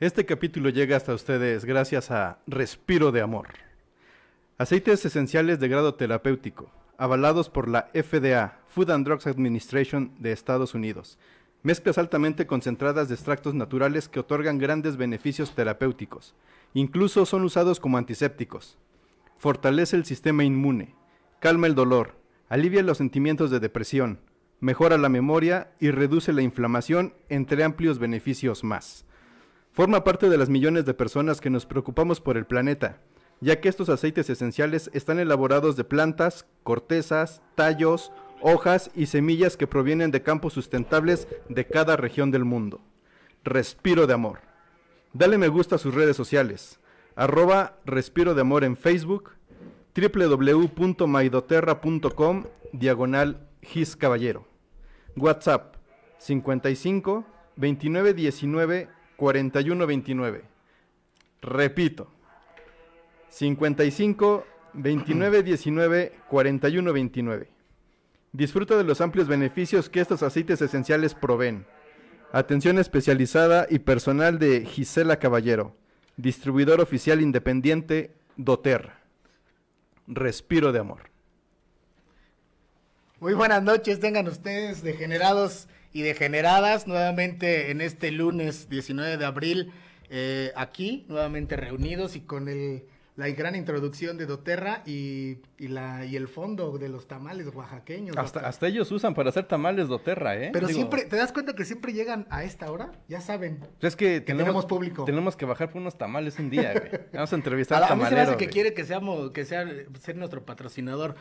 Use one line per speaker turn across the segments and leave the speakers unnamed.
Este capítulo llega hasta ustedes gracias a Respiro de Amor. Aceites esenciales de grado terapéutico, avalados por la FDA, Food and Drugs Administration de Estados Unidos. Mezclas altamente concentradas de extractos naturales que otorgan grandes beneficios terapéuticos. Incluso son usados como antisépticos. Fortalece el sistema inmune, calma el dolor, alivia los sentimientos de depresión, mejora la memoria y reduce la inflamación, entre amplios beneficios más. Forma parte de las millones de personas que nos preocupamos por el planeta, ya que estos aceites esenciales están elaborados de plantas, cortezas, tallos, hojas y semillas que provienen de campos sustentables de cada región del mundo. Respiro de Amor. Dale me gusta a sus redes sociales. Arroba Respiro de Amor en Facebook, www.maidoterra.com, diagonal Gis Caballero. WhatsApp 55 2919 4129. Repito. 55 2919 4129. Disfruta de los amplios beneficios que estos aceites esenciales proveen. Atención especializada y personal de Gisela Caballero, distribuidor oficial independiente Doter. Respiro de amor.
Muy buenas noches, tengan ustedes degenerados y degeneradas nuevamente en este lunes 19 de abril, eh, aquí nuevamente reunidos y con el, la gran introducción de Doterra y, y la, y el fondo de los tamales oaxaqueños.
Hasta, hasta ellos usan para hacer tamales doterra, ¿eh?
Pero
Digo,
siempre, ¿te das cuenta que siempre llegan a esta hora? Ya saben.
pues Es que, tenemos,
tenemos público.
Tenemos que bajar por unos tamales un día, güey. Vamos a entrevistar
A,
a
a mí se me
tamalero.
hace que
güey.
quiere que seamos, que sea ser nuestro patrocinador.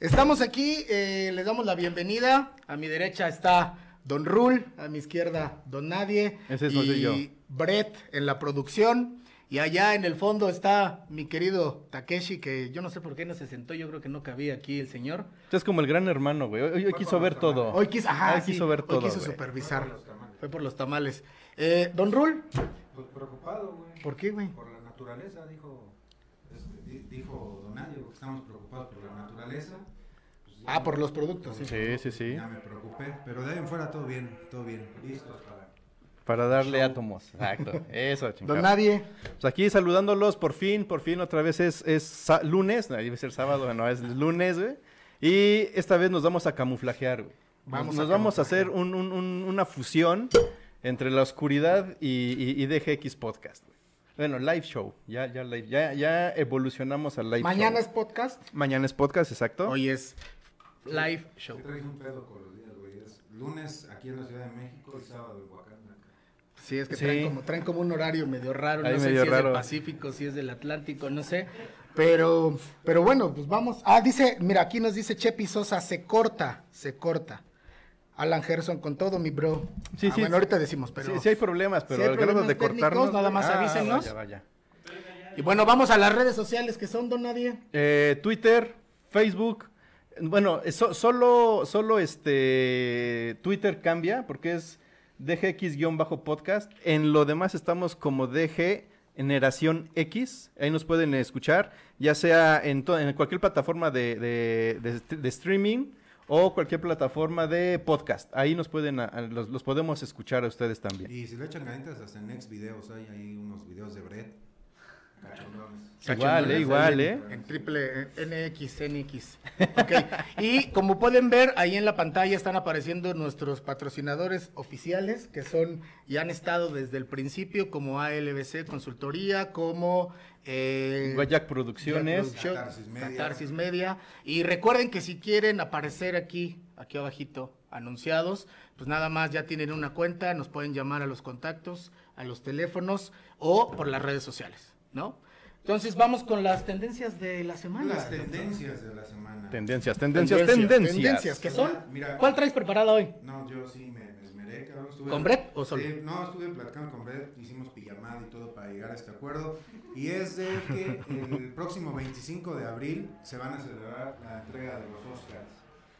Estamos aquí, eh, les damos la bienvenida. A mi derecha está Don Rul, a mi izquierda Don Nadie.
Ese
y
no soy yo.
Brett en la producción. Y allá en el fondo está mi querido Takeshi, que yo no sé por qué no se sentó, yo creo que no cabía aquí el señor.
Es como el gran hermano, güey. Hoy, hoy quiso ver todo.
Hoy quiso, ajá,
Oh. Hoy
sí,
quiso ver
hoy
todo,
quiso
güey.
supervisar. Fue por los tamales. Eh, Don Rul,
Pues preocupado, güey.
¿por qué, güey?
Por la naturaleza, dijo, es- di- dijo Donadio, que estamos preocupados por la naturaleza. Pues ya
Ah,
me-
por los productos, sí.
Sí, sí, sí.
Ya me preocupé, pero de ahí en fuera todo bien, todo bien. Listos para...
Para darle átomos. Exacto. Eso,
Don
chingada.
Nadie,
Pues aquí saludándolos por fin, por fin otra vez es, es sa- lunes, no, debe ser sábado, no, es lunes, güey. Y esta vez nos vamos a camuflajear, güey.
Vamos
nos
a
nos vamos a hacer un- un- un- una fusión entre la oscuridad y, y- y DGX Podcast, güey. Bueno, live show, ya, ya, live- ya, ya evolucionamos al live
mañana es
show.
podcast.
Mañana es podcast, exacto.
Hoy es live show.
Yo traje un pedo con los días, güey. Es lunes aquí en la Ciudad de México y sábado en Huacán.
Sí, es que
Sí.
traen, como, traen como un horario medio raro,
Ahí
no sé
medio
si es
raro.
del Pacífico, si es del Atlántico, no sé. Pero, pero bueno, pues vamos. Ah, dice, mira, aquí nos dice Chepi Sosa, se corta, se corta. Alan Gerson con todo, mi
Sí,
bro. Ah,
sí,
bueno,
sí.
ahorita decimos, pero.
sí, sí hay problemas, pero
sí hay
al grado
problemas
de
técnicos,
cortarnos.
nada más
güey, ah,
avísenos.
vaya, vaya.
Y bueno, vamos a las redes sociales que son, don Nadie.
Eh, Twitter, Facebook. Bueno, eh, so- solo, solo este Twitter cambia porque es DGX-podcast. En lo demás estamos como DG Generación X. Ahí nos pueden escuchar, ya sea en, to- en cualquier plataforma de, de- de st- de streaming o cualquier plataforma de podcast. Ahí nos pueden, a- a- los, los podemos escuchar a ustedes también.
Y si le echan ganitas, hasta en Next Videos hay ahí unos videos de Brett. Cachondones.
Igual, eh, igual, eh.
En triple eh, NX, NX. Ok. Y como pueden ver, ahí en la pantalla están apareciendo nuestros patrocinadores oficiales, que son y han estado desde el principio, como ALBC Consultoría, como. eh,
Guayac Producciones.
Producción-
Catarsis Media.
Catarsis Media. Y recuerden que si quieren aparecer aquí, aquí abajito, anunciados, pues nada más ya tienen una cuenta, nos pueden llamar a los contactos, a los teléfonos o por las redes sociales, ¿no? Entonces vamos con las tendencias de la semana.
Las tendencias de la semana.
Tendencias, tendencias,
Tendencias,
tendencias.
tendencias, que son?
Mira.
¿Cuál traes preparada hoy?
No, yo sí me, me esmeré, cabrón. Estuve,
¿Con Brett o solo?
Sí, no, estuve platicando con Brett, hicimos pijamada y todo para llegar a este acuerdo. Y es de que el próximo 25 de abril se van a celebrar la entrega de los Oscars.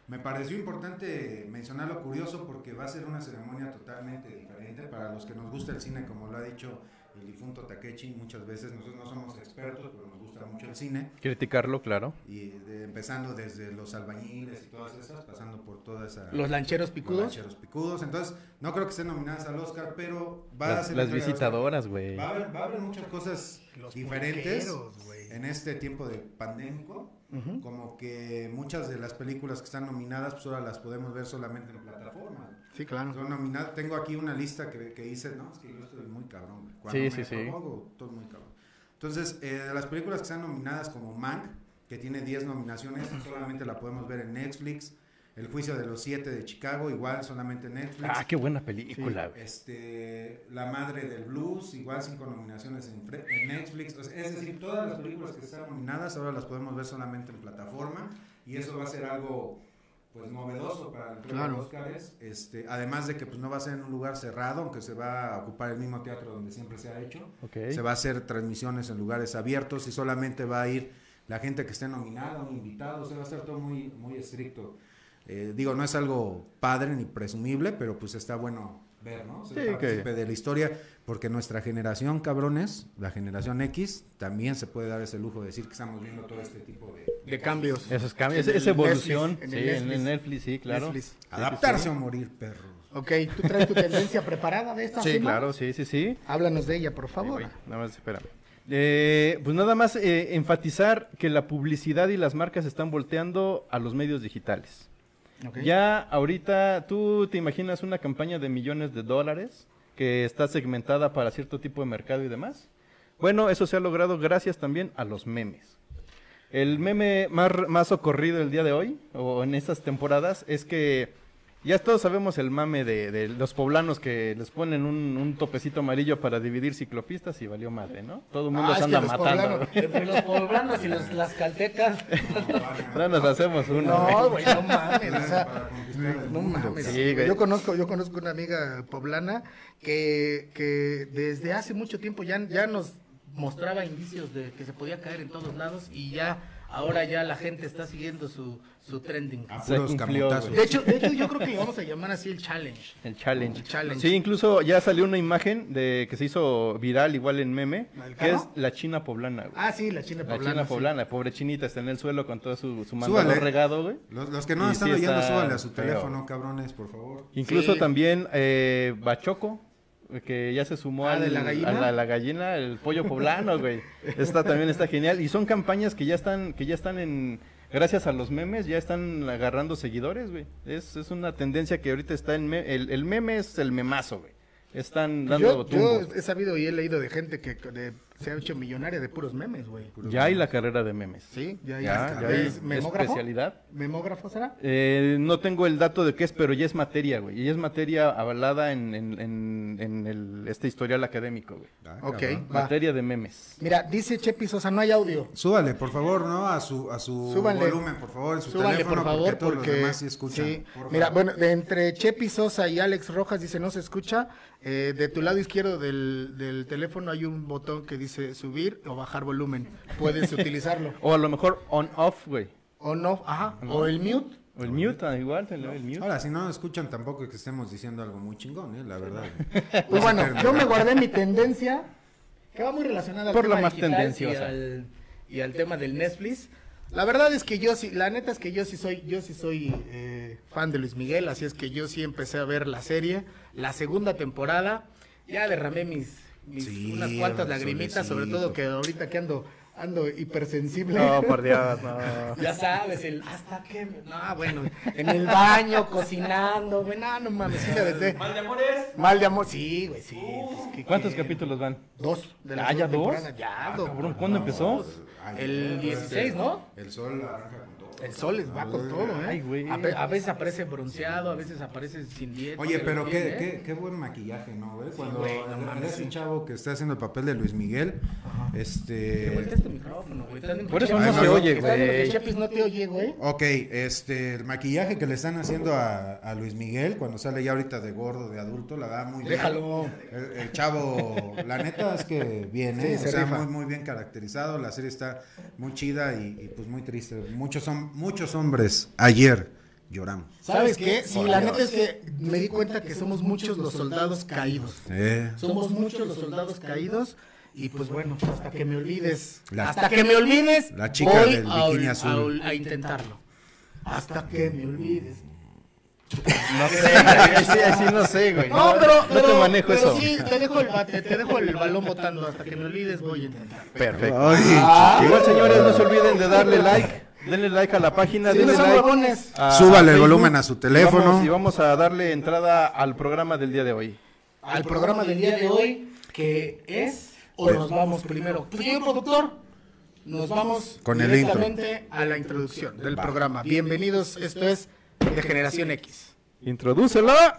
Me pareció importante mencionarlo curioso porque va a ser una ceremonia totalmente diferente para los que nos gusta el cine, como lo ha dicho el difunto Takechi muchas veces, nosotros no somos expertos, pero nos gusta mucho el cine,
Criticarlo, claro.
y de- empezando desde los albañiles y todas esas, pasando por toda esa...
Los lancheros
Los
picudos.
lancheros picudos. Entonces, no creo que estén nominadas al Oscar, pero va a
Las,
ser...
las
entrega de Oscar.
visitadoras, güey.
Va a, haber, va a haber muchas cosas
Los
diferentes
pulqueros, güey.
en este tiempo de pandémico.
Ujú.
Como que muchas de las películas que están nominadas, pues ahora las podemos ver solamente en plataformas.
Sí, claro.
Son nominadas. Tengo aquí una lista que, que hice, no, es que yo estoy muy cabrón. güey. Cuando
Sí,
me
sí, sí.
propongo, estoy muy cabrón. Entonces, eh, de las películas que están nominadas como Mank, que tiene 10 nominaciones, solamente la podemos ver en Netflix. El juicio de los siete de Chicago, igual solamente en Netflix.
Ah, qué buena película, güey.
Este, La Madre del Blues, igual cinco nominaciones en, Fre- en Netflix. O sea, es decir, todas las películas que están nominadas ahora las podemos ver solamente en plataforma y eso va a ser algo pues novedoso para el premio
Claro.
de Óscares. Este, además de que pues no va a ser en un lugar cerrado, aunque se va a ocupar el mismo teatro donde siempre se ha hecho.
Ok.
Se va a hacer transmisiones en lugares abiertos y solamente va a ir la gente que esté nominada, un invitado, se va a estar todo muy, muy estricto. Eh, digo, no es algo padre ni presumible, pero pues está bueno ver, ¿no? Ser
Sí, que-
partícipe de la historia, porque nuestra generación, cabrones, la generación X, también se puede dar ese lujo de decir que estamos viendo todo este tipo de...
De cambios.
Esos cambios,
En el
esa evolución.
Netflix, en el
sí, en
Netflix.
el Netflix, sí, claro.
Netflix.
Adaptarse o morir, perros.
Ok, ¿tú traes tu tendencia preparada de esta
Sí,
semana?
claro, sí, sí, sí.
Háblanos de ella, por
Ahí
favor.
voy, nada más, espérame. Eh, pues nada más eh, enfatizar que la publicidad y las marcas están volteando a los medios digitales.
Ok.
Ya ahorita, ¿tú te imaginas una campaña de millones de dólares que está segmentada para cierto tipo de mercado y demás? Bueno, eso se ha logrado gracias también a los memes. El meme más, más socorrido el día de hoy, o en estas temporadas, es que ya todos sabemos el mame de, de los poblanos que les ponen un, un topecito amarillo para dividir ciclopistas y valió madre, ¿no? Todo el mundo
Ah, es
se
que
anda
los
matando.
poblanos-
güey.
entre los poblanos y los- las caltecas.
No nos hacemos uno. güey.
No, güey, no mames. O sea,
Para conquistar el
No
mundo.
mames.
Sí, güey.
yo conozco, yo conozco una amiga poblana que, que desde hace mucho tiempo ya, ya nos mostraba indicios de que se podía caer en todos lados y ya ahora ya la gente está siguiendo su, su trending.
A
Se
puros
cumplió,
camotazos.
güey.
De hecho, de hecho, yo creo que le vamos a llamar así el challenge.
El challenge.
El challenge.
Sí, incluso ya salió una imagen de que se hizo viral igual en meme,
¿La del
que es
carro?
la china poblana, güey.
Ah, sí, la China
la
poblana.
china
sí.
poblana, pobre chinita, está en el suelo con todo su, su mandado
Súbale.
regado, güey.
Los, los que no
Y
están
sí
oyendo,
está
súbanle a su
feo.
teléfono, cabrones, por favor.
Incluso
Sí.
también eh, Bachoco, que ya se sumó
Ah,
al-
¿de la gallina?
a la, la gallina, el pollo poblano, güey. Esta también está genial. Y son campañas que ya están, que ya están en, gracias a los memes, ya están agarrando seguidores, güey. Es, es una tendencia que ahorita está en, me- el, el meme es el memazo, güey. Están dando
Yo, yo
tumbos.
he sabido y he leído de gente que de- se ha hecho millonaria de puros memes, güey.
Ya hay la carrera de memes.
Sí, ya, hay-
Ya, ya hay
¿Es memógrafo?
especialidad.
¿Memógrafo será?
Eh, no tengo el dato de qué es, pero ya es materia, güey. Y es materia avalada en, en- en- en el, este historial académico, güey.
Ah,
Ok.
cabrón.
Va.
Materia de memes.
Mira, dice Chepi Sosa, no hay audio.
Súbale, por favor, ¿no? A su, a su
Súbanle.
volumen, por favor, en su
Súbanle,
teléfono,
por favor,
porque todos
porque...
los demás sí escuchan.
sí.
Por
Mira,
favor.
bueno, de entre Chepi Sosa y Alex Rojas dice, no se escucha. Eh, de tu lado izquierdo del, del teléfono hay un botón que dice subir o bajar volumen. Puedes utilizarlo.
O a lo mejor on-off, güey.
O no, ajá. O el mute.
O el mute, ah, igual, el, el mute.
Ahora, si no nos escuchan, tampoco es que estemos diciendo algo muy chingón, ¿eh? La verdad.
Pues
No se
bueno,
pierdan.
yo me guardé mi tendencia, que va muy relacionada al
Por
tema
la más
digital
tendenciosa.
Y al, y al tema del Netflix. La verdad es que yo sí, la neta es que yo sí soy, yo sí soy eh, fan de Luis Miguel, así es que yo sí empecé a ver la serie, la segunda temporada, ya derramé mis, mis
Sí,
unas cuantas lagrimitas, sobre todo
solecito.
que ahorita que ando, ando hipersensible.
No, por Dios, no.
Ya sabes, el hasta que. me- No, bueno, en el baño, cocinando, güey. No, no mames, sí la dejé. ¿Mal de amores? Mal de amor, sí, güey, sí.
Uh.
pues, ¿qué
¿Cuántos
quieren?
capítulos van?
Dos. De la
Ah,
segunda
¿ya dos?
temporada, Ya, dos.
Cabrón, ¿cuándo empezó?
Ay,
El
no,
16,
este,
¿no?
El sol arranca con todo.
El sol les va con todo, ¿eh?
Ay, güey.
A, ve- a veces aparece bronceado, a veces aparece sin dieta. se
Oye,
lo
pero qué,
tiene, ¿eh?
qué, qué buen maquillaje, ¿no? güey? Cuando
güey, no
en-
mames,
ese
sí.
chavo que está haciendo el papel de Luis Miguel,
Te
este...
volteas tu micrófono, güey. estás viendo
Por
que
eso
Chapis-
no se
Estás
oye,
viendo que
güey.
Chapis no te oye, güey.
Ok, este, el maquillaje que le están haciendo a, a Luis Miguel cuando sale ya ahorita de gordo, de adulto, la da muy bien.
Déjalo.
El, el chavo, la neta es que bien, ¿eh?
Sí,
o
se
sea,
rifa.
muy, muy bien caracterizado. La serie está muy chida y, y, pues muy triste. Muchos, hom- muchos hombres ayer lloramos.
¿Sabes qué? Sí,
Por
la
Dios.
neta es que me di cuenta que somos muchos los soldados caídos.
Eh,
Somos muchos los soldados caídos. Y pues bueno, hasta que me olvides.
La-
hasta que me olvides.
La chica
voy
del
a,
bikini
a-
azul.
a intentarlo. Hasta que me olvides.
No sé, ahí sí, ahí sí no sé, güey.
No, pero,
no te
pero-
manejo
pero
eso.
sí, te dejo, el, bate- te dejo el balón botando. Hasta que me olvides, voy a intentarlo.
Perfecto. Ah.
Ay,
Igual, señores, no se olviden de darle like. Denle like a la página,
Sí, no
denle
son
like.
huevones.
Ah,
a-
Súbale
a
el
Facebook.
volumen a su teléfono.
Y vamos, y vamos a darle entrada al programa del día de hoy.
Al programa del día de hoy, que es. O
Pues,
nos vamos primero. Señor productor, nos vamos
Con el intro.
directamente a la introducción del
Va.
programa. Bienvenidos, esto es de Generación X.
Introdúcela.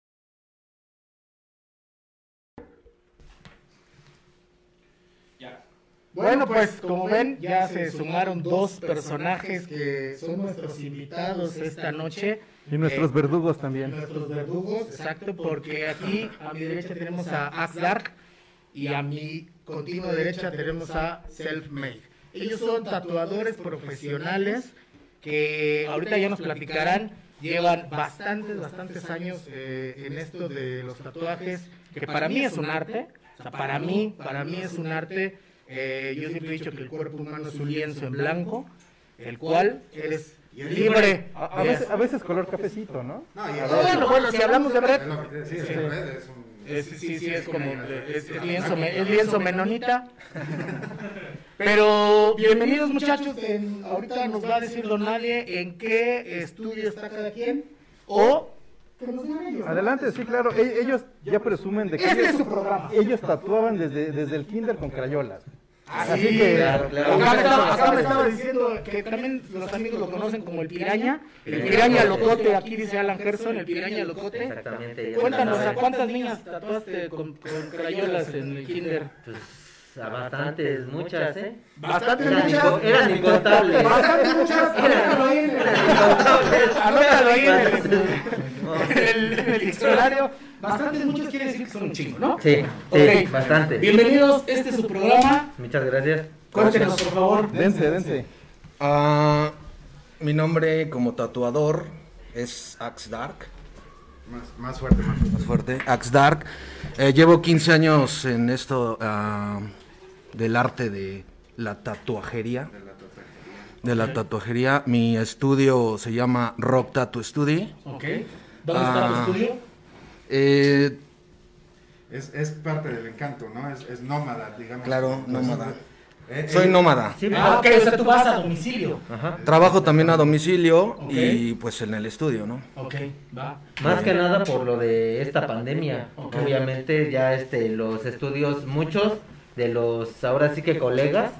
Bueno, pues como ven, ya se sumaron dos personajes que son nuestros invitados esta noche. Eh,
Y nuestros verdugos también.
Nuestros verdugos, exacto, porque aquí a mi derecha tenemos a Axdark y a mi continua derecha tenemos a Self Made. Ellos son tatuadores profesionales que ahorita ya nos platicarán, llevan bastantes, bastantes años eh, en esto de los tatuajes, que para mí es un arte, o sea, para mí, para mí es un arte. Eh, yo siempre he dicho que el cuerpo humano es un lienzo en blanco, el cual eres libre.
A,
de
veces, color cafecito, ¿no?
No, y
Ah,
es-
Bueno, bueno, si hablamos de
es
Brett,
lo que te decía,
Sí.
en red es un-
es- Eh, sí, sí, es como, es, es
Ah,
lienzo, me- es lienzo menonita. Pero bienvenidos muchachos, En- ahorita nos va a decir Don Nadie en qué estudio está cada quien o que nos digan ellos, ¿no?
Adelante, sí, claro. E- ellos ya presumen de que
Este
ellos,
es su programa.
ellos tatuaban desde, desde el kinder con crayolas.
Así que acá, me estaba, acá me estaba diciendo que también los amigos lo conocen como el piraña, el piraña locote, aquí dice Alan Gerson, el piraña locote.
Exactamente.
Cuéntanos, ¿a
cuántos?
cuántas niñas tatuaste con, con crayolas en el kinder?
Pues a bastantes, muchas, ¿eh?
Bastante
Eran inco- Eran incontables.
Bastante muchas. Anótalo ahí en el- Anótalo ahí en el- en el- en el diccionario. Bastantes muchas quiere decir que son un chingo, ¿no?
Sí, sí,
Ok.
bastante.
Bienvenidos, este es su programa.
Muchas gracias.
Cuéntenos, por favor.
Dense, dense.
Ah, mi nombre como tatuador es Axe Dark.
Más, más fuerte, más fuerte.
Más fuerte, Axe Dark. Eh, llevo 15 años en esto ah, del arte de la tatuajería. De la tatuajería. Mi estudio se llama Rock Tattoo Studio.
Ok. ¿Dónde está tu
Ah.
estudio?
Eh,
Es, es parte del encanto, ¿no? Es, es nómada, digamos.
Claro, nómada.
Eh,
soy
eh,
nómada.
Sí,
Ah, ok,
pero-
o sea, tú vas a domicilio.
Ah.
Trabajo también a domicilio
Ok.
y pues en el estudio, ¿no?
Ok, va.
Más que Ah, nada por lo de esta pandemia.
Ok.
Obviamente ya este los estudios muchos de los ahora sí que colegas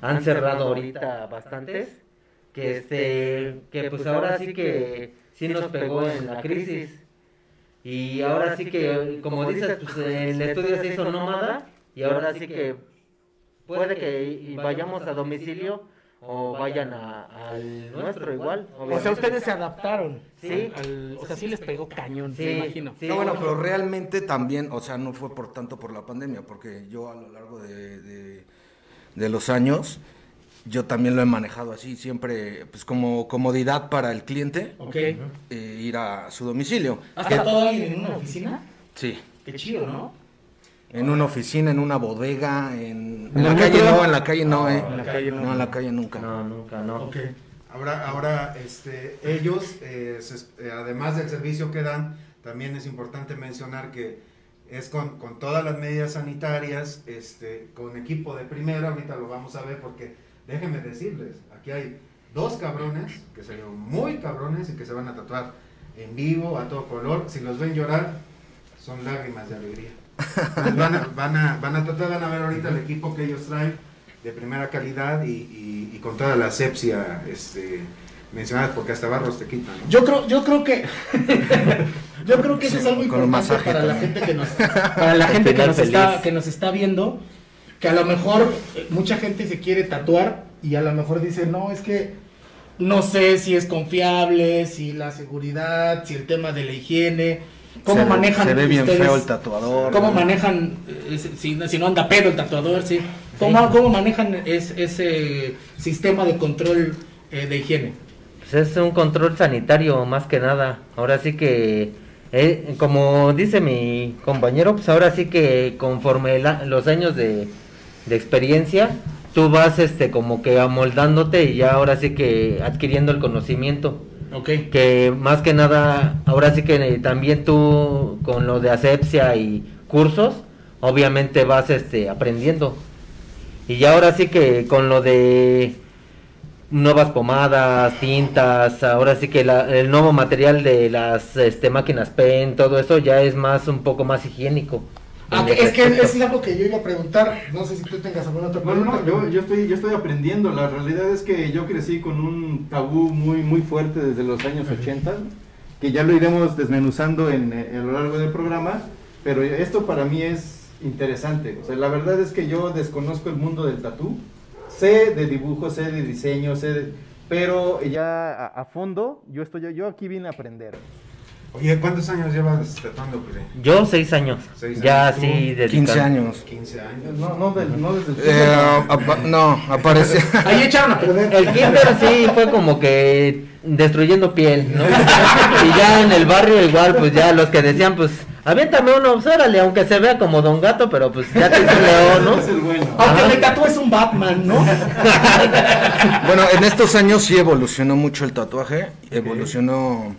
han cerrado ahorita bastantes que este que pues ahora sí que sí nos pegó en la crisis. Y ahora sí que como dices pues el estudio se hizo nómada y ahora sí que puede que y- vayamos a domicilio o vayan a- al nuestro igual.
O sea,
obviamente.
ustedes se adaptaron.
Sí.
al- o sea, sí les pegó cañón,
Sí,
me imagino.
sí.
No, bueno, pero realmente también, o sea, no fue por tanto por la pandemia, porque yo a lo largo de, de- de los años yo también lo he manejado así, siempre pues como comodidad para el cliente
Ok.
eh, ir a su domicilio.
¿Has
Que-
tratado a alguien en una oficina?
sí,
Qué chido, ¿no?
en una oficina, en una bodega, en,
¿En
en
el
la calle
metro? Ah,
no, en la calle no, eh.
en la calle no.
No, en la calle nunca.
No, nunca, no.
Ok.
Ahora, ahora este, ellos, eh, se es- eh, además del servicio que dan, también es importante mencionar que es con, con todas las medidas sanitarias, este, con equipo de primera, ahorita lo vamos a ver porque déjenme decirles, aquí hay dos cabrones que se ven muy cabrones y que se van a tatuar en vivo, a todo color, si los ven llorar, son lágrimas de alegría. Entonces, van, a, van, a, van a tratar, van a ver ahorita el equipo que ellos traen de primera calidad y, y- y con toda la asepsia este, mencionada, porque hasta barros te quitan. ¿no?
Yo creo, yo creo que. yo creo que eso
Sí,
es algo
con un
importante
masaje
para la
también.
gente que nos. Para la gente que
final
nos está,
feliz.
que nos está viendo. Que a lo mejor eh, mucha gente se quiere tatuar y a lo mejor dice, no, es que no sé si es confiable, si la seguridad, si el tema de la higiene. ¿Cómo
Se ve-
manejan
Se ve bien
ustedes-
feo el tatuador.
¿Cómo
¿no?
manejan, eh, si, no- si no anda pedo el tatuador, sí? ¿Cómo, cómo manejan es- ese sistema de control eh, de higiene?
Pues es un control sanitario más que nada. Ahora sí que, eh, como dice mi compañero, pues ahora sí que conforme la- los años de, de experiencia, tú vas este como que amoldándote y ya ahora sí que adquiriendo el conocimiento.
Ok.
Que más que nada, ahora sí que eh, también tú con lo de asepsia y cursos, obviamente vas este aprendiendo. Y ya ahora sí que con lo de nuevas pomadas, tintas, ahora sí que la- el nuevo material de las este, máquinas pen, todo eso ya es más un poco más higiénico.
Ah,
En
que-
ese
es que
aspecto.
es algo que yo iba a preguntar. No sé si tú tengas alguna otra
No, no,
pregunta.
no, yo, yo estoy, yo estoy aprendiendo. La realidad es que yo crecí con un tabú muy, muy fuerte desde los años 80, que ya lo iremos desmenuzando en, eh, a lo largo del programa, pero esto para mí es interesante. O sea, la verdad es que yo desconozco el mundo del tatú. Sé de dibujo, sé de diseño, sé de- Pero ya a, a fondo, yo, estoy, yo aquí vine a aprender.
Oye, ¿cuántos años llevas tratando? Pues, eh?
Yo seis años,
Seis
ya
años, tú,
así de
15 años.
15 años.
No, no, del- no desde el
Eh, apa- no, aparece.
Ahí echaron a perder.
El kinder sí fue como que destruyendo piel, ¿no? Y ya en el barrio igual, pues ya los que decían, pues, aviéntame uno, pues, órale, aunque se vea como Don Gato, pero pues ya te hizo león,
Es el
¿no?
bueno.
Ah.
Aunque
Ajá.
me tatúes un Batman, ¿no?
Bueno, en estos años sí evolucionó mucho el tatuaje, evolucionó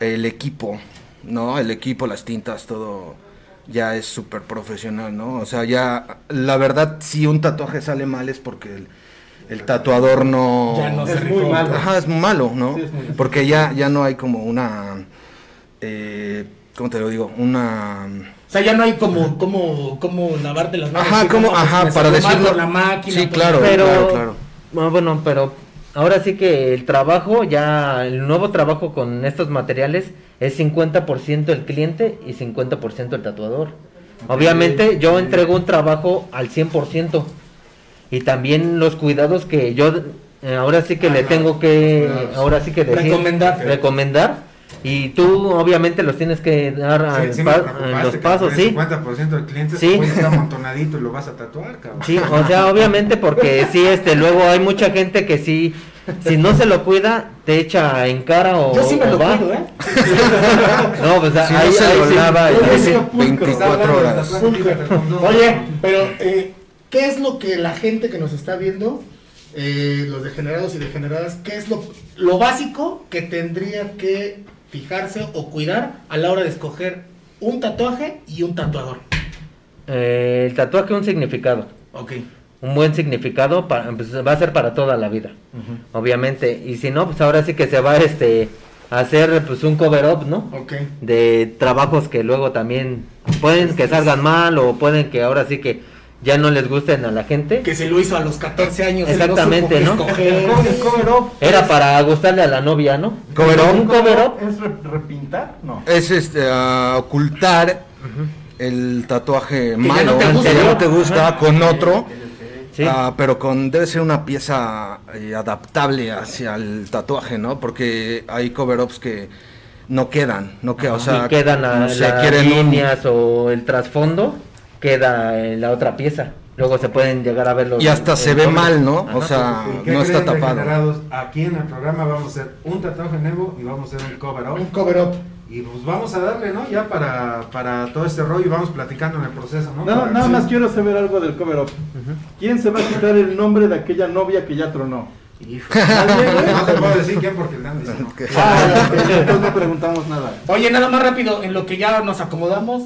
el equipo, ¿no? El equipo, las tintas, todo ya es súper profesional, ¿no? O sea, ya, la verdad, si un tatuaje sale mal es porque el, el tatuador no...
Ya no se
Es muy
rifó.
malo.
Ajá, es malo, ¿no?
Sí, es muy malo.
Porque ya, ya no hay como una... eh, ¿Cómo te lo digo? Una...
O sea, ya no hay como, como, como lavarte las manos.
Ajá,
decir,
como,
no, pues,
ajá,
me
para
salió mal
decirlo.
por la máquina.
Sí,
por-
claro,
Pero,
claro, claro.
ah, bueno, pero ahora sí que el trabajo, ya, el nuevo trabajo con estos materiales es 50% el cliente y 50% el tatuador. Obviamente yo entrego un trabajo al 100% y también los cuidados que yo eh, ahora sí que le tengo que ahora sí que decir,
Recomendar.
recomendar y tú obviamente los tienes que dar
Sí,
al
sí me
pa-
preocupaste
Ah, en los
que
pasos,
el
sí.
50% del cliente
Sí.
se puede estar amontonadito y lo vas a tatuar, cabrón.
Sí, o sea, obviamente porque sí, este, luego hay mucha gente que sí, si no se lo cuida, te echa en cara o...
Yo sí me
o
lo
va.
cuido, ¿eh?
No, pues
Si no
ahí,
se
ahí
lo
sí.
lava,
Ahí
ya
sí.
se- 24 horas.
Oye, pero eh, ¿qué es lo que la gente que nos está viendo, eh, los degenerados y degeneradas, qué es lo, lo básico que tendría que fijarse o cuidar a la hora de escoger un tatuaje y un tatuador?
Eh, el tatuaje un significado,
Ok.
un buen significado, para, pues, va a ser para toda la vida, obviamente. Y si no, pues ahora sí que se va este, a hacer pues un cover-up, ¿no?
Ok.
de trabajos que luego también pueden que salgan mal o pueden que ahora sí que ya no les gusten a la gente.
Que se lo hizo a los 14 años. él
Exactamente,
supo
¿no?
qué
El
escoger.
cover- cover up
Era para gustarle a la novia, ¿no?
Cover
Un
up
cover up.
¿Es re- repintar? No.
Es este, ah, ocultar el tatuaje malo
no te gusta.
que ya no te gusta con otro,
Sí.
ah, pero con debe ser una pieza eh, adaptable hacia el tatuaje, ¿no? Porque hay cover-ups que no quedan, no que, o sea,
y quedan la-
no sé,
las
quieren un-
líneas o el trasfondo queda en la otra pieza. Luego se pueden llegar a ver los.
Y hasta se
el
ve
doble.
mal, ¿no?
Ajá.
O sea,
¿Y qué
no está
creen,
tapado.
degenerados? Aquí en el programa vamos a hacer un tatuaje nuevo y vamos a hacer un cover
Un
up.
cover up.
Y pues vamos a darle, ¿no? Ya para, para todo este rollo y vamos platicando en el proceso, ¿no?
Nada,
Para-
nada
Sí.
más quiero saber algo del cover up. ¿Quién se va a quitar el nombre de aquella novia que ya tronó? ¿Nadie, güey?
No te puedo decir quién porque el Dan dice no.
Ah, ok, entonces no preguntamos nada.
Oye, nada más rápido, en lo que ya nos acomodamos,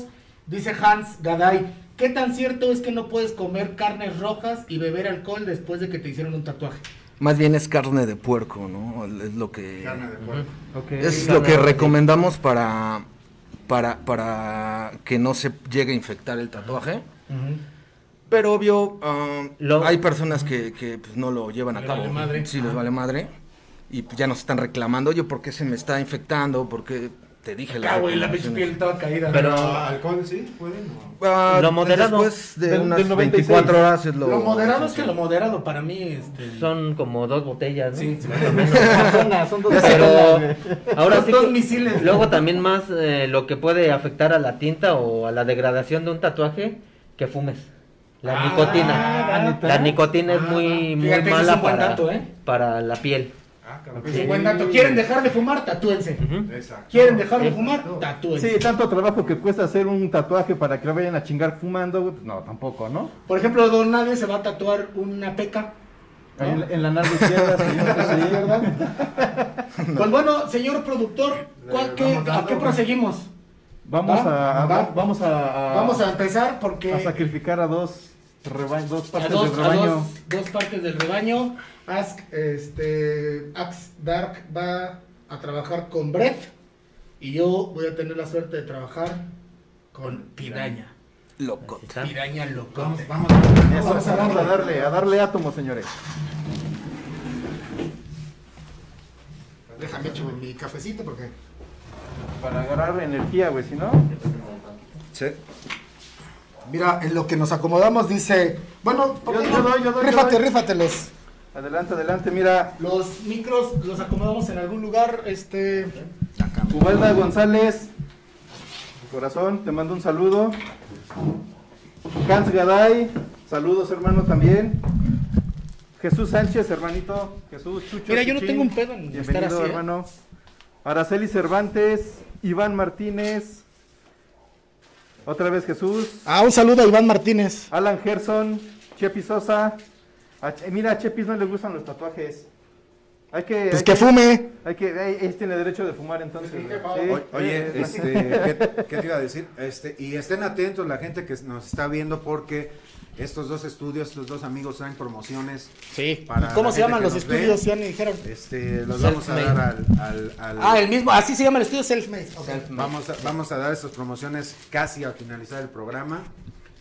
dice Hans Gaday, ¿qué tan cierto es que no puedes comer carnes rojas y beber alcohol después de que te hicieron un tatuaje?
Más bien es carne de puerco, ¿no? Es lo que.
Carne de puerco.
Es lo que recomendamos para, para, para que no se llegue a infectar el tatuaje. Pero obvio, ah,
Lo-
hay personas que, que, pues, no lo llevan a
Le
cabo.
vale madre.
Sí, les vale madre. Y pues, ya nos están reclamando, oye, ¿por qué se me está infectando? ¿Por qué te dije las
Ah, güey, la pinche piel
recomendaciones?"
estaba caída.
Pero-
alcohol sí, pueden. o-
Ah,
Lo moderado.
Después de
Del-
unas
del 96.
24 horas es lo...
lo moderado es que lo moderado para mí, este...
Son como dos botellas, ¿no?
Sí, sí.
Son dos- son dos personas,
Pero
güey.
ahora
Los
sí
dos
que-
misiles.
Luego también más eh, lo que puede afectar a la tinta o a la degradación de un tatuaje que fumes. La
Ah,
nicotina.
¿neta?
la nicotina es
Ah,
muy, muy
fíjate, ese es
mala
un buen
para,
dato, ¿eh?
para la piel.
Ah, cabrón.
Sí, buen dato. ¿Quieren dejar de fumar? Tatúense.
Exacto.
¿Quieren dejar
eh,
de fumar?
Exacto.
Tatúense.
Sí, tanto trabajo que cuesta hacer un tatuaje para que lo vayan a chingar fumando, güey, pues no, tampoco, ¿no?
Por ejemplo, don Nadie se va a tatuar una peca. Ah.
Ahí en, en la nalga izquierda, señor, pues, sí, ¿verdad?
Pues bueno, señor productor, ¿cuál
Le
qué-
vamos
¿a
dando,
qué
güey.
proseguimos?
Vamos
Va,
a, a-
va.
vamos a,
Vamos a empezar porque
a sacrificar a dos reba- dos
a
partes
dos,
del
a
rebaño.
dos- dos partes del rebaño. Ask, este, Ax Dark va a trabajar con Brett y yo voy a tener la suerte de trabajar con Piraña.
Loco.
Piraña loco.
Vamos, vamos.
Eso,
Vamos a
vamos a
darle.
darle, a darle átomos, señores.
Déjame echar mi cafecito porque
Para agarrar energía, güey, si no.
mira en lo que nos acomodamos dice, bueno, ¿por qué
Yo-
no?
yo doy, yo doy, yo
rífate,
doy.
rífate los
Adelante, adelante, mira.
los micros los acomodamos en algún lugar, este
Ubalda González, corazón, te mando un saludo. Hans Gaday, saludos hermano también. Jesús Sánchez, hermanito. Jesús Chucho.
Mira, yo no
Chuchín,
tengo un pedo en
Bienvenido,
estar así, ¿eh?
hermano. Araceli Cervantes, Iván Martínez. Otra vez Jesús.
Ah, un saludo a Iván Martínez.
Alan Gerson, Chepi Sosa. A Che- mira, a Chepis no le gustan los tatuajes. Hay que.
Pues
hay
que
que-
fume.
hay que, ey, ey, tiene derecho de fumar entonces. güey. Sí,
O- Oye,
sí,
este, ¿qué, qué te iba a decir? Este, y estén atentos la gente que nos está viendo porque estos dos estudios, estos dos amigos traen promociones.
Sí.
Para
¿Cómo
la
se llaman
gente
los
que nos
estudios?
ve.
Ya me dijeron.
Este, los vamos a dar al, al- al-
Ah, el mismo. Así se llama el estudio Selfmade. Ok.
vamos a, vamos a dar estas promociones casi al finalizar el programa.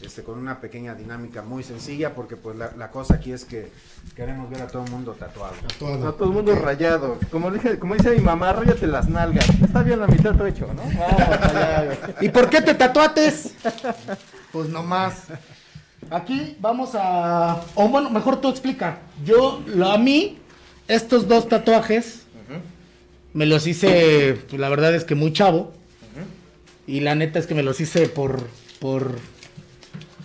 Este, con una pequeña dinámica muy sencilla, porque pues la, la cosa aquí es que queremos ver a todo el mundo tatuado.
No, todo el mundo rayado. Como, dije, como dice mi mamá, ráyate las nalgas. Está bien la mitad todo hecho, ¿no? Vamos
Ah,
allá, güey.
¿Y por qué te tatuates? Pues nomás. Aquí vamos a. O bueno, mejor tú explica. Yo, lo, a mí, estos dos tatuajes me los hice. pues, la verdad es que muy chavo. Y la neta es que me los hice por. por.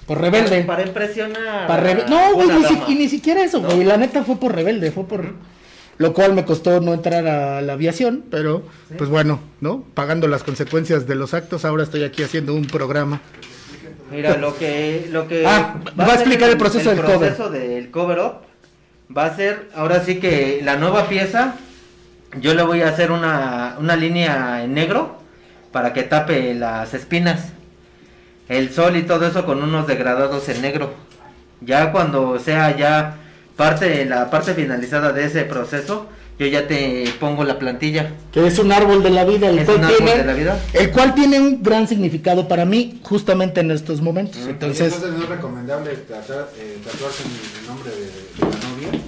por rebelde.
Para impresionar.
Pa' rebe-
a
No, güey,
una
ni, si-
dama.
y ni siquiera eso, güey. La neta fue por rebelde, fue por. Lo cual me costó no entrar a la aviación, pero pues bueno, ¿no? Pagando las consecuencias de los actos, ahora estoy aquí haciendo un programa.
Mira, lo que, lo que
Ah, va a
ser
explicar el proceso del cover.
proceso del cover up va a ser, ahora sí que la nueva pieza, yo le voy a hacer una, una línea en negro para que tape las espinas, el sol y todo eso con unos degradados en negro. Ya cuando sea ya parte, la parte finalizada de ese proceso, yo ya te pongo la plantilla.
Que es un árbol de la vida, el
Es
cual
un árbol
tiene-
de la vida.
El cual tiene un gran significado para mí, justamente en estos momentos.
Oye,
Entonces,
no es recomendable tratar, eh, tatuarse en el nombre de, de la novia.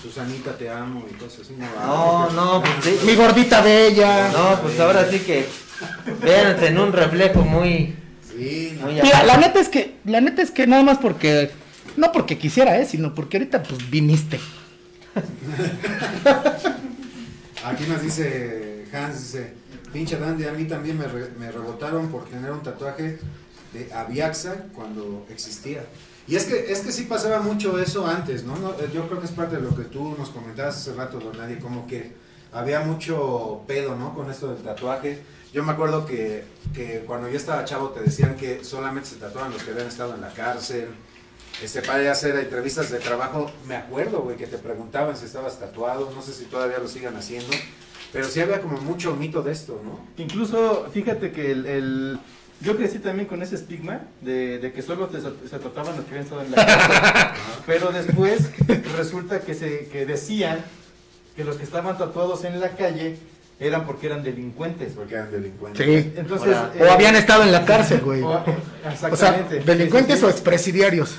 Susanita, te amo y cosas así.
No, no, pues sí.
mi gordita bella.
No, pues ahora sí que véanse en un reflejo muy...
Sí, no.
muy
Mira, la neta es que, la neta es que nada más porque, no porque quisiera, ¿eh? Sino porque ahorita pues viniste.
Aquí nos dice Hans, dice, pinche Dandy, a mí también me, re- me rebotaron por tener un tatuaje de Aviaxa cuando existía. Y es que, es que sí pasaba mucho eso antes, ¿no? No, Yo creo que es parte de lo que tú nos comentabas hace rato, don Nadie, como que había mucho pedo, ¿no? Con esto del tatuaje. Yo me acuerdo que, que cuando yo estaba chavo te decían que solamente se tatuaban los que habían estado en la cárcel. Este, para ir a hacer entrevistas de trabajo, me acuerdo, güey, que te preguntaban si estabas tatuado, no sé si todavía lo sigan haciendo, pero sí había como mucho mito de esto, ¿no?
Incluso, fíjate que el, el- yo crecí también con ese estigma de, de que solo te- se trataban los que habían estado en la cárcel. pero después resulta que, se, que decían que los que estaban tatuados en la calle eran porque eran delincuentes. güey.
Porque eran delincuentes.
Sí.
Entonces, eh,
Ahora,
O habían estado en la cárcel, güey.
o-
O sea,
exactamente.
delincuentes
Sí,
o
sí, sí.
expresidiarios.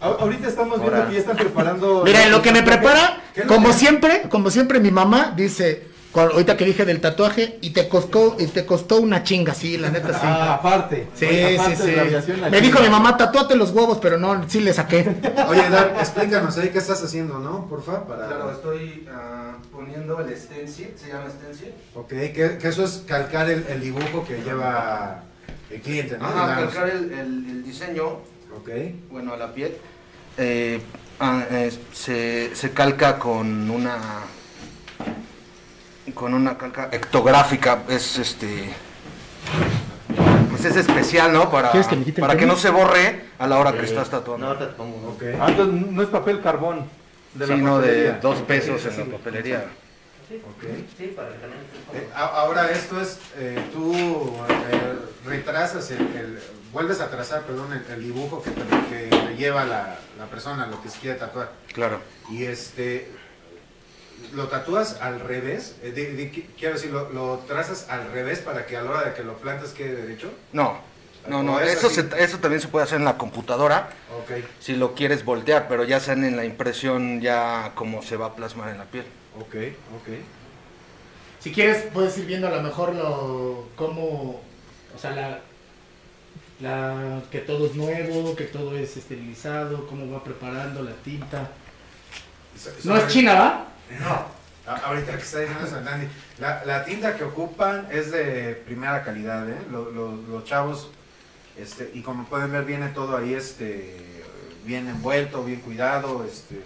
A- Ahorita estamos viendo
Ahora.
que ya están preparando.
Mira, en lo que me prepara,
¿Qué es lo
como
que-
siempre, como siempre mi mamá dice, cu- ahorita que dije del tatuaje, y te costó, y te costó una chinga, sí, la neta sí.
Ah, aparte.
Sí,
Oye,
sí,
aparte
sí.
de la aviación, la
Me dijo mi
chinga.
mamá, tatúate los huevos, pero no, sí le saqué.
Oye, Dar, explícanos ahí qué estás haciendo, ¿no? Porfa, para...
Claro, estoy ah, poniendo el stencil, se llama stencil.
Ok, que, que eso es calcar el, el dibujo que lleva el cliente, ¿no?
Ajá,
Digamos.
calcar el, el- el diseño,
Ok,
bueno, a la piel. Eh, ah, es- se, se calca con una con una calca ectográfica, es este pues es especial, ¿no? Para,
¿Quieres que me quite el
para que
tenis?
no se borre a la hora que
Eh,
estás tatuando.
No, te pongo.
ok.
Ah, entonces no es papel carbón. De la
sino de
papelería.
dos pesos en la papelería.
Ok.
Sí, para que también estés cómodo.
Eh, a- ahora esto es, eh, tú eh, retrasas, el, el- vuelves a trazar, perdón, el, el dibujo que, te- que le lleva la, la persona, lo que se quiere tatuar.
Claro.
Y este, lo tatúas al revés, eh, di- di- qui- quiero decir, lo, lo trazas al revés para que a la hora de que lo plantas quede derecho.
No. No,
O
no,
es
eso,
así.
se- eso también se puede hacer en la computadora
Ok,
si lo quieres voltear, pero ya sean en la impresión ya como se va a plasmar en la piel.
ok, ok.
Si quieres, puedes ir viendo a lo mejor lo, cómo, o sea, la, la, que todo es nuevo, que todo es esterilizado, cómo va preparando la tinta.
So-
No es
sobre-
china, ¿va?
No, a- ahorita que está diciendo eso, Nandi, la, la tinta que ocupan es de primera calidad, ¿eh? Lo- lo- los chavos, este, y como pueden ver, viene todo ahí, este, bien envuelto, bien cuidado, este,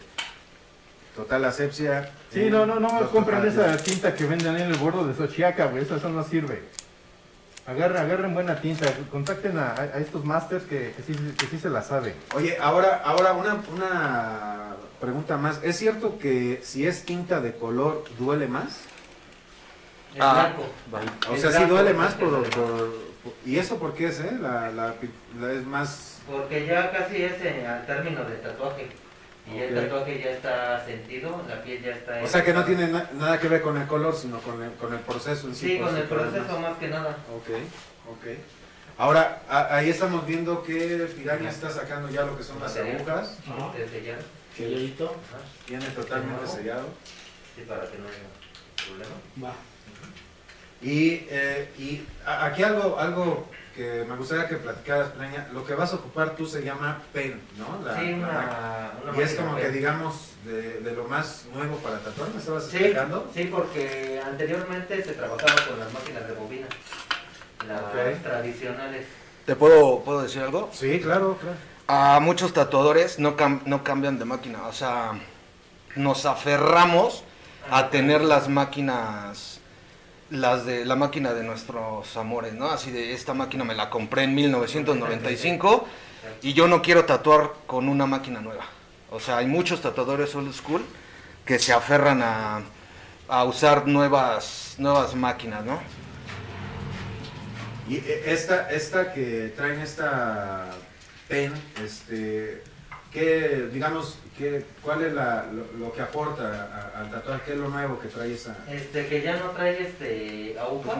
total asepsia.
Sí,
eh,
no, no, no
los
compren esa
totales.
tinta que venden ahí en el bordo de Xochiaca, güey, esa eso no sirve. Agarren, agarren buena tinta, contacten a, a estos masters que, que sí, que sí se la sabe.
Oye, ahora, ahora una, una pregunta más. ¿Es cierto que si es tinta de color duele más?
Es
Ah,
blanco.
O
Es
sea, sí
blanco,
duele más
porque-
por, por- por- ¿Y eso por qué es, eh? La, la pi- la- es más...
Porque ya casi es eh, al término del tatuaje. Y ya el
Ok.
tatuaje ya está sentido, la piel ya está...
O sea que no tiene na- nada que ver con el color, sino con el, con el proceso en sí.
Sí,
por
con
si
el
fuera
proceso
más.
más que nada.
Ok, ok. Ahora, a- ahí estamos viendo que Piraña está sacando ya lo que son las
Material.
agujas.
Ajá.
Desde ya,
Selladito.
ajá,
Viene totalmente
Ajá.
sellado.
sí, para que no haya problema.
Va.
Y, eh, y a- aquí algo, algo que me gustaría que platicaras, Piraña. Lo que vas a ocupar tú se llama pen, ¿no? La-
sí,
la marca.
una, una
y es
máquina
como
fea.
que digamos de, de lo más nuevo para tatuar, ¿me estabas
Sí,
explicando?
sí, porque anteriormente se trabajaba con las máquinas de bobina, las
Ok.
tradicionales.
¿Te puedo, puedo decir algo?
Sí, claro, claro.
A muchos tatuadores no, cam- no cambian de máquina, o sea, nos aferramos a tener las máquinas, las de la máquina de nuestros amores, ¿no? Así de esta máquina me la compré en 1995 y yo no quiero tatuar con una máquina nueva. O sea, hay muchos tatuadores old school que se aferran a, a usar nuevas, nuevas máquinas, ¿no?
Y e- esta, esta que traen esta pen, este, ¿qué, digamos, qué, cuál es la, lo, lo que aporta a- al tatuaje? ¿Qué es lo nuevo que trae esa?
Este, que ya no trae este aguja,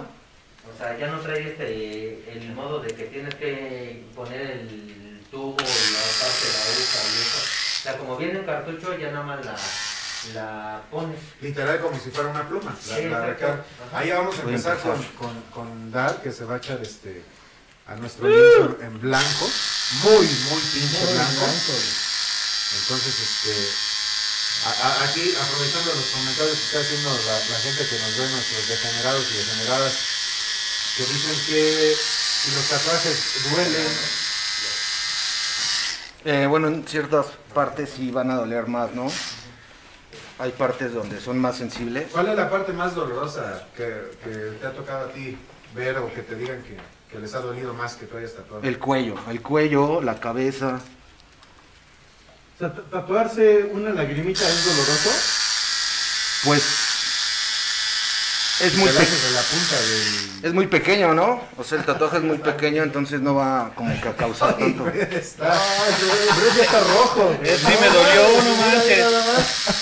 o sea, ya no trae este, el modo de que tienes que poner el tubo, la parte de la aguja y eso. O sea, como viene en cartucho, ya nada más la, la pones.
Literal como si fuera una pluma. La,
Sí,
la de
exacto.
acá.
Ajá.
Ahí vamos a
Voy a
empezar con,
empezar.
con, con Dar, que se va a echar este, a
Uh.
nuestro lienzo en blanco. Muy, muy pinche blanco. Entonces, este, a- a- aquí aprovechando los comentarios que está haciendo la, la gente que nos ve, nuestros degenerados y degeneradas, que dicen que
Y los tatuajes duelen.
Eh, bueno, en ciertas partes sí van a doler más, ¿no? Hay partes donde son más sensibles.
¿Cuál es la parte más dolorosa que, que te ha tocado a ti ver o que te digan que, que les ha dolido más que tú hayas tatuado?
El cuello, el cuello, la cabeza.
O sea, ta- tatuarse una lagrimita es doloroso.
Pues es
Te
muy,
la
pe-
haces en la punta del...
es muy pequeño, ¿no? O sea, el tatuaje es muy pequeño, entonces no va como que a causar tanto.
Está, pero ya está rojo.
Sí me dolió uno, manches.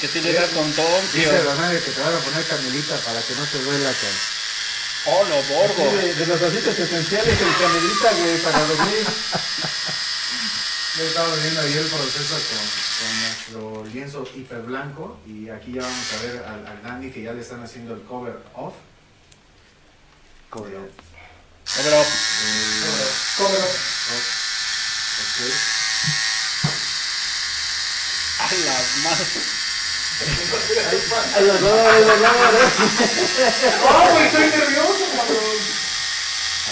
Que sí le da con Tom, tío.
Dice la madre que te van a poner canelita para que no te duela. Con...
Oh, lo borgo.
De, de los aceites esenciales, el canelita, güey, para dormir.
Yo estaba viendo ahí el proceso con, con nuestro lienzo hiperblanco y aquí ya vamos a ver al, al Dandy que ya le están haciendo el cover off. Eh, Cover off.
Pero
Cover off.
a la madre.
Ok.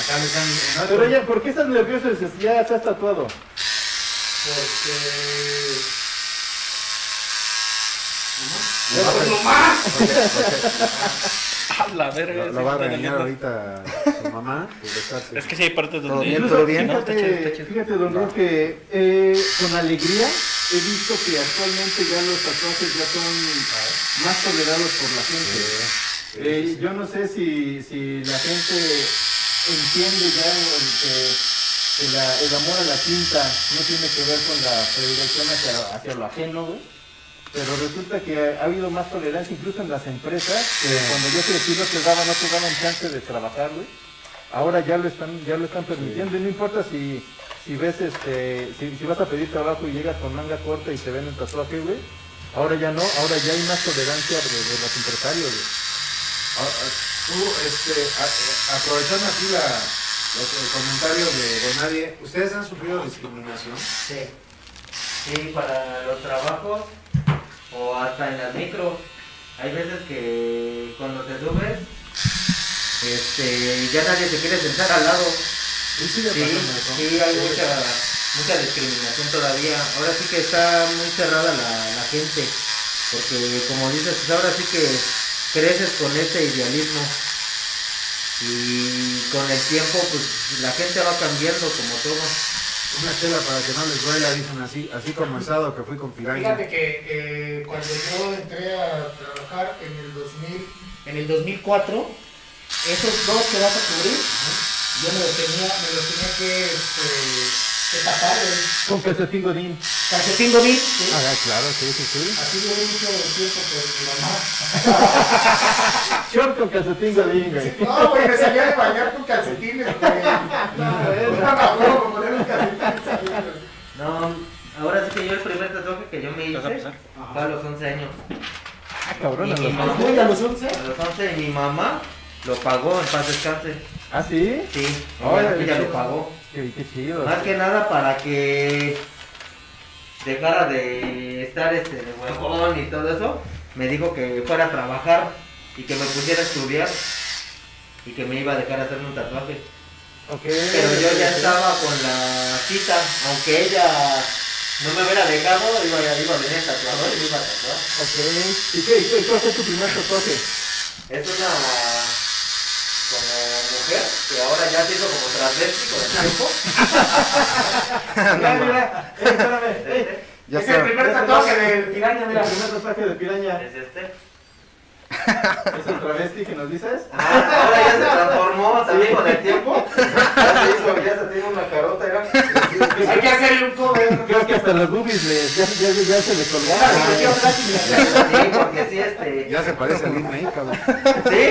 Acá le están... en otro-
Pero ya, ¿por qué estás nervioso si ya estás tatuado?
A la
Lo,
verga. sí
lo va a
está
regañar
doliendo.
ahorita su mamá. pues, por dejarse.
Es que si hay partes
Todo
donde.
bien,
Incluso,
todo bien.
No, está
Fíjate,
chido, está chido.
fíjate, don Gus, que eh, con alegría he visto que actualmente ya los tatuajes ya son más tolerados por la gente. Eh, Yo no sé si, si la gente entiende ya el que, que la- el amor a la tinta no tiene que ver con la predilección hacia, hacia lo ajeno, güey. Pero resulta que ha, ha habido más tolerancia incluso en las empresas, que cuando yo crecí no te daban, no te daban chance de trabajar, güey. Ahora ya lo están, ya lo están permitiendo, y no importa si, si ves este, si, si vas a pedir trabajo y llegas con manga corta y te ven el tatuaje, güey. Ahora ya no, ahora ya hay más tolerancia de, de los empresarios, güey.
Ah, ah, Tú, este, a- eh, aprovechando aquí la, los- el comentario de, de nadie, ¿ustedes han sufrido discriminación?
Sí. Sí, para los trabajos o hasta en las micros. Hay veces que cuando te subes, este, ya nadie te quiere sentar al lado.
Sí, sigue
Sí,
pasando eso.
sí, hay mucha, mucha discriminación todavía. Ahora sí que está muy cerrada la, la gente. Porque como dices, pues ahora sí que creces con este idealismo. Y con el tiempo, pues la gente va cambiando como todo.
Una chela para que no les duela, dicen así, así como el sábado que fui con Piraña.
Fíjate que eh, cuando yo entré a trabajar en el 2000, en el 2004, esos dos que vas a cubrir, yo me los tenía, me los tenía que, este, que tapar, güey.
Con calcetín godín. Ah,
Calcetín Godín, ¿sí?
claro, sí, sí, sí.
así duré mucho tiempo con mi mamá.
Short con calcetín godín, güey.
No, güey, me salía de bañar con calcetines, güey. Una mamá, como poner un calcetín.
No, ahora sí que yo el primer tatuaje que yo me hice
vas a pasar?
fue a los 11 años.
Ah, cabrón, a
Y mi
los-
mamá-
¿Muy a los 11?
a los 11 y mi mamá lo pagó en paz descanse.
¿Ah, sí?
Sí,
Órale,
ella, ella
chido.
lo pagó.
Qué, qué chido.
Más que nada para que dejara de estar este de huevón y todo eso, me dijo que fuera a trabajar y que me pusiera a estudiar y que me iba a dejar hacerme un tatuaje.
Ok.
Pero yo ya estaba con la cita, aunque ella no me hubiera dejado, iba, iba a venir el tatuador y me iba a tatuar.
Ok. ¿Y qué, y qué, cuál fue tu primer tatuaje?
Es una como mujer que ahora ya se hizo como transvesti con el tiempo.
mira, mira. Eh, espérame. eh.
Ya
es el
está.
primer tatuaje del
Mira,
piraña,
mira,
mira.
el primer tatuaje de piraña.
Es este.
¿Es el travesti que nos dices?
Ah, ahora ya se transformó también con el tiempo. Ya se hizo, ya se tiene una carota, era.
Hay que hacerle un cover.
Creo que hasta las boobies les, ya, ya, ya se les
Una
colgaron.
revolución plástica.
Sí, porque sí, este.
Ya se parece a Lin May, cabrón.
Sí,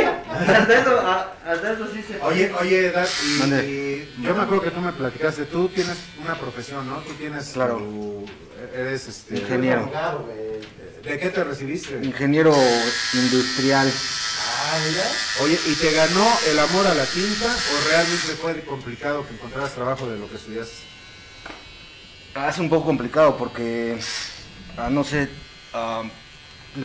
hasta eso, ah, hasta eso sí se.
Oye, oye, Dad, y,
Mande.
y yo me acuerdo que tú me platicaste, tú tienes una profesión, ¿no? Tú tienes
Claro.
tu- eres este,
Ingeniero.
abogado, güey. ¿De qué te recibiste?
Ingeniero industrial.
Ah, mira. Oye, ¿y te ganó el amor a la tinta o realmente fue complicado que encontraras trabajo de lo que estudiaste?
Ah, Es un poco complicado porque, ah, no sé, ah,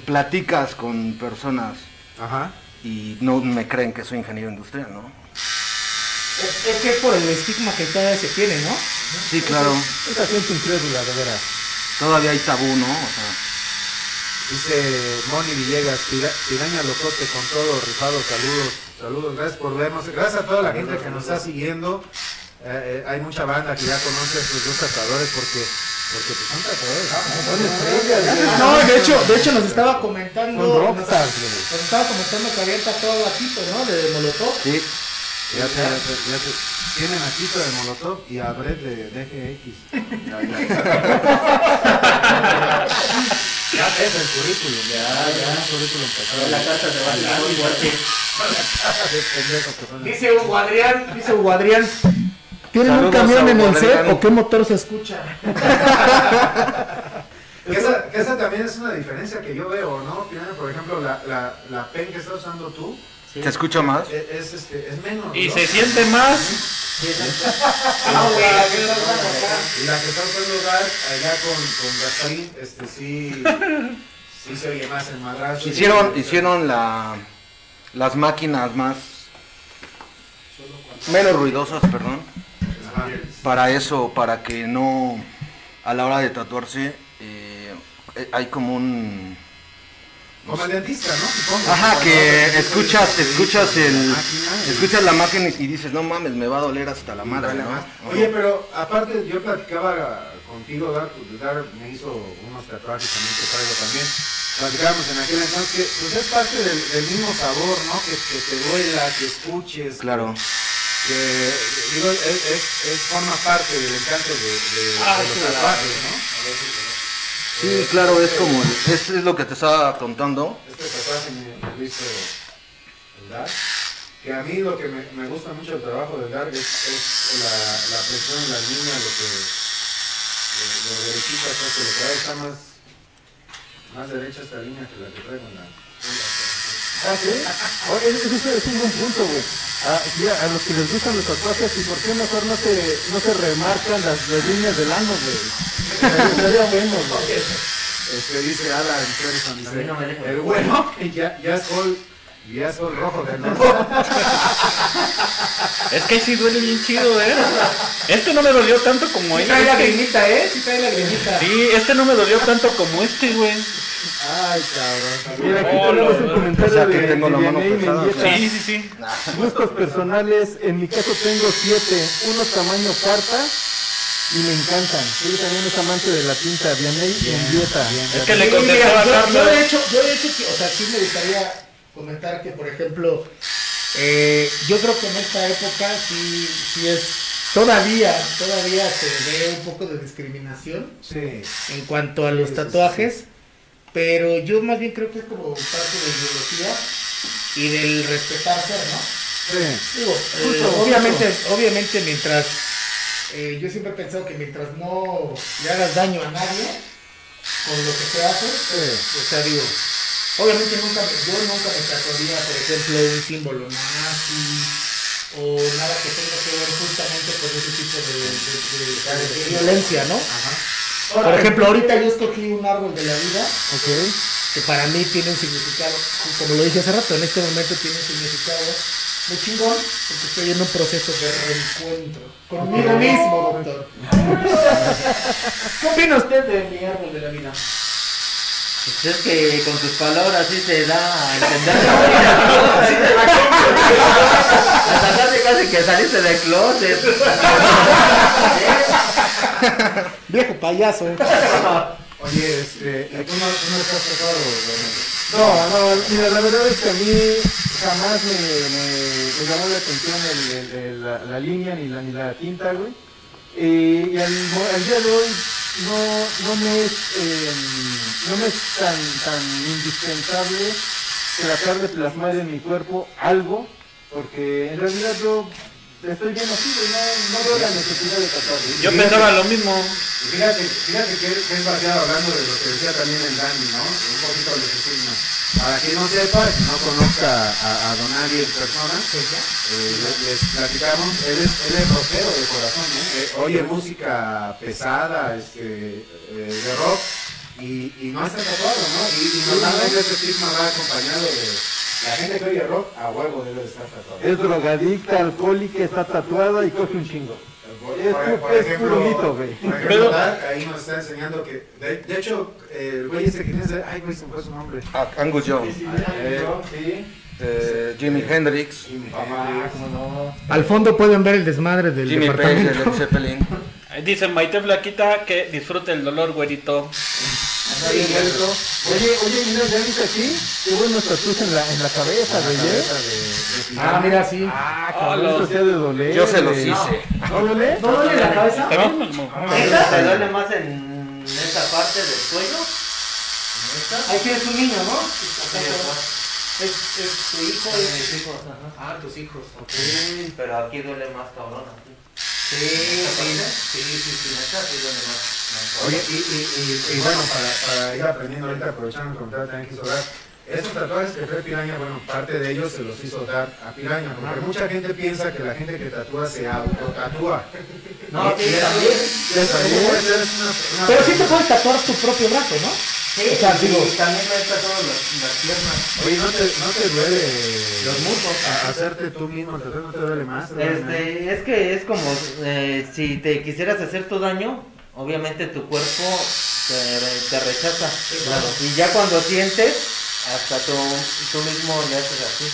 platicas con personas
Ajá.
y no me creen que soy ingeniero industrial, ¿no?
Es, es que es por el estigma que todavía se tiene, ¿no?
Sí, claro.
Esa gente incrédula, de veras.
Todavía hay tabú, ¿no? O sea,
Dice Moni Villegas, "Pira- piraña locote con todo rifado, saludos, saludos, gracias por vernos, gracias a toda la gente que nos está siguiendo, Eh, eh, hay mucha banda que ya conoce a estos dos cazadores porque, porque pues, son cazadores, son estrellas, güey.
No, de hecho, de hecho nos estaba comentando.
Son
Nos,
rockstars, güey.
nos estaba comentando que había todo Tito, ¿no? De Molotov.
sí.
Ya te- ya te- ya te- Tienen a Tito de Molotov y a Brett de DGX. Ya, ya, ya. Ya ves el currículum, ya, ya el currículum pasado.
La carta de Batman, muy fuerte.
Qué pendejo que son.
Dice Hugo Adrián, dice Hugo Adrián. ¿Tienen un
Saludos
camión
a
en
Hugo
el set o
Adrián.
qué motor se escucha?
Que Esa, que esa también es una diferencia que yo veo, ¿no? Primero, por ejemplo, la, la, la pen que estás usando tú
¿Se escucha más?
es, es, este, es menos.
Y
¿no?
se siente más.
Ah, güey, la que estás usando acá. Y la que está usando Gar, allá con, con Gasparín, este sí. Sí se oye más el madrazo.
Hicieron,
Y-
hicieron la, las máquinas más menos ruidosas, perdón,
Ajá.
para eso, para que no a la hora de tatuarse eh, eh, hay como un
Como el dentista, ¿no? Supongo.
ajá
Cuando haces
que
eso,
escuchas,
dices, sí,
escuchas
con la
el,
máquina y-
escuchas la máquina y dices no mames me va a doler hasta la madre,
Dale
¿no?
más.
¿O
Oye,
no?
pero aparte yo platicaba contigo, Dar, pues, Dar me hizo unos tatuajes también que traigo también. Platicábamos en aquel entonces que pues es parte del, del mismo sabor, ¿no? Que, que te duela, que escuches. que-
claro,
Que, digo, es, es- es- forma parte del encanto de, de-
Ah,
de los
sí,
tatuajes, ¿no?
sí claro es como el- es, es lo que te estaba contando,
Este tatuaje me lo hizo el Dar. Que a mí lo que me, me gusta mucho el trabajo del Dar es, es la, la presión en la línea, lo que lo, lo derechita, o sea, que lo que hay está más, más derecha esta línea que la que traigo en la.
Ah, sí.
Oye, es, un buen punto, güey.
Ah, mira, a los que les gustan los tatuajes, ¿y por qué mejor no se, no se remarcan las, líneas del ano, güey? Sería bueno,
Este dice Alan Ferguson, dice,
A mí no me dejan.
el bueno, ya, ya es gol, ya es gol rojo del norte.
Es que sí duele bien chido, ¿eh? Este no me dolió tanto como
Sí
este.
trae la grimita, ¿eh? Sí trae la grimita.
Sí, este no me dolió tanto como este, güey.
Ay, cabrón.
Mira, aquí
Oh,
tenemos
la
un
verdad.
comentario
O sea, que
de
tengo la mano
Vivianey
pesada.
Mendieta.
Sí, sí, sí.
Gustos personales, en mi caso tengo siete, uno tamaño carta y me encantan. Él también es amante de la tinta, Vianey Mendieta.
Es que le
Sí, mira,
contesté a
yo, yo
Carlos.
de hecho, yo de hecho, sí, o sea, sí me gustaría comentar que, por ejemplo, eh, yo creo que en esta época sí, sí es, todavía, todavía se ve un poco de discriminación
Sí.
en cuanto a los
Sí, sí,
tatuajes, pero yo más bien creo que es como parte de ideología y del respetarse, ¿no? Digo, eh, obviamente, obviamente mientras, eh, yo siempre he pensado que mientras no le hagas daño a nadie con lo que se hace, o sea, digo, obviamente nunca me- yo nunca me tatuaría, por ejemplo, un símbolo nazi o nada que tenga que ver justamente con ese tipo de- de- de- de violencia, ¿no? Por ejemplo, ahorita yo escogí un árbol de la vida que para mí tiene un significado, como lo dije hace rato, en este momento tiene un significado muy chingón porque estoy en un proceso de reencuentro conmigo mismo, doctor. ¿Qué opina usted de mi árbol de la vida?
Pues es que con tus palabras sí se da a entender que Hasta casi casi que saliste del closet.
Viejo payaso.
Oye, este, ¿y tú no, tú no estás tatuado, Leonardo?
No, no, mira, la verdad es que a mí jamás me, me- me llamó la atención el- el- el- la, la línea ni la, ni la tinta, güey. Eh, y al, mo- al día de hoy no, no me es, eh, no me es tan, tan indispensable tratar de plasmar en mi cuerpo algo, porque en realidad yo estoy bien así, güey, no, no veo la necesidad de tatuarme.
Yo pensaba lo mismo.
Y Fíjate, fíjate que, que es vaciado hablando de lo que decía también el Dani, ¿no? Un poquito de estigma. Para quien no sepa, que no conozca a, a Don Ari en persona, eh, le- les platicamos, él es, él es rockero de corazón, ¿eh? Eh, Oye música pesada, este, eh, de este rock, y, y no está tatuado, ¿no? Y, y normalmente ese estigma va acompañado de, La gente que oye rock a huevo debe de estar tatuada.
Es drogadicta, alcohólica, está tatuada y coge un chingo.
Por,
Es
por-
pu-
por
es
ejemplo,
puro mito, güey.
por ejemplo,
Pero-
Dark ahí nos está enseñando que. De, de hecho, eh, el güey este que tienes. Ay, güey, se me fue su nombre.
Ah, Angus Young,
Eh,
eh, Jimi Hendrix,
y mi mamá, ¿cómo no?
Al fondo pueden ver el desmadre del
Jimmy Page,
departamento.
de Led Zeppelin.
Dice Maite Flaquita que disfrute el dolor, güerito.
Está bien eso. Oye, oye, mira, ya viste aquí, qué buenos tatús en la, en la cabeza, güey. ¿eh?
Ah, mira, sí.
Ah,
Ah,
cabrón,
los-
eso sea de doler.
Yo se los
güey.
hice.
¿No duele?
¿No duele la cabeza?
¿Te va? No.
¿Te duele más en esta parte del cuello? Ahí tienes un niño, ¿no?
Es, es tu hijo. Ah, tus hijos.
Sí, pero aquí duele más cabrón aquí. Sí, sí, sí, sí, neta, sí duele más.
Oye, y, y, y, y bueno, para, para ir aprendiendo ahorita, aprovechando el comentario también que hizo Dar, esos tatuajes que trae Piraña, bueno, parte de ellos se los hizo Dar a Piraña, porque mucha gente piensa que la gente que tatúa se autotatúa.
No,
Y
sí,
eso-
también.
y eso puede ser una- una-
Pero sí te puedes tatuar tu propio brazo, ¿no?
Sí,
O sea, digo-
y también me he tatuado las, las piernas.
Oye, ¿no te, no te duele los muslos a- hacerte tú mismo el tatuaje? ¿No te duele más? ¿Te duele menos?
Este, es que es como eh, si te quisieras hacer tu daño, obviamente tu cuerpo te, te rechaza. Y ya cuando sientes, hasta tú, tú mismo le haces así.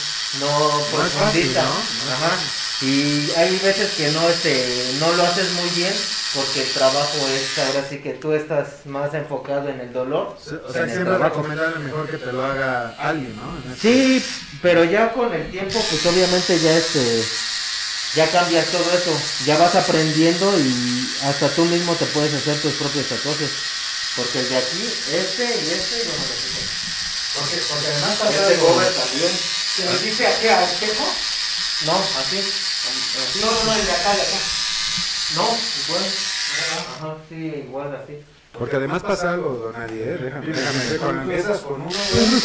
No
No es fácil,
profundiza.
¿no? No es
Ajá. Y hay veces que no, este, no lo haces muy bien porque el trabajo es ahora sí que tú estás más enfocado en el
O
dolor. en
sea,
el
siempre
trabajo.
recomendable mejor que te lo haga alguien, ¿no? En este-
Sí, pero ya con el tiempo, pues obviamente ya este, ya cambias todo eso, ya vas aprendiendo y hasta tú mismo te puedes hacer tus propios tatuajes, porque el de aquí, este y este, yo me los hice.
Porque, porque además
Este
pasado-
cover también. ¿Te lo hiciste aquí a espejo? No, así. No, no, el de acá, el de acá. No, igual. Ajá, sí, igual así.
Porque además pasa algo, don Nadie, ¿eh? déjame, déjame. decir, Cuando empiezas con uno, güey,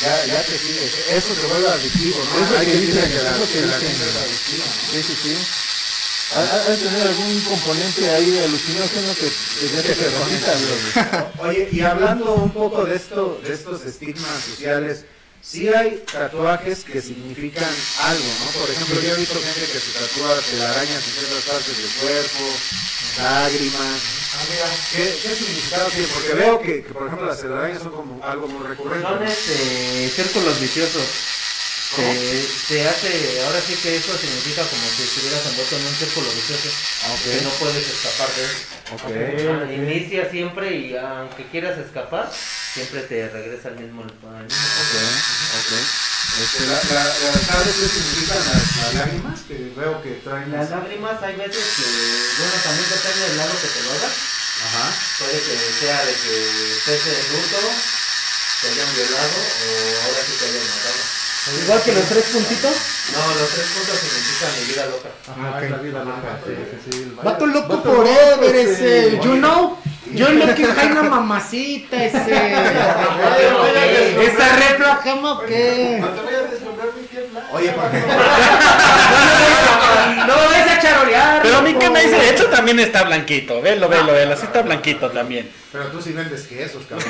ya, ya te sigues. Eso te vuelve adictivo, ¿no?
Eso
Hay
que
quien dice
dicen,
que la-
eso que
que la
dicen.
gente es adictiva, ¿no?
Sí, sí, sí. ¿Ha, ha- ha de tener algún componente ahí alucinógeno que que te terroriza, güey.
Oye, y hablando un poco de esto, de estos estigmas sociales, sí hay tatuajes que significan algo, ¿no? Por ejemplo, yo he visto gente que se tatúa telarañas en ciertas partes del cuerpo, lágrimas. ¿Qué, qué significado tiene? Porque veo que, que, por ejemplo, las telarañas son como algo muy recurrente.
Son
¿no?
este, círculos viciosos. Se, se hace, ahora sí que eso significa como si estuvieras envuelto en un círculo vicioso, que no puedes escapar de él. Ah,
Ok.
Inicia siempre y aunque quieras escapar, siempre te regresa al mismo lugar.
Este, la, la, la- ¿Sabes qué significan las, las lágrimas? Que veo que traen
Las
las-
lágrimas hay veces que, bueno, también depende del lado que te lo hagas.
Ajá.
Puede que sea de que estés en luto, te hayan violado o ahora sí te hayan matado.
Igual que los tres puntitos.
No, los tres puntos significan mi vida loca.
Ah, es la vida loca.
Vato loco forever ese. You know. Yo lo que hay una mamacita ese. Esa refla cama o qué.
No te voy a deslumbrar mi pierna. Oye, ¿por qué?
No me vais a charolear.
Pero a mí que me dice, de
hecho.
hecho también está blanquito, velo, velo, velo, así está blanquito también.
Pero tú sí vendes quesos, cabrón.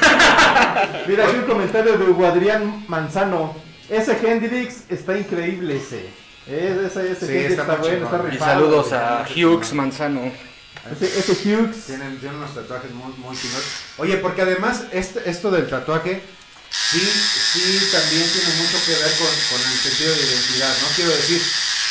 Mira, aquí un comentario de Hugo Adrián Manzano. Ese Hendrix está increíble ese. Ese, ese, ese
Sí,
Hendrix
está
está,
muy
bueno, está
chingón. Y
Y
rifado.
saludos
güey.
a Hughes Manzano.
Ese, ese Hughes.
Pues,
Tienen, tienen unos tatuajes muy, muy chingones. Oye, porque además este- esto del tatuaje sí, sí también tiene mucho que ver con, con el sentido de identidad, ¿no? Quiero decir,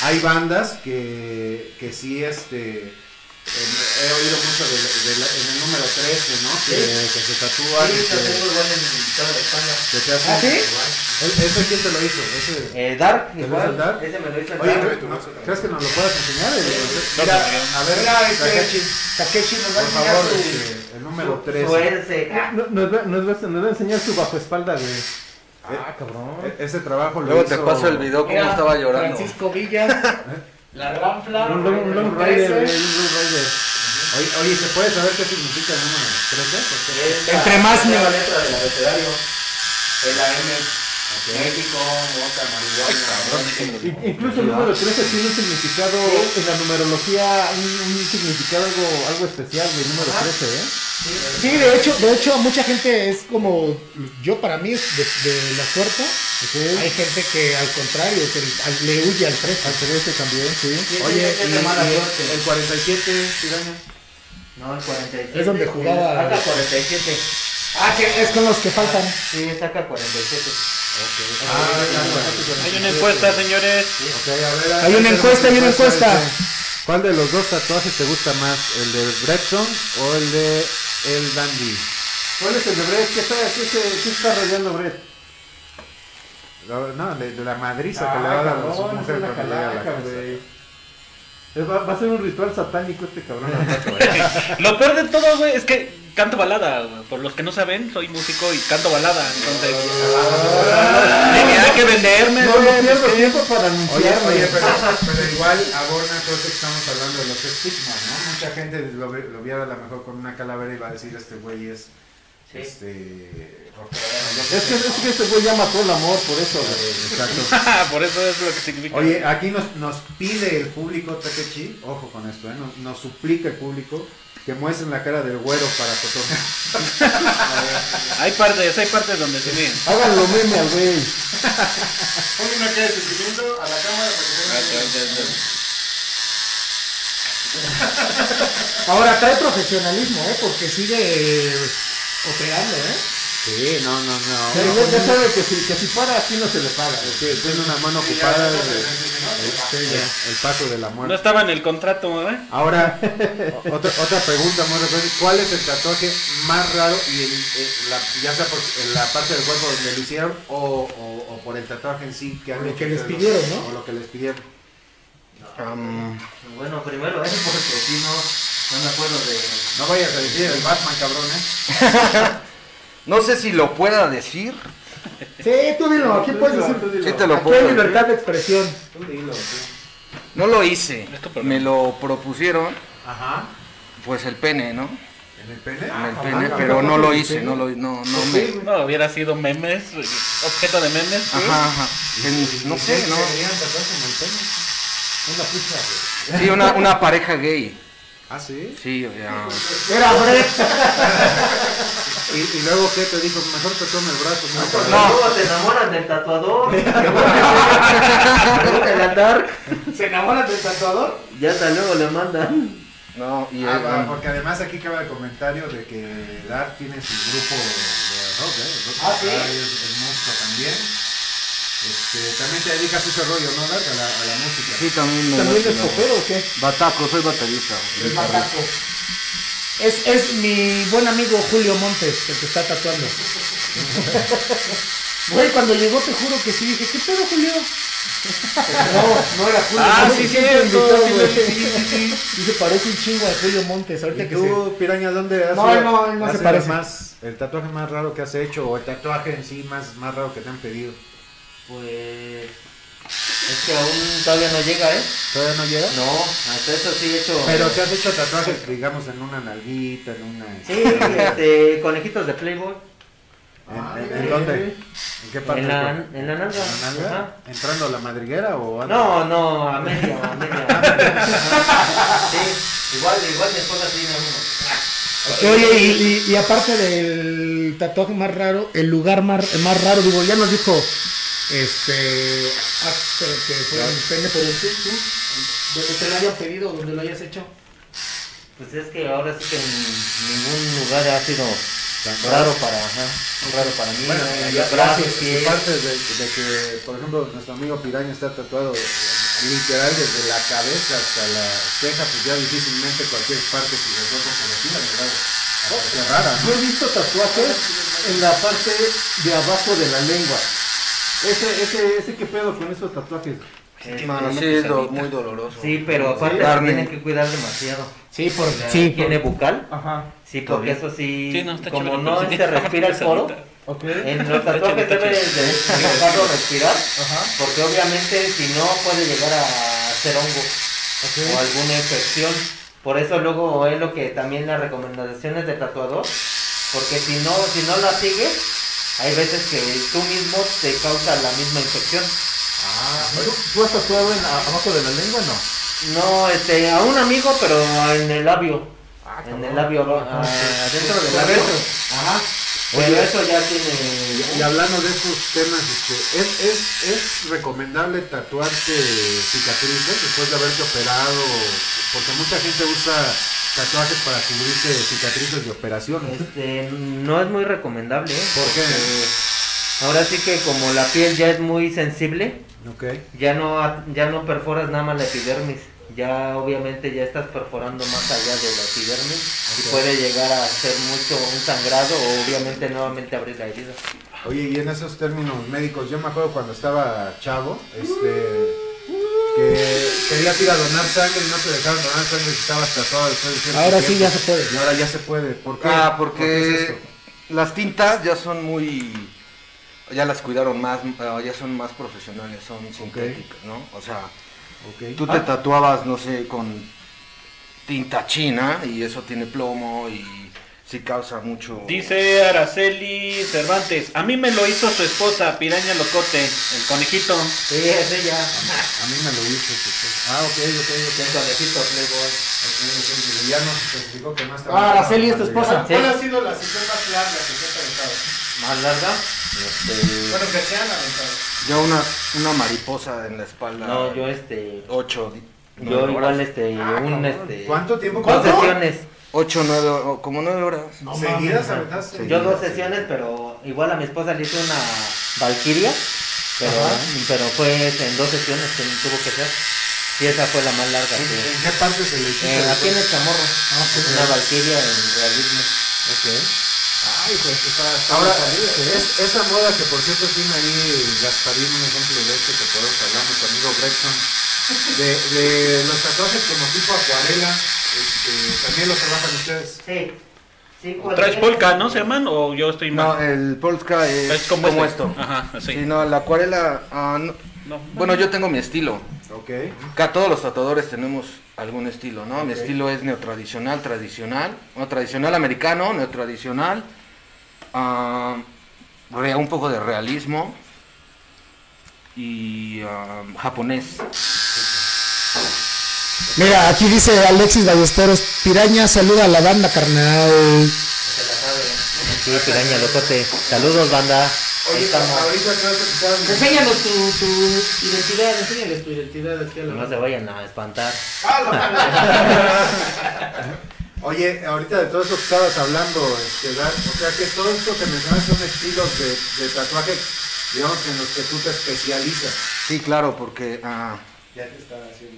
hay bandas que, que sí, este, em, he oído mucho de, de la- en el número 13, ¿no? Que, que se tatúan,
Sí, lo tengo
que,
igual en toda la espalda.
que te hacen...
¿Ah, sí?
Igual. E, ¿Ese quién te lo hizo? Ese-
Eh, Dark,
¿Te
igual.
gusta el Dark?
Ese me lo hizo el
Oye,
Dark.
¿crees que nos lo puedas enseñar? El-
No,
Mira,
no,
a ver,
Mira, este,
Takeshi,
Takeshi nos va a
por
enseñar
favor,
su-
este, el número
Su-
13.
su ese. Ah,
No- Nos va, nos, va, nos va a enseñar su bajo espalda, güey.
Ah,
cabrón.
E- Ese trabajo lo
Luego te
hizo-
paso el video cómo
Mira,
estaba llorando.
Francisco Villa. La ranfla.
Un long, un long
el
rider, güey, un
13.
long rider.
Oye, oye, ¿se puede saber qué significa el número 13?
esa-
Entre más
esa
me-
la letra del abecedario. Es la M. México, mota, marihuana.
In- Incluso el número 13 tiene un significado en la numerología, un, un significado algo, algo especial, güey, el número 13, ¿eh?
Sí, de hecho, de hecho, mucha gente es como. Yo, para mí, es de, de la suerte. Hay gente que al contrario, que al- le huye al fresco.
Al 13 también, sí.
Oye, y, mala suerte.
El 47, Piraña.
No, el 47.
Es donde
el
jugaba-
AK 47.
Ah, que es con los que faltan.
Sí, es AK 47. Ok.
Ah,
Hay una encuesta, señores.
Hay una encuesta, hay una encuesta.
¿Cuál de los dos tatuajes te gusta más? ¿El de Bretson o el de El Dandy?
¿Cuál es el de Brett? ¿Qué está, qué se- qué está rayando Brett?
Lo- No, de, de la madriza que le va a
Ah,
dar a su
cabrón, es
mujer
una
cuando llega a la
calaca,
casa.
güey. Es- Va, va a ser un ritual satánico este cabrón. al rato, güey.
Lo peor de todo, güey, es que canto balada. güey. Por los que no saben, soy músico y canto balada. Entonces, tenía que venderme,
No, no
Eh,
güey.
pierdo tiempo para
Oye,
anunciarme.
oye, pero, pero igual aborda todo esto que estamos hablando de los estigmas, ¿no? Mucha gente lo, ve- lo viera a lo mejor con una calavera y va a decir, este güey es...
Sí.
Este...
Es que, es que este güey ya mató el amor, por eso. güey.
Exacto.
ah, Por eso es lo que significa.
Oye, aquí nos, nos pide el público, Takechi, ojo con esto, ¿eh? Nos, nos suplica el público que muestren la cara del güero para fotografiar.
hay partes, hay partes donde se ven.
Háganlo meme al güey.
Pon una cara de sufrimiento a la cámara para que se vea.
Ahora trae profesionalismo, ¿eh? Porque sigue eh, operando, ¿eh?
Sí, no, no, no.
Ya, ya- ya sabe que si, que si para aquí no se le paga.
Sí, tiene una mano ocupada el,
este,
el- el paso de la
No
muerte.
estaba en el contrato, ¿eh?
Ahora, o- otra, otra pregunta muy rápida. ¿Cuál es el tatuaje más raro, y el- el- la- ya sea por la parte del cuerpo donde lo hicieron o, o- o por el tatuaje en sí que han
Lo
hecho
que les
ustedes?
pidieron, ¿no?
O lo que les pidieron.
Am,
Bueno, primero eso porque si no, no me acuerdo de.
No vayas a decir el Batman, cabrón, ¿eh?
no sé si lo pueda decir.
Sí, tú dilo, aquí puedes
dilo,
decir.
tú dilo.
Sí te lo
Aquí hay
puedo
libertad de expresión.
No lo hice.
Es tu problema.
Me lo propusieron,
Ajá.
pues el pene, ¿no?
¿En el pene?
Ah,
En el
ah,
pene, pero no lo hice, no lo no, no me.
No, hubiera sido memes, objeto de memes. güey.
Ajá, ajá. En- No sé, no.
Una pucha, güey.
Sí, una, una pareja gay.
¿Ah, sí?
Sí, o sea,
Era Brett.
¿Y, y luego qué te dijo? Mejor te tome el brazo.
Porque
No,
luego te enamoras del tatuador. Luego te la dar.
¿Se enamora del tatuador?
Ya hasta luego le mandan.
No, y
Ah,
eh,
va,
um,
porque además aquí acaba el comentario de que Dark tiene su grupo de rock, ¿eh? El rock
Ah, sí.
Ay, es, es músico también. Este, también te dedicas a ese rollo, ¿no, Dark? A la, a la música.
sí, también me
¿También
gusta.
es cojero o qué?
Bataco, soy baterista.
Es mataco. Es, es mi buen amigo Julio Montes el que está tatuando. Güey, cuando llegó te juro que sí dije, ¿qué pedo Julio? No, no era Julio
Ah,
Montes,
sí,
¿quién te
cierto,
invitó,
sí,
güey?
sí, sí, sí,
Dice, parece un chingo a Julio Montes, ahorita
¿Y
que
este tú, Piraña, dónde has
No,
sido-
no, él no
has
se
sido
parece.
Más, el tatuaje más raro que has hecho o el tatuaje en sí más, más raro que te han pedido.
Pues. Es que aún todavía no llega, ¿eh?
¿Todavía no llega?
No, hasta eso sí he hecho.
Pero si has hecho tatuajes, digamos, en una nalguita, en una...
Sí, este, conejitos de Playboy.
¿En,
Ah,
en- en dónde? ¿En qué parte?
En la, en la
¿En la
nalga.
nalga?
Ajá.
¿Entrando a la madriguera o antes?
No, no, a media, a media. sí, igual, igual después así no
se... Oye, y, y- y aparte del tatuaje más raro, el lugar más, más raro, digo, ya nos dijo, este, Axel, que fue un pene, pero tú, tú, donde te lo hayan pedido, donde lo hayas hecho.
Pues es que ahora sí que en ningún lugar ha sido raro para, ajá, raro para mí.
Bueno,
¿no?
Eh,
ya,
Los
ya,
brazos,
sí,
pies.
aparte de, de que, por ejemplo, nuestro amigo Piraña está tatuado eh, literal desde la cabeza hasta la ceja, pues ya difícilmente cualquier parte si del cuerpo se le tira, ¿verdad? Qué rara, ¿no?
Yo he visto tatuajes en la parte de abajo de la lengua. Ese, ese, ese, ¿qué pedo con esos tatuajes?
Este,
Mano, sí,
pues,
es do-
ahorita.
muy doloroso.
Sí, pero aparte
Sí, carne.
tienen que cuidar demasiado.
Sí, por,
La
sí, por-
higiene bucal.
Ajá.
Sí, porque eso sí,
Sí, no, está
como
chévere,
no
pero sí
se
tiene
respira el
razón,
poro,
ahorita.
Ok.
Eh,
en los
Está
tatuajes
chévere, está
deben de
chévere.
de dejarlo respirar,
Ajá.
porque obviamente si no puede llegar a ser hongo o alguna infección. Por eso luego es lo que también las recomendaciones de tatuador, porque si no, si no la sigues, hay veces que tú mismo te causa la misma infección.
¿Tú, tú has tatuado en, a- abajo de la lengua no?
No, este, a un amigo, pero en el labio. en el labio rojo, ah, dentro del labio. Ajá. Pero
Oye.
eso ya
Y
tiene.
hablando de estos temas, este, ¿es, es, es recomendable tatuarte cicatrices después de haberte operado? Porque mucha gente usa tatuajes para cubrirse cicatrices de operaciones.
Este, no es muy recomendable. ¿eh?
¿Por qué?
Porque Ahora sí que como la piel ya es muy sensible,
Ok.
ya no a- ya no perforas nada más la epidermis ya obviamente ya estás perforando más allá de la epidermis y puede llegar a ser mucho un sangrado o obviamente nuevamente abrir la herida
Oye, y en esos términos médicos, yo me acuerdo cuando estaba chavo, este, que querías ir a donar sangre y no te dejaban donar sangre si estabas tatuado después de cierto
Ahora sí
tiempo.
ya se puede.
Y ahora ya se puede. ¿Por qué?
Ah,
¿Por qué es
porque
esto?
las tintas ya son muy. Ya las cuidaron más, ah, ya son más profesionales, son sintéticas, ¿no? O sea,
Ok.
tú
Ah.
te tatuabas, no sé, con tinta china y eso tiene plomo y sí causa mucho.
Dice Araceli Cervantes, a mí me lo hizo su esposa, Piraña Locote, el conejito.
sí es ella
A mí me lo hizo. pues. Ah, ok, ok, ok.
el conejito playboy
Ok, ok, Ya nos especificó que más
Ah, Araceli es tu esposa.
Sí.
¿Cuál ha sido la sesión más larga que se ha aventado?
más larga Este,
Bueno, que se han aventado.
Ya una, una mariposa en la espalda.
no yo este
Ocho.
yo igual este
Ah,
un este
¿Cuánto tiempo?
dos sesiones
Ocho, nueve, o- como nueve horas.
No mames,
¿Seguidas
güey.
aventaste?
yo dos sesiones pero igual a mi esposa le hice una valquiria pero pero fue en dos sesiones que tuvo que ser y esa fue la más larga que-
¿En qué parte se le hizo?
Eh, aquí en el chamorro. una valquiria en realismo.
Ay, pues está, Ahora, es, esa moda que por cierto tiene ahí Gasparín, un ejemplo de este que podemos hablar, nuestro amigo Gregson, de, de los tatuajes como tipo acuarela, este, también los trabajan ustedes.
Sí. Cinco
¿Traes polka, no se llaman? ¿O yo estoy mal?
No, el Polska es,
es como, este.
esto.
Ajá, así.
Sí, no, la acuarela. ah, no-
No.
Bueno, yo tengo mi estilo.
Ok.
Acá todos los tatuadores tenemos algún estilo, ¿no? Mi estilo es neotradicional, tradicional, no tradicional americano, neotradicional, ah, re- un poco de realismo y ah, japonés.
Mira, aquí dice Alexis Ballesteros, Piraña, saluda a la banda, carnal.
Sí, piraña, locote. Saludos, banda. Ahí
Oye,
estamos.
ahorita creo que estás...
Enséñanos tu, tu identidad, enséñales tu identidad aquí a la
No
banda.
se vayan a espantar.
Oye, ahorita de todo eso que estabas hablando, este, Dan, o sea que todo esto que mencionas son estilos de, de tatuaje, digamos, en los que tú te especializas.
Sí, claro, porque ah,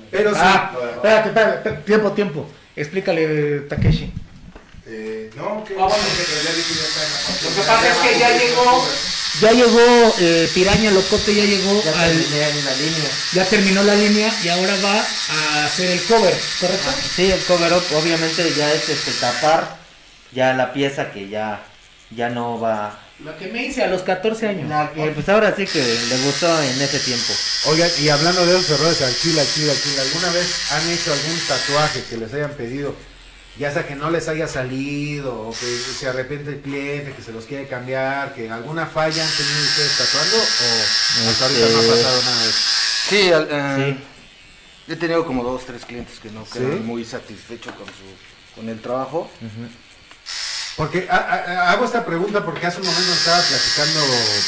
Pero sí,
Ah, espérate, espérate, espérate, tiempo, tiempo. Explícale, Takeshi.
eh, no, que...
Ah, Lo que pasa es que ya llegó. Ya llegó eh, Piraña Locote, ya llegó
Ya
al-
terminé en la línea.
ya terminó la línea y ahora va a hacer el cover, ¿correcto?
Sí, el cover up obviamente ya es este, tapar ya la pieza que ya, ya no va.
Lo que me hice a los 14 años.
La que pues ahora sí que le gustó en ese tiempo.
Oigan, y hablando de esos errores, al chile, al chile, al chile, ¿alguna vez han hecho algún tatuaje que les hayan pedido? Ya sea que no les haya salido, o que se arrepiente el cliente, que se los quiere cambiar, que alguna falla han tenido ustedes tatuando, o hasta ahorita no ha
Este-
pasado nada de eso.
sí, al- eh,
Sí.
he tenido como dos, tres clientes que no
¿Sí?
quedan muy satisfechos con su, con el trabajo.
Porque a- a- a- hago esta pregunta porque hace un momento estaba platicando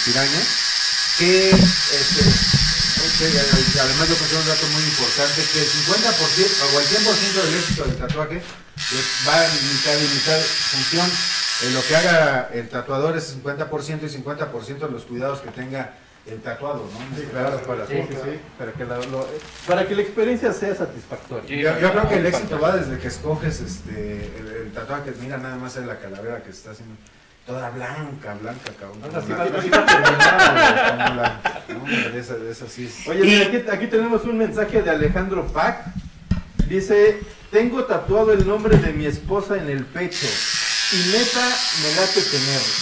Piraña que este, este, y además lo considero un dato muy importante que el 50% o el 100% del éxito del tatuaje es- va a limitar, limitar función en lo que haga el tatuador es 50% y 50% de los cuidados que tenga el tatuado, ¿no? Claro, para,
Sí, sí, sí.
para que la- lo-
Para que la experiencia sea satisfactoria.
yo, yo creo que el éxito va desde que escoges este, el, el tatuaje. Mira nada más en la calavera que se está haciendo. Toda blanca, blanca, cabrón. Como
Así
la-
va- así va a terminar, güey.
como la- no, hombre, de esa, de esa sí es.
Oye, mira, aquí, aquí tenemos un mensaje de Alejandro Pac. Dice, tengo tatuado el nombre de mi esposa en el pecho. Y neta, me late tenerlo.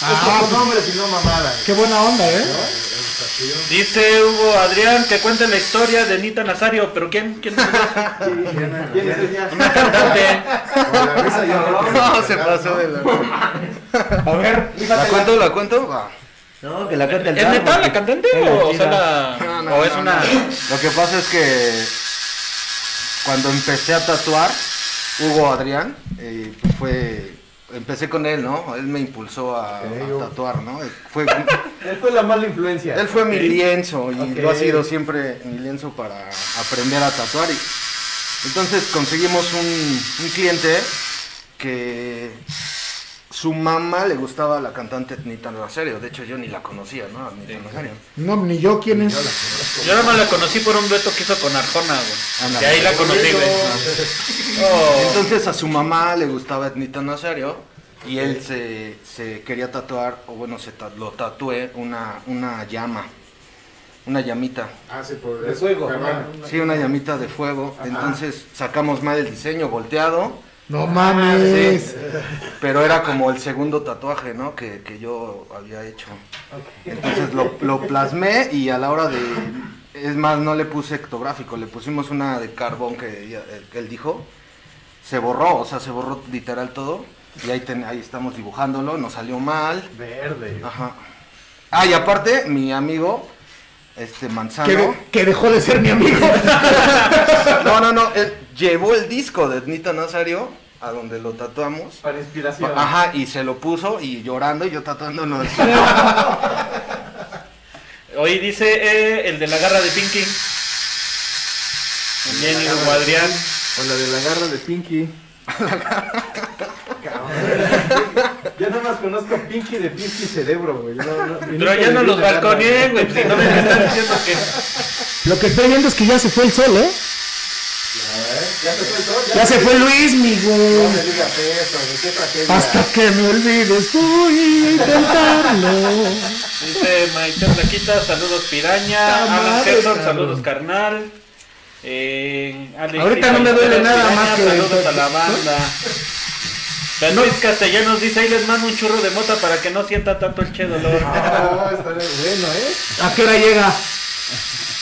Ah,
Ah,
pues,
Estos son hombres y no mamadas.
Qué buena onda, ¿eh?
Dice Hugo Adrián que cuente la historia de Nita Nazario, pero ¿quién? ¿Quién?
Llena-
¿Quién
llena-
es ella?
Una cantante.
con la risa yo creo que-
No, se pasó de la.
A ver,
¿La cuento? ¿La cuento? Va.
No, que la cuente el
¿Es
Dar,
neta la
porque-
cantante
Pero
o, o
sí,
sea,
Dar.
la-
No, no,
o es
no,
una
no. Lo que pasa es que cuando empecé a tatuar, Hugo Adrián, eh, pues fue, empecé con él, ¿no? Él me impulsó a, a tatuar, ¿no? Eh, Fue,
Él fue la mala influencia.
él fue mi lienzo y lo ha
Ok.
sido siempre mi lienzo para aprender a tatuar. Y, entonces conseguimos un, un cliente que su mamá le gustaba la cantante Nita Nazario, de hecho yo ni la conocía, ¿no? A Nita Nazario.
No, ni yo quién es.
Yo nada más la conocí por un dueto que hizo con Arjona, güey. De ahí la conocí, güey. Oh.
Entonces a su mamá le gustaba Etnita Nazario y él se, se quería tatuar, o bueno, se ta- lo tatué una, una llama, una llamita.
Ah, sí, por
De fuego.
Sí, una llamita de fuego. Entonces sacamos mal el diseño, volteado,
No mames.
pero era como el segundo tatuaje, ¿no? Que, que yo había hecho. Entonces lo, lo plasmé y a la hora de... Es más, no le puse ectográfico, le pusimos una de carbón que, ella- eh, que él dijo. Se borró, o sea, se borró literal todo. Y ahí, ten- ahí estamos dibujándolo, nos salió mal.
Verde.
Ajá. Ah, y aparte, mi amigo, este
Que,
Manzano...
de- que dejó de ser mi amigo.
No, no, no, él llevó el disco de Etnita Nazario a donde lo tatuamos.
Para inspiración.
Ajá, y se lo puso y llorando y yo tatuándolo.
Hoy dice eh, el de la garra de Pinky. También Hugo Adrián.
O la de la garra de Pinky. Yo nada más conozco Pinky de Pinky Cerebro, güey. No, no, y
Pero
nunca
ya
le
no
vi
los
la garra.
balconeé, güey. Si no me están diciendo que.
Lo que estoy viendo es que ya se fue el sol, ¿eh?
Ya te suelto,
Ya se fue Luis, mi
No
güey.
me digas eso, güey, qué tragedia.
Hasta que me olvides, voy a intentarlo.
Dice Maite Flaquita, saludos piraña.
Ta
Alan
madre,
Gerson,
cabrón.
saludos carnal. Eh, Ale-
Ahorita no me duele
Piraña,
nada más que-
Saludos a la banda. Dan Luis Castellanos dice, ahí les mando un churro de mota para que no sienta tanto el che dolor.
Ah, está bueno, ¿eh?
¿A qué hora llega?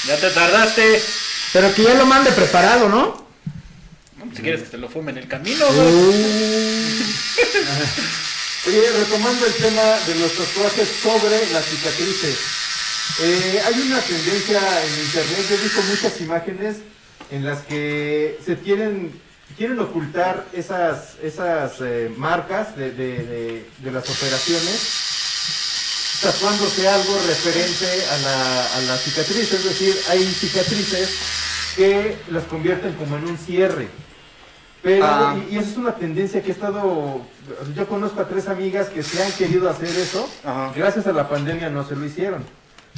ya te tardaste.
Pero que ya lo mande preparado, ¿no?
pues,
Uh,
Si quieres que te lo fume en el camino, güey.
Uh. Oye, retomando el tema de los tatuajes sobre las cicatrices. Eh, hay una tendencia en internet, yo he visto muchas imágenes en las que se quieren, quieren ocultar esas, esas eh, marcas de, de- de- de las operaciones tatuándose algo referente a la, a la cicatriz, es decir, hay cicatrices que las convierten como en un cierre. Pero,
Ah.
y, y esa es una tendencia que he estado, yo conozco a tres amigas que se han querido hacer eso,
Ajá.
gracias a la pandemia no se lo hicieron,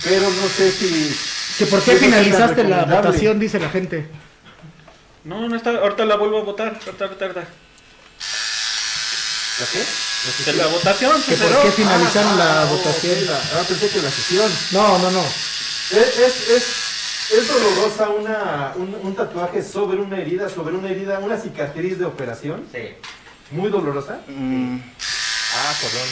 pero no sé si...
Que por qué
Sí,
finalizaste la
recomendable.
votación, dice la gente.
No, no está. Ahorita la vuelvo a votar. Ahorita, ahorita, ahorita.
¿La qué?
De la votación,
Que
pues,
por
pero-
qué finalizaron la votación.
ok, la- ah, pensé que la sesión.
No, no, no.
Es, es, es, es dolorosa una, un, un tatuaje sobre una herida, sobre una herida, una cicatriz de operación,
Sí.
muy dolorosa.
Mm.
Ah, perdón.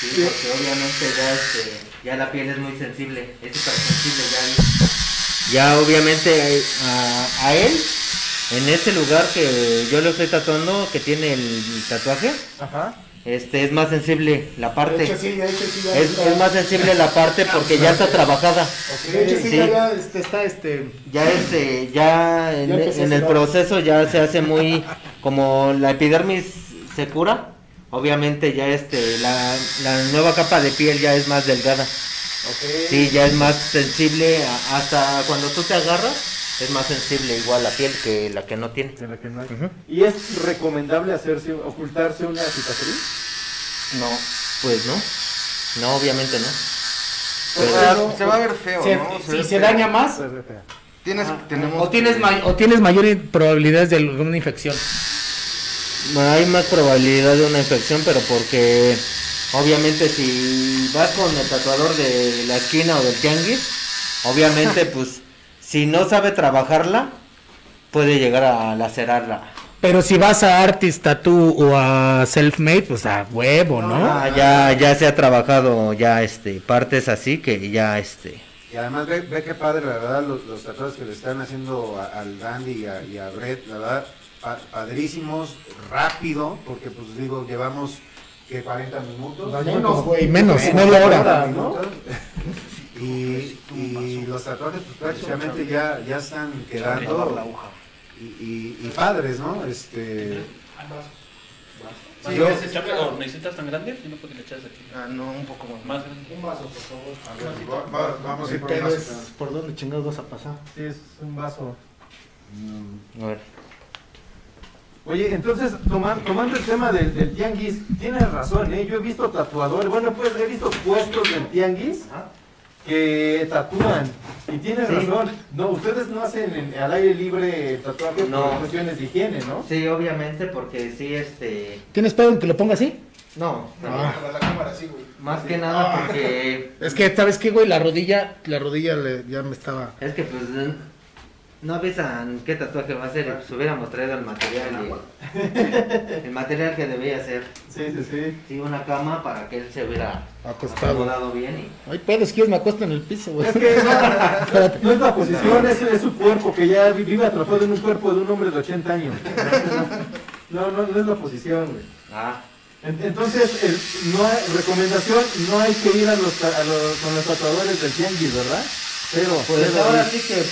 Sí, porque obviamente ya, este, ya la piel es muy sensible, es hipersensible ya. Ya obviamente a, a él, en ese lugar que yo lo estoy tatuando, que tiene el tatuaje,
Ajá.
este es más sensible la parte.
De hecho, sí, de hecho, sí, ya
Es,
está.
es más sensible la parte porque ya está trabajada.
De hecho, sí,
sí.
ya- ya este, está este.
Ya este, ya en,
Ya empezó a
en el
sudar.
proceso ya se hace muy como la epidermis se cura, obviamente ya este la, la nueva capa de piel ya es más delgada. Sí, ya es más sensible a- hasta cuando tú te agarras es más sensible igual la piel que la que no tiene.
¿Y es recomendable hacerse, ocultarse una cicatriz?
No, pues no. No, obviamente no.
Pues, se va a ver feo,
se-
¿no?
si
ve
se
feo.
daña más,
Tienes, tenemos
o tienes,
que-
may- o tienes mayor probabilidades de alguna infección.
Hay más probabilidad de una infección, pero porque obviamente si vas con el tatuador de la esquina o del tianguis, obviamente pues si no sabe trabajarla, puede llegar a lacerarla.
Pero si vas a Artist Tattoo o a Selfmade, pues a huevo, ¿no?
Ah, ya, ya se ha trabajado ya este partes así que ya este
Y además ve, ve qué padre, la verdad, los, los tatuajes que le están haciendo a- al Dandy y a, y a Brett, la verdad, pa- padrísimos, rápido, porque pues digo, llevamos que 40 minutos.
Menos, güey, menos,
Menos,
media hora.
¿no? Y, y los tatuajes pues, prácticamente ya, ya están quedando y, y- y padres, ¿no? Este,
Sí,
yo-
¿Quieres echarle o necesitas tan grande? Yo no puedo que le echas aquí.
Ah, no, un poco más.
Más grande.
a ver, va- va- vamos a ir por
Pero
más.
es por dónde chingados vas a pasar.
Sí, es un vaso.
A ver.
Oye, entonces, toma- tomando el tema del, del tianguis, tienes razón, ¿eh? Yo he visto tatuadores, bueno, pues he visto puestos del tianguis que tatúan. Y tienes
Sí.
razón, no, ustedes no hacen en- al aire libre tatuajes
No.
por cuestiones de higiene, ¿no?
Sí, obviamente, porque sí, este.
¿Tienes pedo en que lo ponga así?
No, también.
Ah.
Para la cámara, sí, güey.
más que nada porque.
Es que, ¿sabes qué, güey? La rodilla, la rodilla le- ya me estaba...
Es que pues. n- No avisan qué tatuaje va a ser, y, pues hubiéramos traído el material. y- el material que debía ser.
Sí, sí, sí.
Sí, una cama para que él se hubiera
Acostado.
acomodado bien y.
Ay, pedo, si quieres me acuesto en el piso, güey.
Es que no, no es la posición, es, es su cuerpo, que ya vi- vive atrapado en un cuerpo de un hombre de 80 años. No, no, no es la posición, güey.
Ah,
En- Entonces, el- no hay- recomendación, no hay que ir a los, ta- a los- con los tatuadores del tianguis, ¿verdad? Pero,
pues ahora sí que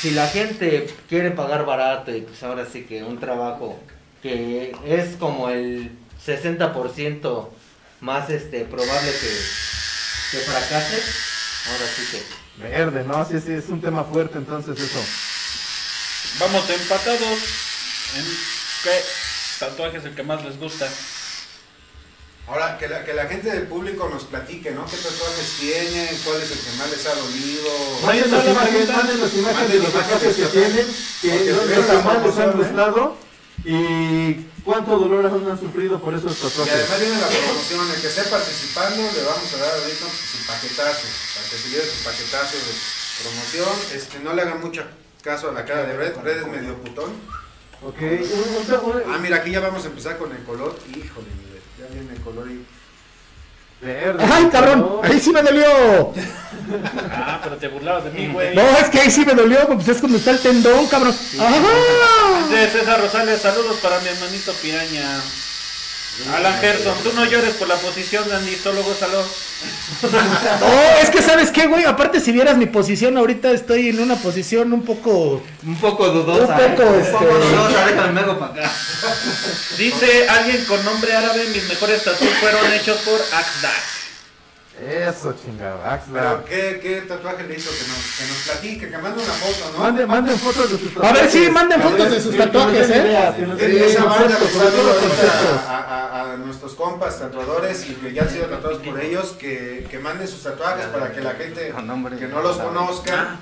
si la gente quiere pagar barato y pues ahora sí que un trabajo que es como el 60% más este probable que, que fracase, ahora sí que
Verde, ¿no? Sí, sí, es un tema fuerte, entonces eso.
Vamos empatados. ¿En ¿Qué tatuaje es el que más les gusta?
Ahora, que la, que la gente del público nos platique, ¿no? ¿Qué tatuajes tienen? ¿Cuál es el que más les ha dolido?
Manden las
Mándenos
imágenes,
preguntas.
manden las imágenes de
Manden
los
imágenes
tatuajes que
de
tienen,
porque
que los
veo la
que más les han
promoción, ¿eh?
gustado y cuánto dolor han sufrido por esos
Y además
tatuajes.
viene la promoción, el que esté participando le vamos a dar ahorita su paquetazo, para que se lleve su paquetazo de promoción. Este, no le hagan mucho caso a la cara de Red, Red es medio putón.
Ok, un- un- un-
Ah, mira, aquí ya vamos a empezar con el color. Híjole, mi Red, ya viene el color y...
verde.
¡Ay, cabrón!
¿no?
Ahí sí me dolió.
Ah, pero te burlabas de mí, güey.
Mm. No, es que ahí sí me dolió, pues es cuando está el tendón, cabrón. ¡Ajá!
De César Rosales, saludos para mi hermanito Piraña.
Mm.
Alan Gerson, tú no llores por la posición, Andy, solo gózalo.
No, es que sabes qué, güey, aparte si vieras mi posición, ahorita estoy en una posición un poco...
un poco dudosa.
Un poco,
¿eh?
este-
dudosa, déjame me hago para acá.
Dice alguien con nombre árabe, mis mejores tatuajes fueron hechos por Axdak.
Eso, chingada.
Pero, ¿qué, qué tatuaje le hizo que nos, que nos platique? Que mande una foto, ¿no?
Manden, manden fotos de sus
A
tatuajes.
ver, sí, manden
Que nos
fotos de
den-
sus
que nos den
tatuajes, ¿eh?
ideas, que nos den
Eh, Esa
ideas,
banda que
fotos,
está dando
fotos,
ahorita
conceptos.
a, a- a nuestros compas tatuadores y que ya han sido tatuados por ellos, que, que manden sus tatuajes para que la gente
Con nombre.
que no los conozca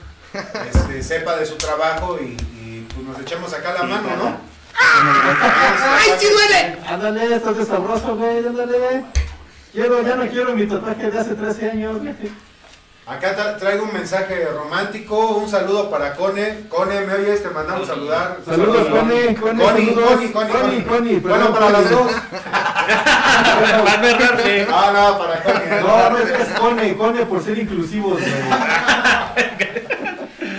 este, sepa de su trabajo y, y, pues, nos echemos acá la mano, ¿no?
¡Ay, sí duele!
Ándale, estás desabroso, güey, ándale. Quiero, ya no quiero mi tatuaje de hace 13 años, güey.
Acá tra- traigo un mensaje romántico, un saludo para Cone. Cone, ¿me oyes? Te mandamos saludar.
Saludos, Connie, Connie,
Connie,
saludos.
Connie, Connie,
Connie, Connie,
Bueno,
perdón,
para
Connie.
las dos.
Va a berrarle.
Ah, no, para Connie.
No, no es Cone, Cone por ser inclusivos, güey.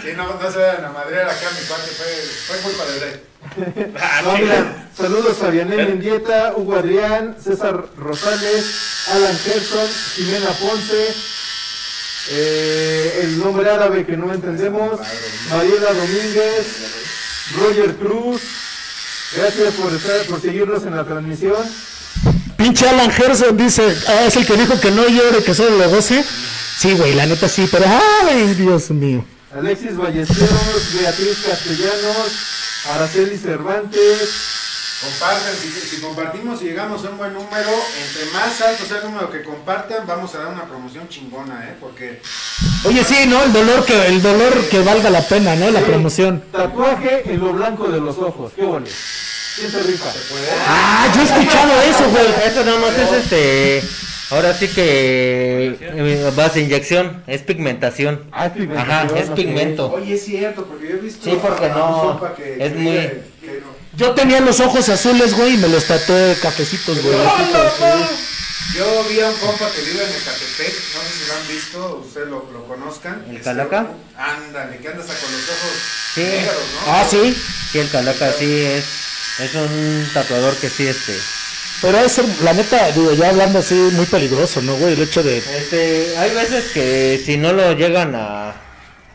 Sí, no, no se vayan a madrear acá, mi parte fue, fue culpa de Drake.
Ah,
No,
sí.
mira, saludos a Vianel Mendieta, Hugo Adrián, César Rosales, Alan Gerson, Jimena Ponce, eh, el nombre árabe que no entendemos, Mariela Domínguez, Roger Cruz, gracias por, estar, por seguirnos en la transmisión.
Pinche Alan Gerson dice, ah, es el que dijo que no llore, que solo lo goce. Sí, güey, la neta sí, pero ay, Dios mío.
Alexis Ballesteros, Beatriz Castellanos, Araceli Cervantes,
Compartan, si, si compartimos y llegamos a un buen número, entre más alto sea el número que compartan, vamos a dar una promoción chingona, ¿eh? Porque
Oye, sí, ¿no? El dolor que, el dolor que valga la pena, ¿no? La
Sí.
promoción.
tatuaje en lo blanco de los ojos. ¿Qué boles? ¿Quién se rifa?
Ah, yo he escuchado eso, güey.
Eso nada más es este. Ahora sí que eh, vas a inyección, es pigmentación.
Ah, es pigmento.
Ajá, es
Ok.
pigmento.
Oye, es cierto, porque yo he visto
Sí, porque
a- a
no,
un sopa que-
es
que-
muy-
que no.
Yo tenía los ojos azules, güey, y me los tatué de cafecitos, güey.
Pues,
Yo vi a un compa que vive en Ecatepec, no sé si lo han visto, ustedes lo, lo conozcan.
¿El
Este,
Calaca?
Ándale, que andas con los ojos
Sí.
negros, ¿no?
Ah, sí.
Sí, el calaca sí es. Es un tatuador que sí, este.
Pero eso, la neta, digo, ya hablando así, muy peligroso, ¿no, güey? El hecho de...
Este, hay veces que si no lo llegan a, a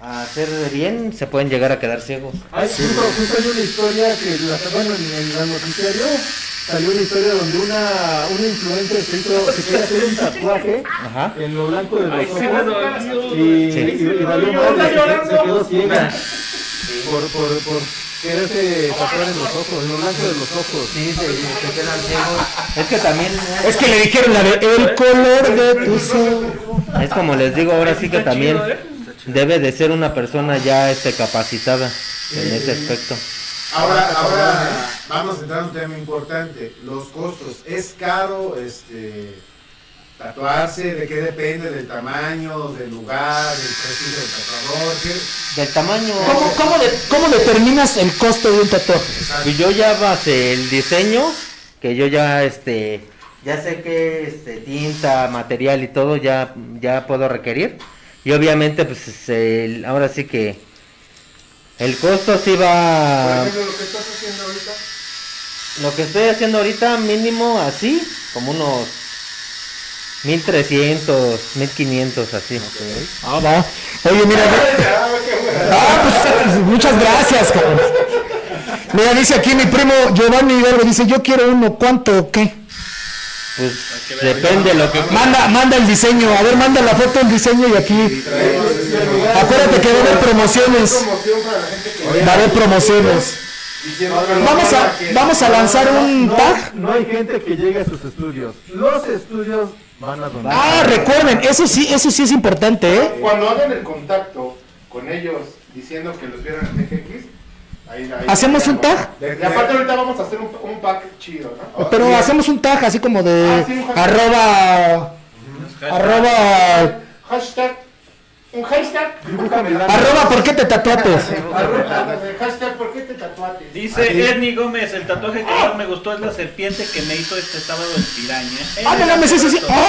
a hacer bien, se pueden llegar a quedar ciegos.
Hay, justo, justo hay una historia que la bueno, en el en el noticiario salió una historia donde una, una influencer se, hizo, se quería hacer un tatuaje
Ajá.
en lo blanco de los
Ay,
ojos
sí, no,
y,
Sí.
y, y valió madre, se, se quedó ciega por, por, por quererse tatuar en los ojos, en lo blanco de los ojos.
Sí, se, se quedan ciegos. Es que también. ¿eh?
Es que le dijeron la de el color de tus ojos.
Es como les digo, ahora sí que también debe de ser una persona ya este, capacitada en ese aspecto.
Ahora, ahora vamos a entrar a un tema importante, los costos. ¿Es caro este tatuarse? ¿De qué depende? ¿Del tamaño? ¿Del lugar? ¿Del precio del tatuador? ¿Qué-
Del tamaño.
¿Cómo, cómo, de- cómo determinas el costo de un tatuaje?
Pues yo ya basé el diseño, que yo ya este ya sé qué este, tinta, material y todo ya ya puedo requerir. Y obviamente pues es el- ahora sí que el costo sí
Por
va
ejemplo, lo que estás haciendo ahorita,
lo que estoy haciendo ahorita mínimo así, como unos 1300, 1500 así.
Ah, va. Oye, mira. ve- Ah, pues, pues, muchas gracias, cabrón. Mira, dice aquí mi primo Giovanni Hidalgo, dice, yo quiero uno, ¿cuánto o qué?
Pues depende lo que
Manda, manda el diseño, a ver, manda la foto, el diseño y aquí. Acuérdate que va a haber promociones. Va a haber promociones. Vamos a, vamos a lanzar un tag.
No hay gente que llegue a sus estudios. Los estudios van a donar.
Ah, recuerden, eso sí, eso sí es importante, ¿eh?
cuando hagan el contacto con ellos diciendo que los vieron en TGX, ahí, ahí
¿Hacemos un tag?
Y aparte ahorita vamos a hacer un, un pack chido, ¿no?
Pero hacemos un tag así como
Ah, sí,
de
un hashtag.
arroba arroba
Hashtag, un hashtag,
arroba ¿por qué te tatuates?
hashtag, ¿por qué te tatuaste?
Dice Ernie Gómez, el tatuaje que más me gustó es la serpiente que me hizo este sábado en Piraña.
Ah, no mames, sí, sí, sí. ¡Ah!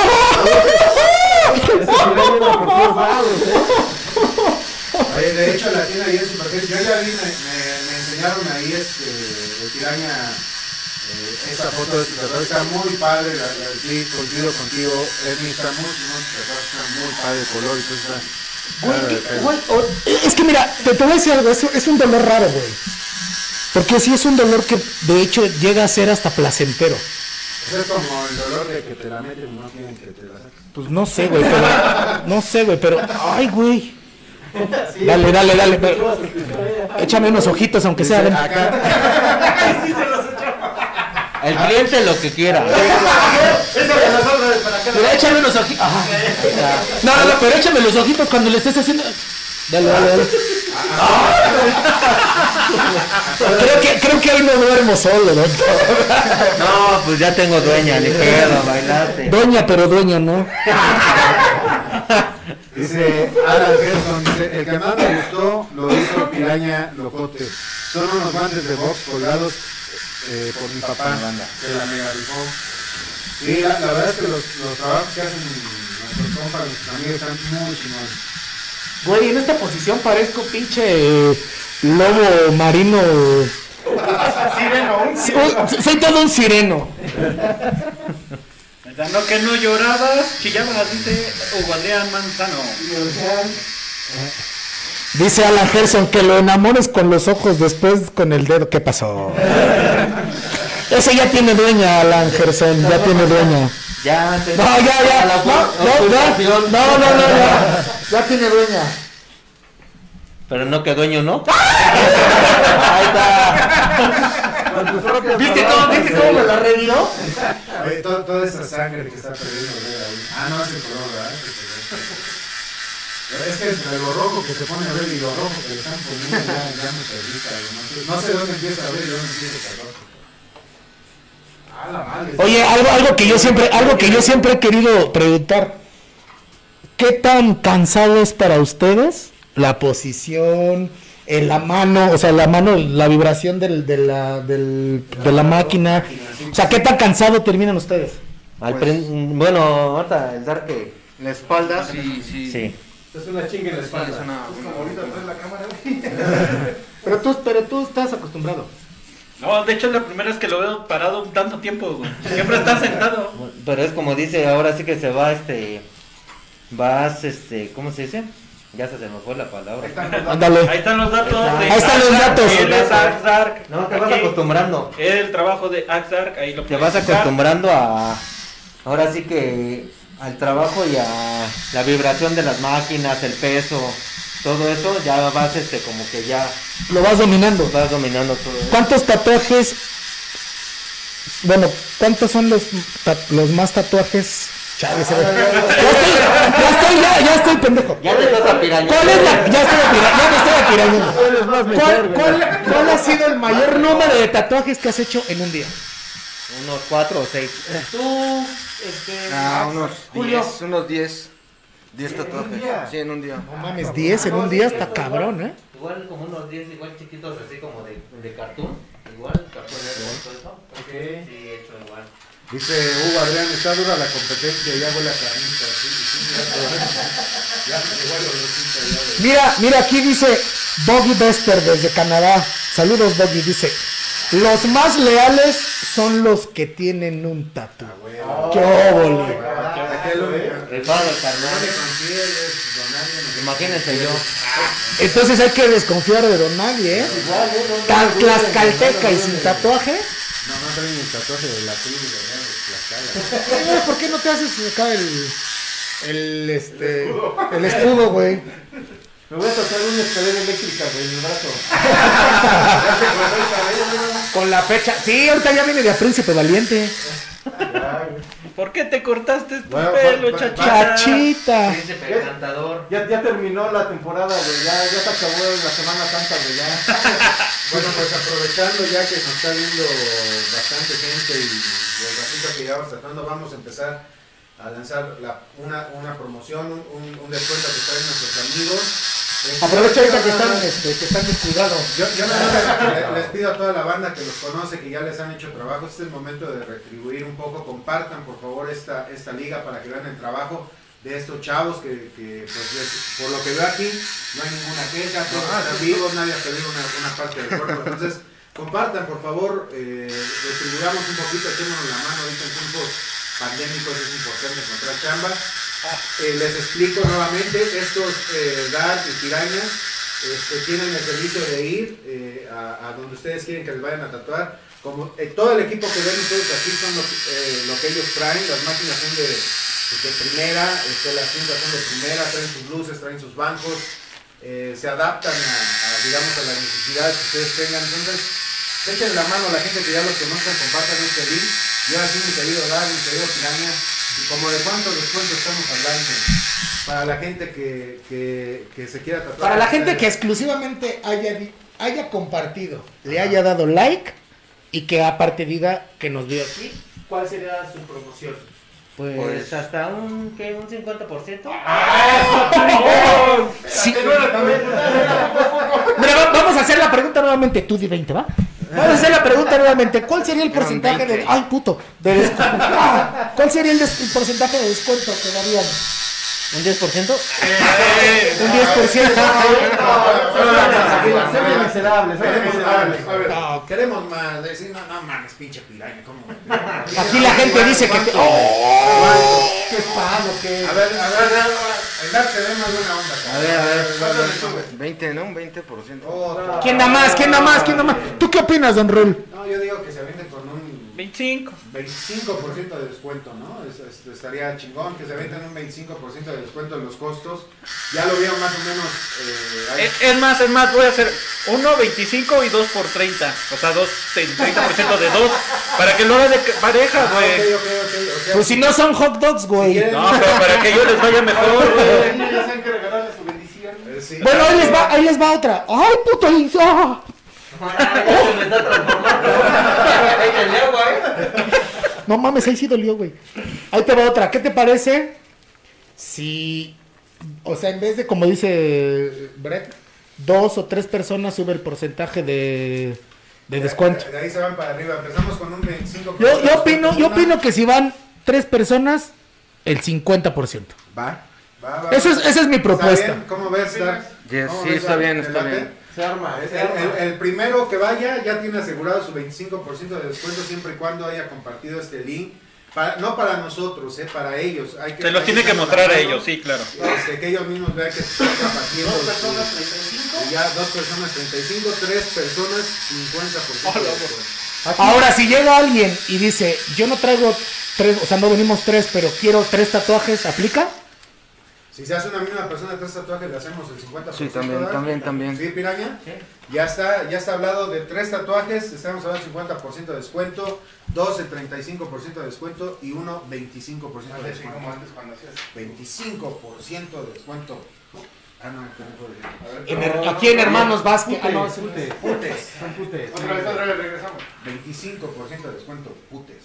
Oye, de hecho la tiene ahí en Superfiel. Yo ya vi, me, me- me enseñaron ahí este, de piraña eh, esa foto de su tatuaje. Está muy padre, la, la sí, coincido contigo. Es mi está muy, muy, está muy padre el color y todo está.
Güey, que-
Oh,
oh,
güey, o-
eh,
es que mira, te, te voy a decir algo, es, es un dolor raro, güey. Porque sí es un dolor que de hecho llega a ser hasta placentero.
Eso es como el dolor de que te la meten y no quieren que te la saquen.
Pues no sé, güey, pero. No sé, güey, pero. Ay, güey. Dale, dale, dale. güey. Échame unos ojitos, aunque sea. ven.
el cliente lo que quiera.
Pero échame unos ojitos. No, no, no, pero échame los ojitos cuando le estés haciendo. Dale, dale, dale. Creo que, creo que hoy no duermo solo, ¿no?
No, pues ya tengo dueña, ni pedo, bailarte.
Doña, pero dueño, ¿no?
Dice Alan Gerson, dice, el que más me gustó lo hizo Piraña Locote. Son unos guantes de box colgados eh, por mi papá, que la mega rifó. Sí, la, la verdad es que los, los trabajos que hacen nuestros compas, nuestros amigos, están muy chingones.
Güey, en esta posición parezco pinche eh, lobo marino.
oh,
Sireno, Soy todo un sireno.
No que no llorabas, chillabas, dice Hugo Adrián Manzano.
Dice Alan Gerson que lo enamores con los ojos, después con el dedo. ¿Qué pasó? Ese ya tiene dueña, Alan Gerson, ya tiene dueña.
Ya te-
No, ya, ya. No, no, ya. No, no, no, ya. Ya tiene dueña.
Pero no que dueño, ¿no? Ahí está. ¿Viste cómo, ¿Viste cómo me la reviró?
Oye, to- toda esa sangre que está perdiendo, ver ahí. Ah, no, es el color, ¿verdad? Es que entre lo rojo que se pone a ver y lo rojo que le están poniendo ya, ya me perdí, cabrón. No sé- No sé dónde empieza a ver y dónde empieza el calor. Ah, la madre.
Oye, algo, algo que yo siempre, algo que yo siempre he querido preguntar. ¿Qué tan cansado es para ustedes la posición, eh, la mano, o sea, la mano, la vibración del, de, la, del, de la máquina? O sea, ¿qué tan cansado terminan ustedes?
Al prin- Bueno, ahorita el dar que.
La espalda.
Sí, sí.
Sí.
Es una chinga en la espalda.
Es una-
Pero tú, pero tú estás acostumbrado.
No, de hecho es la primera vez que lo veo parado tanto tiempo, güey. Siempre está sentado.
Pero es como dice, ahora sí que se va este. Vas este. ¿Cómo se dice? Ya se se me fue la palabra.
Ándale.
Ahí están los datos. de
Ahí están los
Axark.
datos.
Él es Axark.
No, te vas
Aquí,
acostumbrando.
El trabajo de Axark, ahí lo
Te
puedes
vas
buscar.
acostumbrando a. Ahora sí que al trabajo y a la vibración de las máquinas, el peso, todo eso, ya vas este como que ya
Lo vas dominando.
vas dominando todo. eso.
¿Cuántos tatuajes? Bueno, ¿cuántos son los, ta- los más tatuajes? Chale,
Ah,
se ve. Ya estoy, ya estoy, ya, ya estoy pendejo.
Ya te estás apirando.
¿Cuál es la.? Ya estoy apira- ya me estoy apirando. ¿Cuál, cuál, cuál ha sido el mayor número de tatuajes que has hecho en un día?
Unos cuatro o seis.
Tú, este.
Ah, unos
Julio.
10, unos 10. 10 tatuajes. Sí, en un día.
No mames, 10 en un día está cabrón, ¿eh?
Igual como unos 10 igual chiquitos así como de, de cartoon. Igual, cartoon de todo eso. Porque Sí, hecho igual.
Dice Hugo Adrián, está dura la competencia, ya huele a carnita. sí, sí, sí, ya, ya, igual lo recita, ya, güey.
Mira, mira, aquí dice Boggy Bester desde Canadá. Saludos, Boggy. Dice: Los más leales son los que tienen un tatu. ¡Qué óvole!
Aquel hombre,
Rifado,
no le
carnal.
confíes, don alguien,
Imagínense yo.
Entonces hay que desconfiar de don nadie, ¿eh? Tan tlaxcalteca y sin tatuaje.
No, no traen el tatuaje de la tribu de Tlaxcala.
Eh, güey, ¿Por qué no te haces acá el. El este. El escudo, güey?
Me voy a tatuar una escalera eléctrica, güey, en el brazo.
Con la fecha. Sí, ahorita ya viene de a Príncipe Valiente.
¿Por qué te cortaste tu
Bueno,
pelo,
va- va-
chachita?
Chachita.
Príncipe encantador.
Ya, ya terminó la temporada, güey, ya, ya se acabó la Semana Santa, güey, ya.
Bueno, pues aprovechando ya que nos está viendo bastante gente y el ratito que llevamos tratando, vamos a empezar a lanzar la- una, una promoción, un, un- un descuento que traen nuestros amigos. Eh,
Aprovecha ahorita que
yo nada
están,
más-
este, que están descuidados.
Yo, yo nada más le- les pido a toda la banda que los conoce, que ya les han hecho trabajo, este es el momento de retribuir un poco. Compartan, por favor, esta, esta liga para que vean el trabajo de estos chavos que, que, pues, les- por lo que veo aquí, no hay ninguna queja, todos están vivos, nadie ha perdido una, una parte del cuerpo. Entonces, compartan, por favor, eh, retribuyamos un poquito, echémonos la mano ahorita en tiempos pandémicos, es importante encontrar chamba. Eh, les explico nuevamente, estos eh, Dark y Pirañas este, tienen el servicio de ir eh, a, a donde ustedes quieren que les vayan a tatuar. Como eh, todo el equipo que ven ustedes aquí son los, eh, lo que ellos traen, las máquinas son de, pues, de primera, este, las cintas son de primera, traen sus luces, traen sus bancos, eh, se adaptan a, a, digamos, a las necesidades que ustedes tengan. Entonces, echen la mano a la gente que ya los conozcan, compartan este link. Y ahora sí, mi querido Dar, mi querido Piraña, ¿y como de cuánto descuento estamos hablando? Para la gente que, que, que se quiera tatuar.
Para la gente que exclusivamente haya, di- haya compartido, le haya dado like y que aparte diga que nos vio aquí, ¿cuál sería su promoción? Pues,
Pues hasta un, ¿qué? ¿Un 50%?
sí. Mira, va- vamos a hacer la pregunta nuevamente, tú di 20, ¿va? Vamos a hacer la pregunta nuevamente, ¿cuál sería el porcentaje de... Ay, puto, de descuento. Ah, ¿Cuál sería el, des- el porcentaje de descuento que darían?
¿Un 10%?
Un 10%.
Sean miserables, sean
Queremos
miserables.
más, a ver,
No.
queremos más, decir, no, no mames, pinche piraña, ¿cómo?
Aquí la gente dice que... te- ¡Oh!
A
¡Qué palo, qué!
ver, a ver, a ver, el Dark se ve más buena onda.
A ver, a ver.
¿Cuánto le sube?
20, ¿no? Un 20%.
Otra.
¿Quién da más? ¿Quién da más? ¿Quién da más? ¿Tú qué opinas, don Rul?
No, yo digo que se vende con
pues.
un
25.
25% de descuento, ¿no? Es- es- estaría chingón que se vendan un 25% de descuento en los costos. Ya lo vieron más o menos. eh, ahí.
Es, es más, es más, voy a hacer 1, 25 y 2 por 30. O sea, 2, 30% de 2. Para que lo haga de que- pareja,
Ah,
güey.
ok, ok, ok, o sea,
eh, Pues si no son hot dogs, güey.
quieren-
Ah,
No, pero para que yo les vaya mejor, güey.
Ya saben que regalarle su bendición.
eh, sí.
Bueno, ahí les va, ahí les va otra. ¡Ay, puto! ahí- ¡Ah!
Eso me está transformando. Échale agua, ¿eh?
No mames, ahí sí dolió, güey. Ahí te va otra. ¿Qué te parece si, o sea, en vez de, como dice Brett, dos o tres personas sube el porcentaje de, de descuento?
De ahí se van para arriba. Empezamos con un 25%.
Yo, yo opino, yo
Una-
opino que si van tres personas, el 50%.
Va. Va, va.
Eso es, esa es mi
¿Está
propuesta.
bien? ¿Cómo ves, Dark?
Yes,
¿Cómo
sí,
ves,
está
Dark?
bien,
¿Te
está
late?
bien.
Se arma, eh,
El,
se arma.
el- el primero que vaya ya tiene asegurado su 25% de descuento siempre y cuando haya compartido este link. Para- no para nosotros, eh, para ellos. Hay que
Se los tiene que mostrar a ellos, sí, claro.
Este, que ellos mismos vean que están capacitos. Dos personas 35. ya, dos personas 35, tres personas 50%.
Ahora, si llega alguien y dice, yo no traigo tres, o sea, no venimos tres, pero quiero tres tatuajes, ¿aplica?
Si se hace una misma persona de tres tatuajes, le hacemos el 50%.
Sí, también,
¿verdad?
también, también.
Sí, piraña. Ya está, ya está hablado de tres tatuajes, estamos hablando de 50% de descuento, dos el 35% de descuento y uno 25% de descuento. ¿25% de descuento? Ah, no, que no puedo decir.
En her- aquí en Hermanos Vázquez. Ah, no, es un-
Putes, putes.
Son putes.
Otra vez, otra vez, regresamos. 25% de descuento, putes.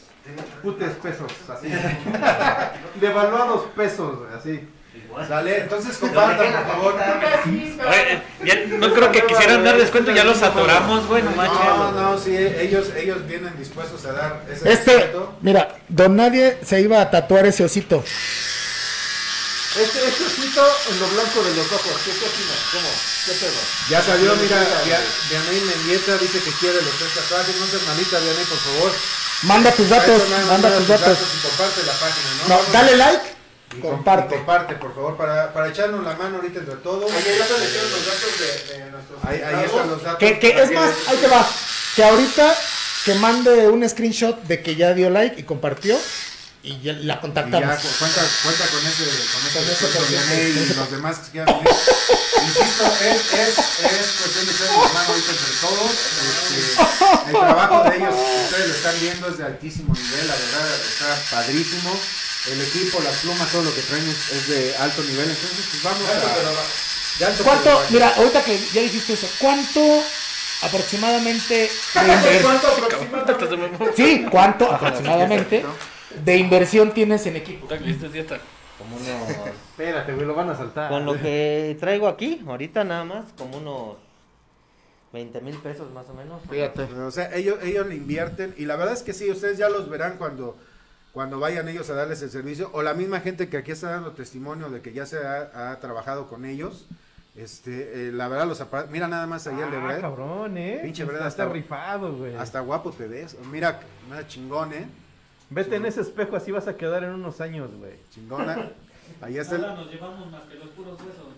Putes pesos, así. Devaluados pesos, güey, así.
Sale, entonces compartan, por favor.
Oye, eh, ya no creo que quisieran dar descuento, ya los atoramos, güey, no
No,
manches.
no, sí, ellos, ellos vienen dispuestos a dar ese
Este,
descuento.
mira, don nadie se iba a tatuar ese osito.
Este, este osito en lo blanco de los ojos, ¿qué qué opinas? ¿Cómo? ¿Qué pedo?
Ya salió, mira, Dia- Dianey Mendieta dice que quiere los tres tatuajes. No seas malita, Dianey, por favor.
Manda tus
Para
datos,
eso nada más
manda
mira
tus datos.
Y comparte la página, ¿no?
No,
Vamos.
dale like,
Y com- y
comparte.
comparte, por favor, para, para echarnos la mano ahorita entre todos.
Oye, ya se metieron los datos de, de nuestros.
Ahí, ahí están los datos.
Que, que es más, ahí te va. Que ahorita que mande un screenshot de que ya dio like y compartió y ya la
Y ya,
contactamos.
cu- cuenta, cuenta con ese, con ese
Con ese
descuento,
porcentaje.
Dianey, y los demás que quieran venir. Insisto, es, es, es cuestión de echarnos la mano ahorita entre todos. Este, el trabajo de ellos, ustedes lo están viendo, es de altísimo nivel, la verdad, está padrísimo. El equipo, las plumas, todo lo que traen es, es de alto nivel, entonces pues vamos a... de alto, pero
¿Cuánto?
bajo.
Mira, ahorita que ya dijiste eso, ¿cuánto aproximadamente de inversión?
¿Cuánto aproximadamente?
Sí, ¿cuánto aproximadamente de inversión tienes en equipo?
Como unos.
Espérate, güey, lo van a saltar.
Con lo que traigo aquí, ahorita nada más, como unos 20 mil pesos más o menos.
Fíjate.
O sea, ellos, ellos le invierten y la verdad es que sí, ustedes ya los verán cuando, cuando vayan ellos a darles el servicio o la misma gente que aquí está dando testimonio de que ya se ha, ha trabajado con ellos. Este, eh, la verdad los aparatos, mira nada más allá el
Ah,
de Brad,
cabrón, eh.
Pinche Brad
Está
hasta-
rifado, güey.
hasta guapo te ves, mira, una chingón, eh,
Vete en ese espejo, así vas a quedar en unos años, güey.
chingona. Ahí está el,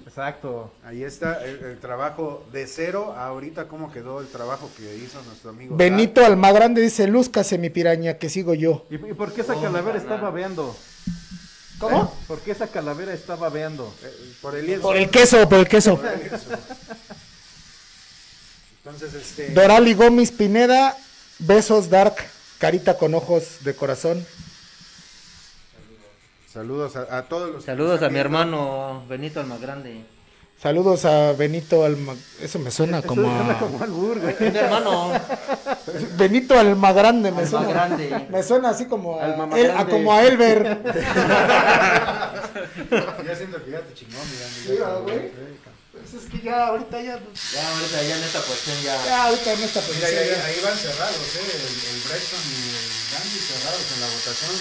Exacto.
ahí está el, el trabajo de cero a ahorita cómo quedó el trabajo que hizo nuestro amigo. Brad.
Benito Almagrande dice, lúzcase mi piraña, que sigo yo.
¿Y, y por qué esa calavera está babeando?
¿Cómo?
¿Por qué esa calavera está babeando?
Eh, por el lienzo.
Por el queso, por el queso.
Por el lienzo. Entonces, este...
Dorali Gómez Pineda, besos dark, carita con ojos de corazón.
Saludos a, a todos los que
Saludos
nos
a
han
mi
visto.
hermano Benito Almagrande.
Saludos a Benito Alma... Eso me suena como
Suena
a...
como albur, güey.
Mi hermano
Benito Almagrande me suena.
Almagrande.
Me suena así como a,
Alma
el- a
Grande.
como a Elber.
Ya siento que ya te chingó, mira,
Sí,
mira.
ah, güey. Pues es que ya ahorita ya...
Ya, ahorita ya en esta cuestión ya.
Ya ahorita en esta
Mira,
posición
ahí,
ya-
ahí van cerrados, ¿eh? El, el Brighton y el Gandhi cerrados en la votación.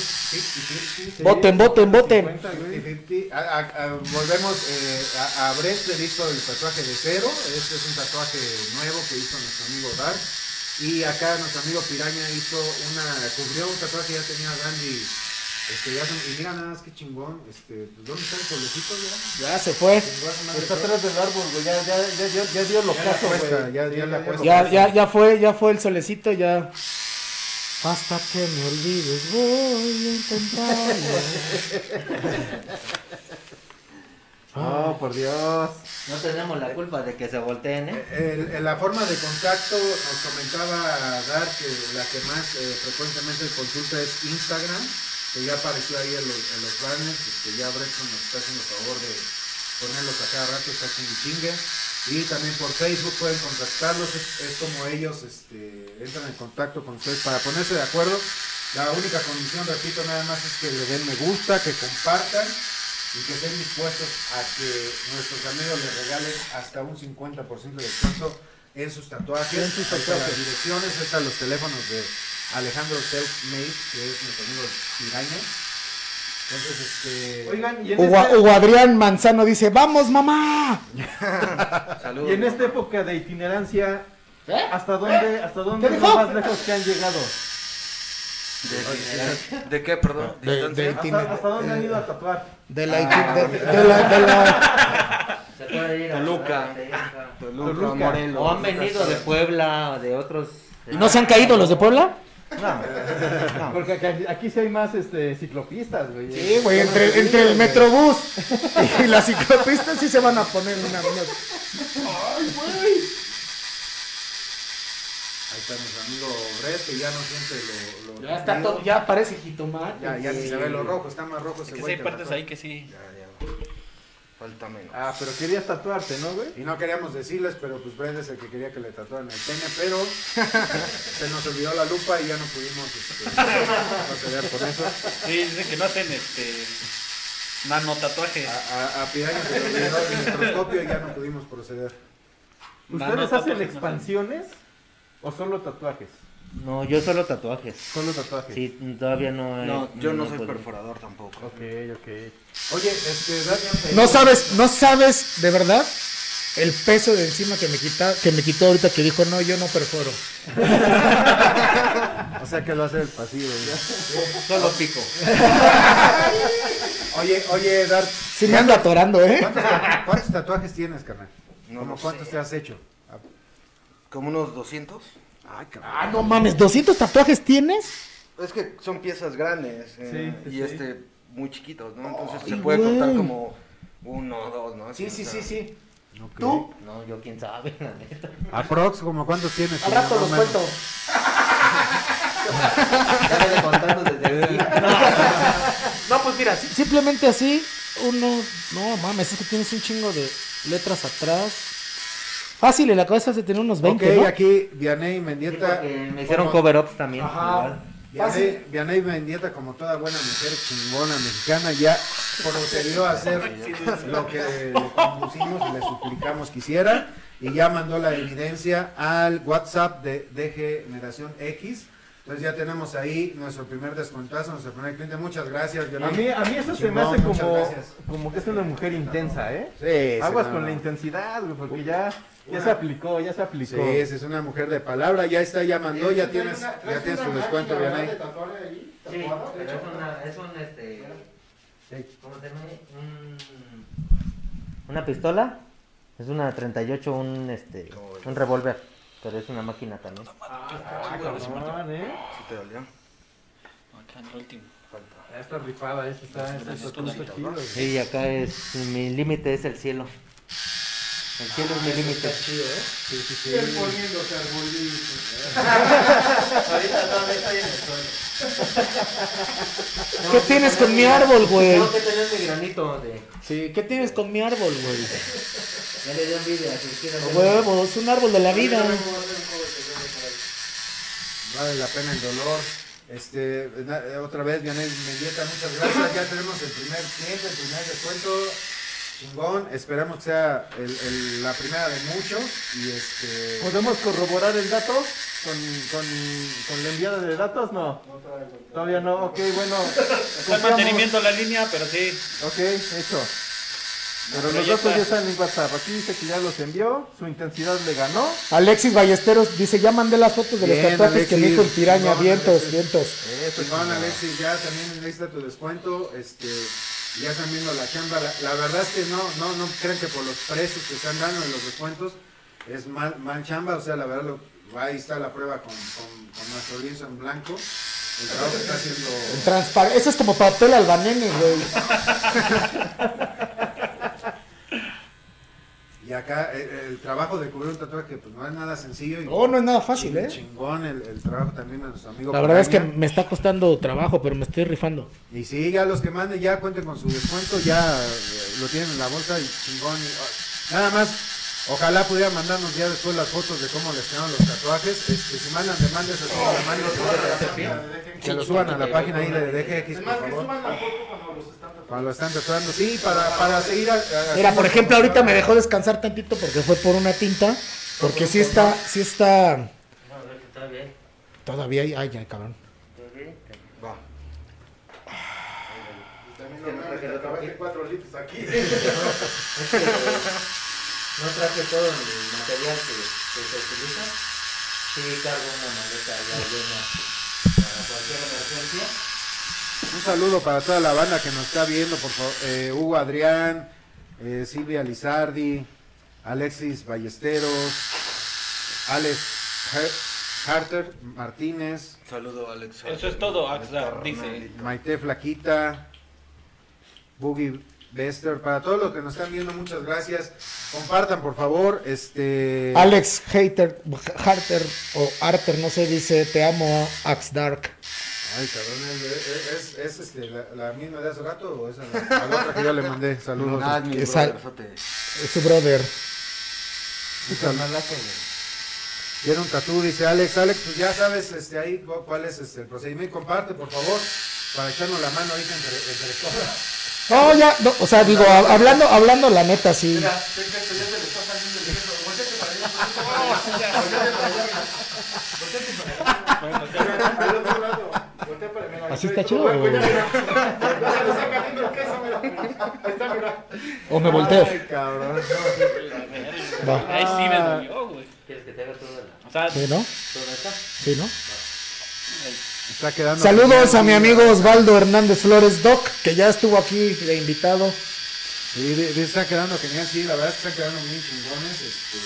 50-50.
Voten, voten, voten.
50, güey.
50-50. A- a- a- Volvemos eh, a, a Brett, le hizo el tatuaje de cero. Este es un tatuaje nuevo que hizo nuestro amigo Dar. Y acá nuestro amigo Piraña hizo una. cubrió un tatuaje que ya tenía Gandhi. Este, ya, son- y mira nada más que chingón. Este, pues, ¿Dónde está el colecito ya?
Ya se fue.
Chingó a su madre,
Está
pero-
atrás del árbol, güey. Ya, ya, ya, ya, ya dio lo
Ya la
caso,
cuesta,
güey.
ya-
Sí,
ya la cuesta.
Ya, ya, ya fue, ya fue el solecito, ya. Hasta que me olvides, voy a intentarlo.
Oh, por Dios.
No tenemos la culpa de que se volteen, ¿eh?
El- el- la forma de contacto nos comentaba Dar que la que más eh, frecuentemente consulta es Instagram, que ya apareció ahí en los, en los banners, que ya Bresson nos está haciendo favor de ponerlos a cada rato, está chingue chingue. Y también por Facebook pueden contactarlos, es, es como ellos este, entran en contacto con ustedes para ponerse de acuerdo. La única condición, repito, nada más es que le den me gusta, que compartan y que estén dispuestos a que nuestros amigos les regalen hasta un 50% de descuento en sus tatuajes. En sus las direcciones, ahí están los teléfonos de Alejandro Selfmade, que es nuestro amigo Piraña. Entonces, este...
Oigan, y en,
Hugo,
esta,
Hugo Adrián Manzano dice, vamos mamá.
Saludos.
y en esta época de itinerancia, ¿hasta dónde, hasta dónde
¿Qué
es
dijo?
lo más lejos que han llegado?
De, ¿De qué, perdón?
De-
¿Distancia?
de intimi-
¿Hasta- hasta dónde han ido
eh,
a tatuar?
De la equi- de- de la- de la-
Se puede ir a
Toluca.
Toluca, Morelos. O han venido de Puebla o de otros.
¿Y no se han caído los de Puebla?
No, no, porque aquí, aquí sí hay más este, ciclopistas, güey.
Sí, güey, entre, entre el metrobús y la ciclopista sí se van a poner una.
¡Ay, güey! Ahí está nuestro amigo Brett, que ya no siente lo. lo
Ya está todo, ya parece jitomate.
Ya, ya ni se ve lo rojo, está más rojo ese
que sí
güey.
hay
que
partes
razón.
ahí que sí.
Falta menos.
Ah, pero querías tatuarte, ¿no, güey?
Y no queríamos decirles, pero pues Brett es el que quería que le tatuaran el pene, pero se nos olvidó la lupa y ya no pudimos este, proceder por eso.
Sí, dicen que no hacen este nano tatuaje.
A, a Piraña se le olvidó el microscopio y ya no pudimos proceder.
¿Ustedes hacen expansiones o solo tatuajes?
No, yo solo tatuajes. Solo tatuajes. Sí, todavía no. he-
No, yo no soy
puedo.
perforador tampoco.
Ok, ok.
Oye, este, Daniel,
No sabes, no sabes de verdad el peso de encima que me quita, que me quitó ahorita que dijo no, yo no perforo.
O sea que lo hace el pasivo, güey.
Solo pico.
Oye, oye, Dart.
Sí me anda atorando, ¿eh?
¿Cuántos, ta- cuántos tatuajes tienes, carnal?
No
¿Cómo
lo
cuántos
sé.
te has hecho?
¿Como unos 200?
Ay, cabrón.
Ah, no mames, 200 tatuajes tienes.
Es que son piezas grandes eh,
Sí, sí,
y
sí.
este muy chiquitos, ¿no? Entonces
Ay,
se puede cortar
güey.
como uno o dos, ¿no?
Sí,
Así,
sí,
o
sí,
sea,
sí.
Ok.
¿Tú? No, yo quién sabe, la neta.
Aprox, ¿como cuántos tienes? Pues,
Al rato
Más o
los
menos.
cuento.
Ya de contando desde aquí.
No, pues mira, sí.
Simplemente así, uno. No mames, es que tienes un chingo de letras atrás. Fácil, en la cabeza has de tener unos 20,
ok,
¿no?
aquí Vianey Mendieta.
Porque me hicieron
como-
cover-ups también.
Ajá.
igual.
Vianey, Vianey Mendieta, como toda buena mujer chingona mexicana, ya procedió a hacer lo que le compusimos y le suplicamos que hiciera. Y ya mandó la evidencia al WhatsApp de, de Generación X. Entonces ya tenemos ahí nuestro primer descuentazo, nuestro primer cliente. Muchas gracias,
A
Vianey.
mí, a mí eso se me
Chingón,
hace
muchas
como,
gracias.
como que es una mujer intensa, ¿eh?
Sí,
Aguas
sí,
con
no,
la
no.
intensidad, güey, porque ya, ya se aplicó, ya se aplicó.
Sí, esa es una mujer de palabra, ya está, ya mandó, ya tienes, ya tienes tu descuento, Vianey.
Sí, pero es una, es un este. ¿Cómo se llama? Un- Una pistola. Es una 38, un este, un revólver, pero es una máquina también.
Ah, cabrón, ¿eh?
¿Sí te dolió?
Acá en el último.
Ya Está ripada, esta está, esta está, está, está chido, güey.
Sí, acá es mi límite es el cielo. El cielo es mi límite. ¿eh?
¿Qué tienes con mi árbol, güey?
Tengo que tener mi granito de.
Sí, ¿qué tienes con mi árbol, güey?
Ya le dio envidia, si quiero hacer-
Huevos, un árbol de la vida.
Vale la pena el dolor. Este, na- eh, otra vez, Vianey Mendieta, muchas gracias. Ya tenemos el primer cliente, el primer descuento. Chingón, esperamos que sea el- el- la primera de muchos. Y este.
¿Podemos corroborar el dato con, con, con la enviada de datos? No. Todavía no. Ok, bueno.
Está en
confiamos.
mantenimiento la línea, pero sí.
Ok, hecho. Pero
Pero
los
ya
datos
está.
ya están en WhatsApp. Aquí dice que ya los envió, su intensidad le ganó.
Alexis Ballesteros dice, ya mandé las fotos de los
Bien,
tatuajes que me
Alexis.
hizo el piraña,
No,
vientos,
Alexis.
vientos.
Eso, chingón, Eh, pues, Alexis, ya también necesita tu descuento. Este, ya están viendo la chamba. La, la verdad es que no, no, no creen que por los precios que están dando en los descuentos es mal, mal chamba. O sea, la verdad, lo- ahí está la prueba con, con- con nuestro lienzo en blanco. El trabajo que está haciendo.
Transpar Eso es como papel albanene, güey.
Y acá eh, el trabajo de cubrir un tatuaje que pues no es nada sencillo. Y,
Oh, no es nada fácil,
y
¿eh?
Chingón el, el trabajo también de nuestro amigo.
La verdad es que
Piraña.
me está costando trabajo, pero me estoy rifando.
Y sí, ya los que manden ya cuenten con su descuento, ya eh, lo tienen en la bolsa y chingón. y, oh, nada más, ojalá pudieran mandarnos ya después las fotos de cómo les quedaron los tatuajes. Este, si mandan demandas, así que la manden, que lo suban a la página ahí de DGX, por favor. Cuando lo están tatuando, sí, para, para seguir. a- a-
Mira, por ejemplo, ahorita me dejó descansar tantito porque fue por una tinta, porque sí está, sí está...
Está bien,
Todavía hay... Ay, ya, cabrón.
está bien.
Va.
No traje todo el material que, que se utiliza. Sí, cargo una maleta ya llena para
cualquier emergencia.
Un saludo para toda la banda que nos está viendo, por favor. Eh, Hugo Adrián, eh, Silvia Lizardi, Alexis Ballesteros, Alex Her- Harter Martínez,
Saludo, Alex.
Eso es todo, Axla, dice.
Maite Flaquita, Boogie Bester. Para todos los que nos están viendo, muchas gracias. Compartan, por favor. Este.
Alex Hater, Harter o Arter, no se dice, te amo, Axe Dark.
Ay, cabrón, ¿es, es- es- es, este, la, la misma de hace rato o esa la, la otra que yo le mandé? Saludos.
Ah,
No, no, es al-
brotherzote.
Es su brother.
Un carnalazo, güey. Quiero un tatú, dice Alex. Alex, pues ya sabes este, ahí cu- cuál es este, el procedimiento. Comparte, por favor, para echarnos la mano ahorita entre, entre todas.
No, ya, no, o sea, digo, hab- hablando, hablando la neta, sí.
Ah,
Así está chido, güey. O me volteo.
Ay, cabrón.
Va. Ah.
Ahí sí me dolió, güey.
¿Quieres que te haga todo
O sea,
Sí, ¿no? Sí, ¿no?
Está quedando.
Saludos a mi amigo Osvaldo Hernández Flores Doc, que ya estuvo aquí de invitado.
Sí, di- di- está quedando genial, sí, la verdad es que están quedando muy chingones. Este,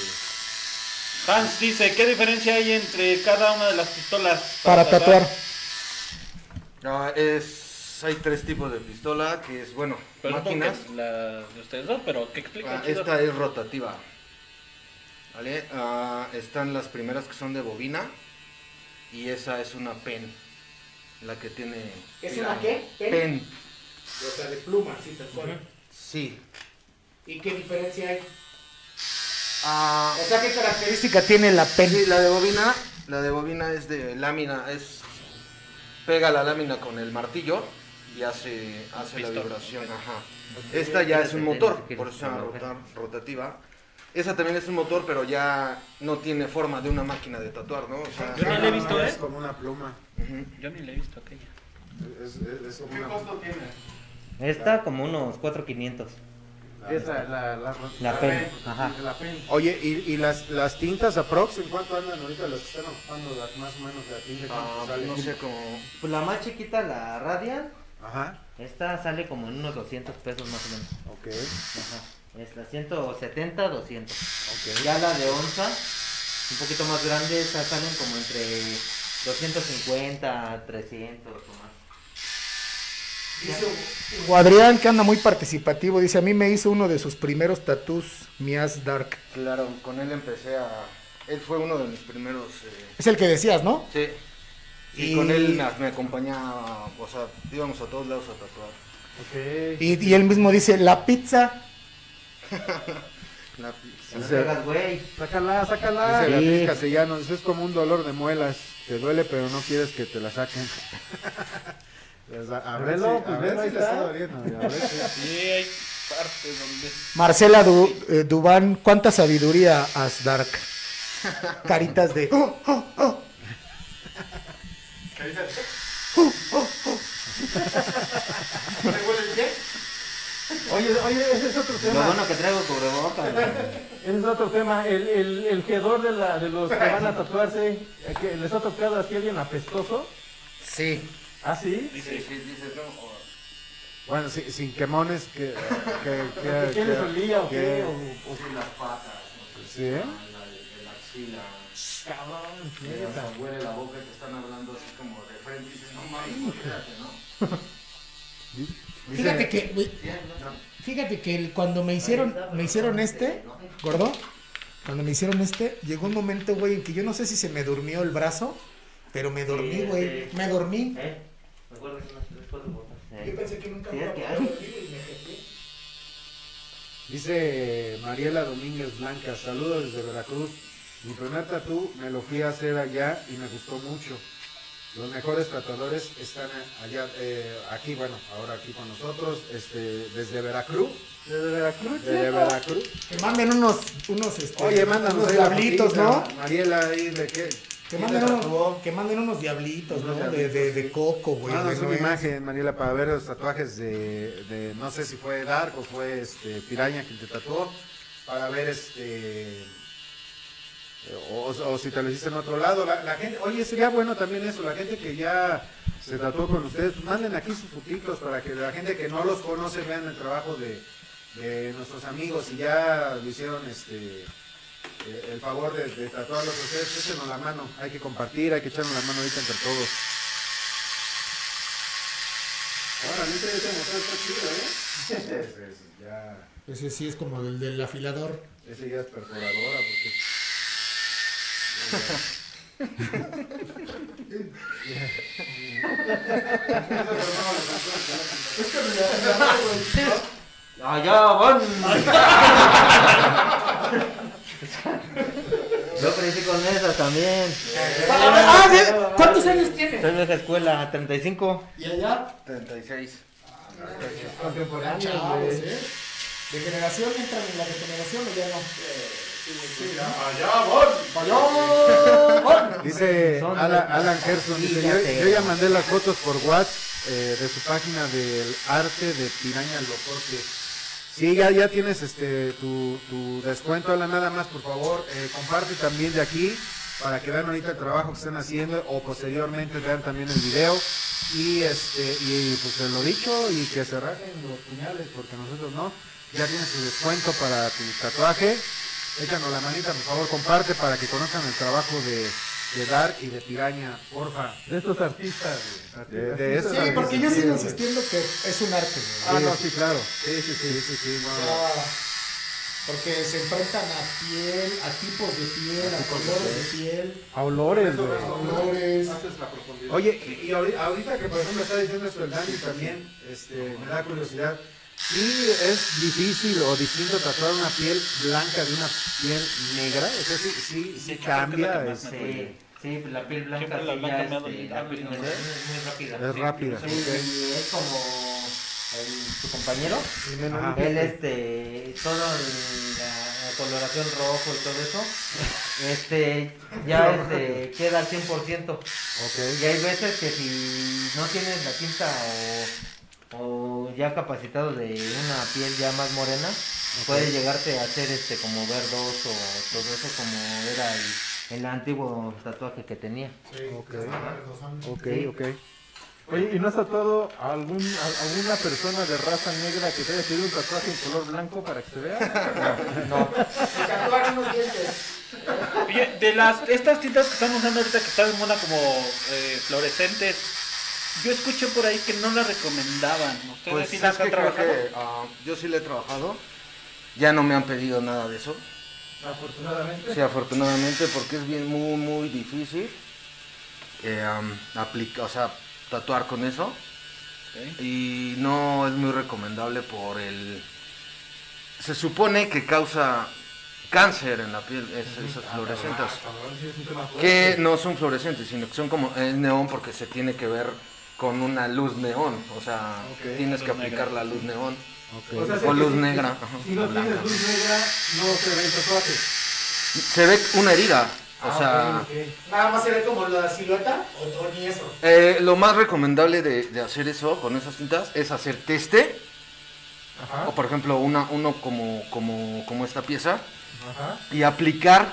Hans dice, ¿qué diferencia hay entre cada una de las pistolas
Para tatuar.
No, es, hay tres tipos de pistola, que es, bueno,
Pero supongo que
máquinas.
es la de ustedes dos, pero que explica
Ah,
chido.
Esta es rotativa. ¿Vale? Ah, están las primeras que son de bobina. Y esa es una pen. La que tiene.
¿Es
la-
una qué?
Pen.
¿Pen? O sea, de plumas, sí, tal cual.
Sí.
¿Y qué diferencia hay?
Ah,
O sea, ¿qué características?
Chica tiene la
sí,
pen.
la de bobina. La de bobina es de lámina. Es. Pega la lámina con el martillo y hace, hace la
Pistola.
vibración. Ajá. Esta ya es un motor, por eso se llama rotar- rotativa. Esa también es un motor, pero ya no tiene forma de una máquina de tatuar, ¿no? O sea,
Yo no la he visto,
es
¿eh?
como una pluma.
ujú.
Yo ni la he visto aquella.
Es, es- es como una
Esta como unos 4500.
Esa,
la,
La pen. Ajá.
Oye, ¿y, y las, las tintas aprox? ¿En cuánto andan ahorita las que están ocupando las más o menos de la tinta?
Ah,
¿Cuánto sale?
no sé cómo.
Pues la más chiquita, la Radial,
Ajá,
esta sale como en unos 200 pesos más o menos.
ok,
Ajá. Esta 170, 200.
ok.
Ya la de onza, un poquito más grande, esas salen como entre 250, 300 o más.
O Adrián, que anda muy participativo, dice, a mí me hizo uno de sus primeros tatús, Mias Dark.
Claro, con él empecé a. Él fue uno de mis primeros. eh,
Es el que decías, ¿no?
Sí. Y,
Y-
con él me, me acompañaba, o sea, íbamos a todos lados a tatuar.
Y, y él mismo dice, la pizza.
La-
Que no te hagas, güey.
Sácala, sácala. Dice
Sí.
Beatriz Castellanos, es como un dolor de muelas. Te duele, pero no quieres que te la saquen. Pues, a, a ver, si,
Velo, pues,
a ver
velo,
si
ahí
le
está.
está doliendo. a ver si-
Sí, hay partes donde...
Marcela Du- eh, Dubán, cuánta sabiduría has Dark. Caritas de... "Oh, oh, oh". "Oh,
Oye, oye, ese es otro
Lo
tema.
bueno que traigo cubrebocas, güey.
Ese es otro tema. El, el, el hedor de, la, de los que van a tatuarse, eh, que les ha tocado así alguien apestoso.
Sí.
¿Ah, sí?
Sí, sí, dices, no. o-
Bueno, si- sin quemones, que. que, que,
¿Qué,
que-
les olía o qué?
que-
O, o-
sí, las patas.
Sí, ¿eh?
La, la- la axila.
Cabrón,
que
neta.
hasta Huele la boca y te están hablando así como de frente y dices, no mames, imagínate, ¿no?
Dice-
Fíjate que, güey, fíjate que el- cuando me hicieron, me hicieron este, gordo, cuando me hicieron este, llegó un momento, güey, en que yo no sé si se me durmió el brazo, pero me dormí,
Sí,
güey,
sí.
me dormí.
¿Eh? Me acuerdo que son las tres, cuatro botas.
Yo
Eh.
pensé que nunca
Sí,
me
es
iba a
que
poder
hay.
dormir, güey, me jeté.
Dice Mariela Domínguez Blanca, saludos desde Veracruz. Mi primer tatú me lo fui a hacer allá y me gustó mucho. Los mejores tatuadores están allá, eh, aquí, bueno, ahora aquí con nosotros, este, desde Veracruz. Desde Veracruz. Desde Veracruz.
Que manden unos, unos, este,
Oye, mándanos
unos
ahí la
diablitos, ¿no?
fotita, Mariela, ahí de qué.
Que
¿Quién
manden,
te
unos,
tatuó?
que manden unos diablitos, ¿no?
Unos
De,
diablitos,
de, de
sí.
coco, güey.
Mándanos
de
una
nuez.
imagen, Mariela, para ver los tatuajes de, de, no sé si fue Dark o fue este, Piraña quien te tatuó, para ver este O, o si te lo hiciste en otro lado. La, la gente, oye, sería bueno también eso. La gente que ya se tatuó con ustedes, pues, manden aquí sus fotitos para que la gente que no los conoce vean el trabajo de, de nuestros amigos y ya lo hicieron este eh, el favor de, de tatuarlos ustedes. Échenos la mano. Hay que compartir, hay que echarnos la mano ahorita entre todos. Ahora, no
está
te
chido, ¿eh?
Ese es ya-
Ese sí es como el del afilador.
ese ya es perforadora, porque...
Allá van. Yo crecí con esa también.
Ah, ¿sí? ¿Cuántos años tiene?
Soy vieja escuela, 35.
¿Y allá?
36.
Contemporáneos, Chavos, ¿eh? ¿De generación entran en la de generación o ya no? ¡Allá voy! ¡Allá
Dice
Son
Ala-
las-
Alan Gerson, dice, yo,
Fíjate.
yo ya mandé las fotos por WhatsApp eh, de su página del arte de Piraña Locote. Sí, ya, ya tienes este tu, tu descuento, Alan, nada más, por favor, eh, comparte también de aquí para que vean ahorita el trabajo que están haciendo o posteriormente vean también el video. Y este y pues te lo dicho y que se rajen los puñales porque nosotros no. Ya tienes tu descuento para tu tatuaje. Échanos la manita, por favor, comparte para que conozcan el trabajo de, de Dark y de Piraña, porfa.
De estos artistas, güey.
De, de esos
Sí, porque yo sigo
artistas, sí, güey.
insistiendo que es un arte.
Ah,
güey.
no, sí, claro. Sí, sí, sí, sí, sí,
O
wow.
sea, Porque se enfrentan a piel, a tipos de piel, a colores de piel,
A olores, güey.
a colores.
Oye, y, y ahori- ahorita que por ejemplo está diciendo esto el Dani también, este, me da curiosidad. Sí, es difícil o distinto tatuar una piel blanca de una piel negra. O sea, sí, sí, sí cambia. este, es-
Sí, sí, pues la piel blanca.
Siempre la
sí,
blanca
ya,
me ha
este,
dolido.
la piel no,
Sí.
es muy rápida.
Es rápida,
Sí,
ok.
y es como el- tu compañero.
Jimena,
Ajá. Él, este, todo el- la, la coloración rojo y todo eso, este, ya este, queda al 100%.
Ok.
Y hay veces que si no tienes la tinta o, o ya capacitado de una piel ya más morena, puede llegarte a hacer este como verdoso o todo eso como era el, el antiguo tatuaje que tenía.
Ok, ok,
Sí.
ok.
Oye, ¿y no has tatuado a, algún, a alguna persona de raza negra que te haya pedido un tatuaje en color blanco para que se vea? No.
Oye, de las, estas tintas que están usando ahorita que están en moda como eh, fluorescentes, yo escuché por ahí que no las recomendaban. ¿Ustedes
Pues
sí
¿sabes
las han
qué? Creo
trabajado?
que, ah, yo sí le he trabajado. Ya no me han pedido nada de eso.
Afortunadamente.
Sí, afortunadamente, porque es bien muy, muy difícil eh, am, aplica- o sea, tatuar con eso. Y no es muy recomendable por el... Se supone que causa cáncer en la piel es- esas fluorescentes. Que no son fluorescentes, sino que son como... Es neón porque se tiene que ver con una luz neón. O sea,
Ok.
tienes que
Luz
aplicar
negra.
la luz neón.
O sea,
o
si-
luz
si-
negra.
si-
ajá,
Si no
o blanca.
tienes luz negra, no se ve el tatuaje.
Se ve una herida. O
Ah, ok,
sea,
ok.
Nada más se ve como la silueta o, o ni eso.
eh, lo más recomendable de, de hacer eso con esas tintas es hacer teste. O por ejemplo, una, uno como, como, como esta pieza.
Ajá.
Y aplicar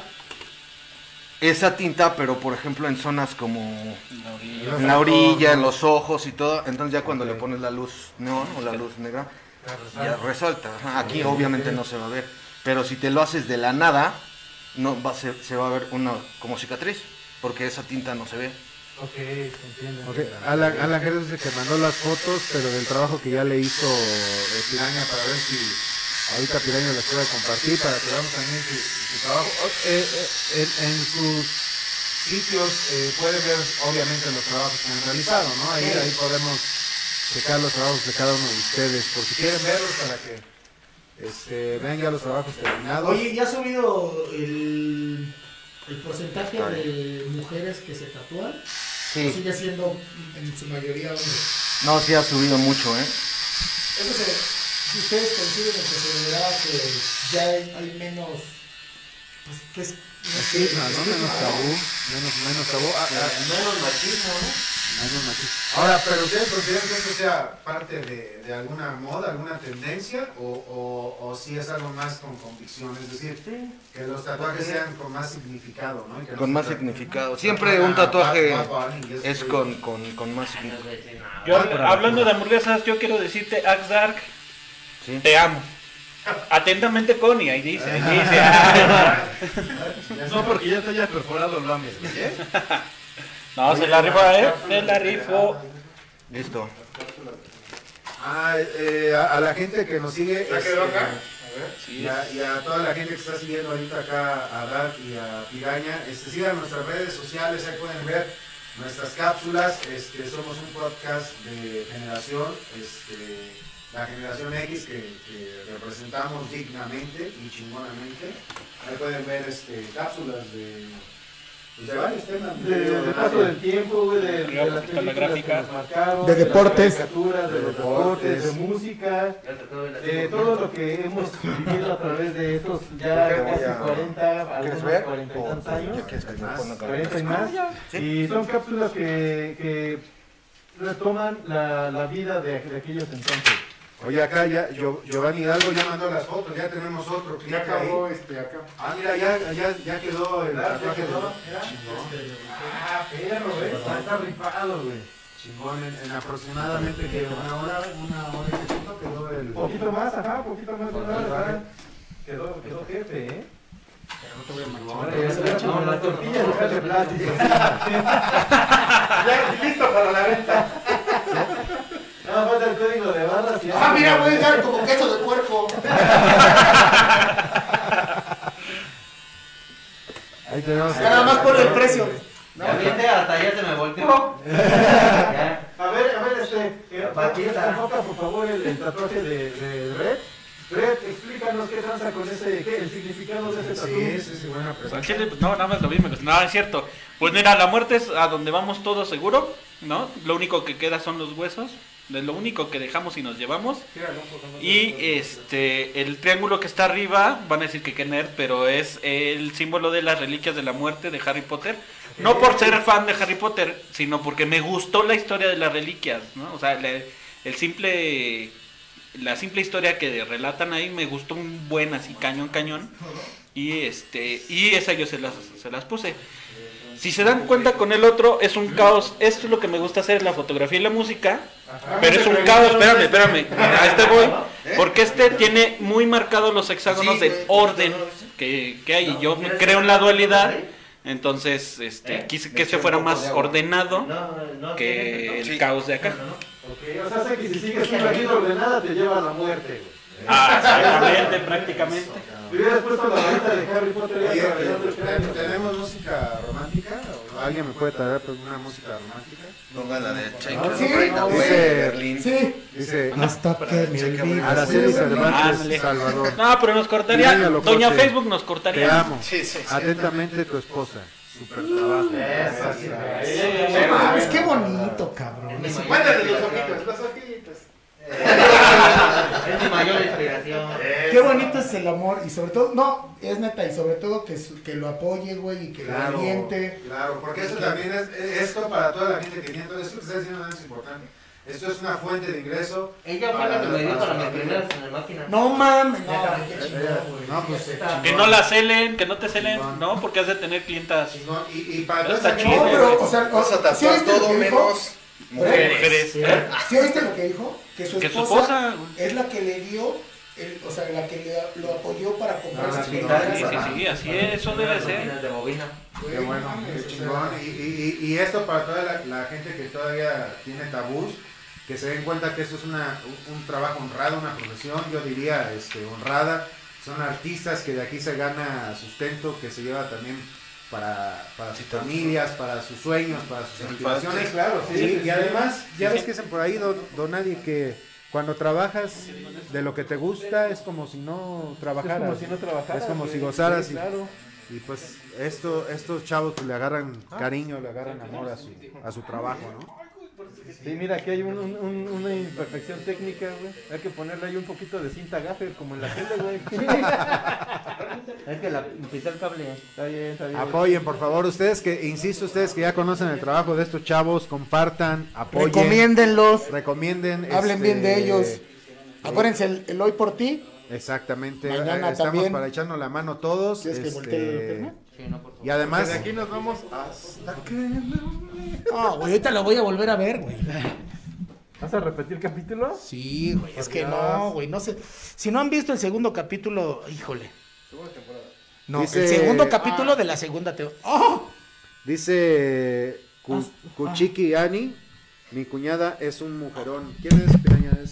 esa tinta, pero por ejemplo en zonas como en la orilla, en los ojos y todo. Entonces ya cuando le pones la luz neón o la luz negra, ya resalta. Ajá, Aquí
Ok,
obviamente
ok.
no se va a ver. Pero si te lo haces de la nada, no va a ser- se va a ver una como cicatriz, porque esa tinta no se ve.
Ok, entiendo.
Ok, Alan, Alan Jerez dice que mandó las fotos, pero del trabajo que ya le hizo eh, Piraña para ver si ahorita Piraña las puede compartir, para que veamos también su, su trabajo. O- eh, eh, en, en sus sitios eh, puede ver obviamente los trabajos que han realizado, ¿no? Ahí,
Sí.
ahí podemos checar los trabajos de cada uno de ustedes, por si quieren verlos para que este, vean ya los trabajos terminados.
Oye, ¿ya ha subido el, el porcentaje
Está
de mujeres que se tatúan?
Sí.
¿O Sigue siendo en su mayoría hombres.
No, sí ha subido mucho, ¿eh?
Eso se, si ustedes coinciden en considerar que ya hay, hay menos, pues, que es, no sé,
Estigma, ¿no? Menos tabú, menos, menos tabú. Ah, ah,
Menos machismo, ¿no?
Ahora, pero
¿ustedes consideran que esto sea parte de, de alguna moda, alguna tendencia? O, o, o si es algo más con convicción? Es decir, que los tatuajes sean con más significado, ¿no? Y que no
Con
se
más
traten-
significado. Siempre un tatuaje
Bad Bunny, y eso
es
sí.
con, con, con más significado.
Yo,
Ah, para-
hablando de hamburguesas, yo quiero decirte, Axe Dark, te amo. Atentamente, Connie, ahí dice, ahí dice.
No porque ya te hayas perforado el lames, güey, ¿eh?
No, se la rifa, ¿eh? Se la rifo.
Listo.
Ah, eh, a, a la gente que nos sigue.
¿Ya quedó acá?
eh,
A ver.
Y a, y a toda la gente que está siguiendo ahorita acá a Dad y a Piraña, este, sigan nuestras redes sociales, ahí pueden ver nuestras cápsulas. Este, somos un podcast de generación, este, la generación X que, que representamos dignamente y chingonamente. Ahí pueden ver este, cápsulas de, pues, de varios temas.
De- de paso del tiempo, güey, de- de las películas que nos marcaron,
De
de las
deportes.
caricaturas, de los deportes, de música, de todo lo que hemos vivido a través de estos ya casi 40, algunos 40 y tantos años, 40 y más, Ah, y son cápsulas que, que retoman la, la vida de, de aquellos entonces.
Oye, acá ya Gio- Giovanni Hidalgo ya mandó las fotos, ya tenemos otro clic
Ya acabó,
ahí.
este, acá.
Ah, mira, ya, ya, ya quedó el
Ya, ya
tatuaje de-
quedó,
Chingón. Ah, perro, güey. Está, está rifado, güey. Chingón, en, en aproximadamente que una hora, una hora y poquito quedó el.
Poquito más, ajá, poquito más, de una hora, ajá. Quedó, quedó jefe, ¿eh? No, las tortillas dejar de plástico. Ya, listo para la venta. Nada falta el código de barras. y ya.
Ah, mira, voy a dar como queso de cuerpo.
Ahí tenemos.
Nada más por el precio.
Ya viste, hasta allá se me volteó. Ya.
A ver, a ver, este.
Paquita.
Paquita, nota por favor el, el tatuaje de, de Red. Red, explícanos qué tranza con ese, qué, el significado de ese tatuaje.
Al chile, pues, no, nada más lo vi, me gustó. No, es cierto. Pues mira, la muerte es a donde vamos todos seguro, ¿no? Lo único que queda son los huesos. Es lo único que dejamos y nos llevamos. Y este, el triángulo que está arriba, van a decir que qué nerd, pero es el símbolo de las reliquias de la muerte de Harry Potter. No por ser fan de Harry Potter, sino porque me gustó la historia de las reliquias, ¿no? O sea, la- el simple, la simple historia que relatan ahí me gustó un buen así, cañón, cañón. Y este, y esa yo se las, se las puse. Si se dan cuenta con el otro, es un caos. Esto es lo que me gusta hacer, la fotografía y la música. Pero es un caos, espérame, espérame. A este voy. Porque este tiene muy marcados los hexágonos del orden que, que hay. Y yo creo en la dualidad. Entonces, este, quise que este fuera más ordenado que el caos de acá.
O sea, sé que si sigues una vida ordenada te lleva a la muerte. güey.
Ah, exactamente, prácticamente.
Si hubieras puesto la varita de Harry Potter, ya
Ah. Oye,
te arreglaste el cráneo.
¿Tenemos música romántica? ¿O ¿Alguien me puede traer pues, una música romántica?
Pongan la de Chain
Ah,
Clan
sí,
Reina,
no,
güey,
güey.
Berlín.
Sí. Dice.
Hasta que me olvides.
Araceli Cervantes,
Ándale.
Salvador.
No, pero nos cortaría.
Niña Locote,
Doña Facebook nos cortaría.
Te amo.
Sí, sí, sí.
Atentamente tu esposa. Super trabajo.
Eso sí.
Sí,
No mames,
mames.
qué bonito, cabrón.
Es mi
Mándale
mayor
los ojitos,
inspiración.
los ojitos.
Es mi mayor inspiración.
Qué bonito es el amor y sobre todo, no, es neta, y sobre todo que, su- que lo apoye, güey, y que lo
Claro,
aliente.
claro, porque eso también es, es- esto para toda la gente que tiene todo esto que está diciendo es importante. Esto es una fuente de ingreso.
Ella fue la que me dio para
su
mis
familia.
primeras en la máquina.
No mames, no,
Neta.
qué chingón, güey.
No, pues,
Está-
Que no la celen, que no te celen, no, porque has de tener clientas.
Y, para
Pero está
esa-
chido.
No,
pero, o sea,
Vas a tapar
¿sí oíste lo
todo
que dijo?
menos
mujeres.
¿Eh?
Mujeres.
¿Sí oíste lo que dijo? Que su
Que su
esposa
esposa,
es la que le dio, el- o sea, la que le- lo apoyó para comprar
Ah,
esas
sí,
chingaderas.
Sí, sí, sí, así es, eso debe ser.
De bobina.
Qué bueno, qué chingón. Y, y- y- y esto para toda la, la gente que todavía tiene tabús, que se den cuenta que esto es una, un, un trabajo honrado, una profesión, yo diría este, honrada. Son artistas que de aquí se gana sustento, que se lleva también para, para sus familias, para sus sueños, para sus aspiraciones.
Sí, claro, sí,
Y-
sí,
y
sí.
además, ya
Sí,
ves
sí.
que dicen por ahí, don, don Nadie, que cuando trabajas de lo que te gusta es como si no trabajaras.
Es como si no trabajaras,
Es como si
güey.
gozaras.
Sí,
y-
claro.
y pues esto, estos chavos pues, le agarran cariño, le agarran amor a su, a su trabajo, ¿no?
Sí, mira, aquí hay un- un- un- una imperfección técnica, güey. Hay que ponerle ahí un poquito de cinta gaffer, como en la tele, güey.
Es que la pisé el cable.
Está bien, está bien.
Apoyen, por favor, ustedes que, insisto, ustedes que ya conocen el trabajo de estos chavos, compartan, apoyen.
Ah, Recomiéndenlos.
Recomienden. este,
Hablen bien de ellos. Acuérdense,
el, hoy por ti. Exactamente.
Mañana
eh, Estamos
también.
para echarnos la mano todos.
¿Quieres que
este,
voltee el tema?
Y además,
Porque de aquí nos vamos hasta que no
Ah, güey, ahorita lo voy a volver a ver, güey.
¿Vas a repetir capítulo?
Sí, güey, es que no, güey, no sé. Si no han visto el segundo capítulo, híjole. No,
Dice-
el segundo capítulo de la segunda te... ¡Oh!
dice Ku-
Ah,
Kuchiki Ani, mi cuñada es un mujerón. ¿Quién es, piraña? Es...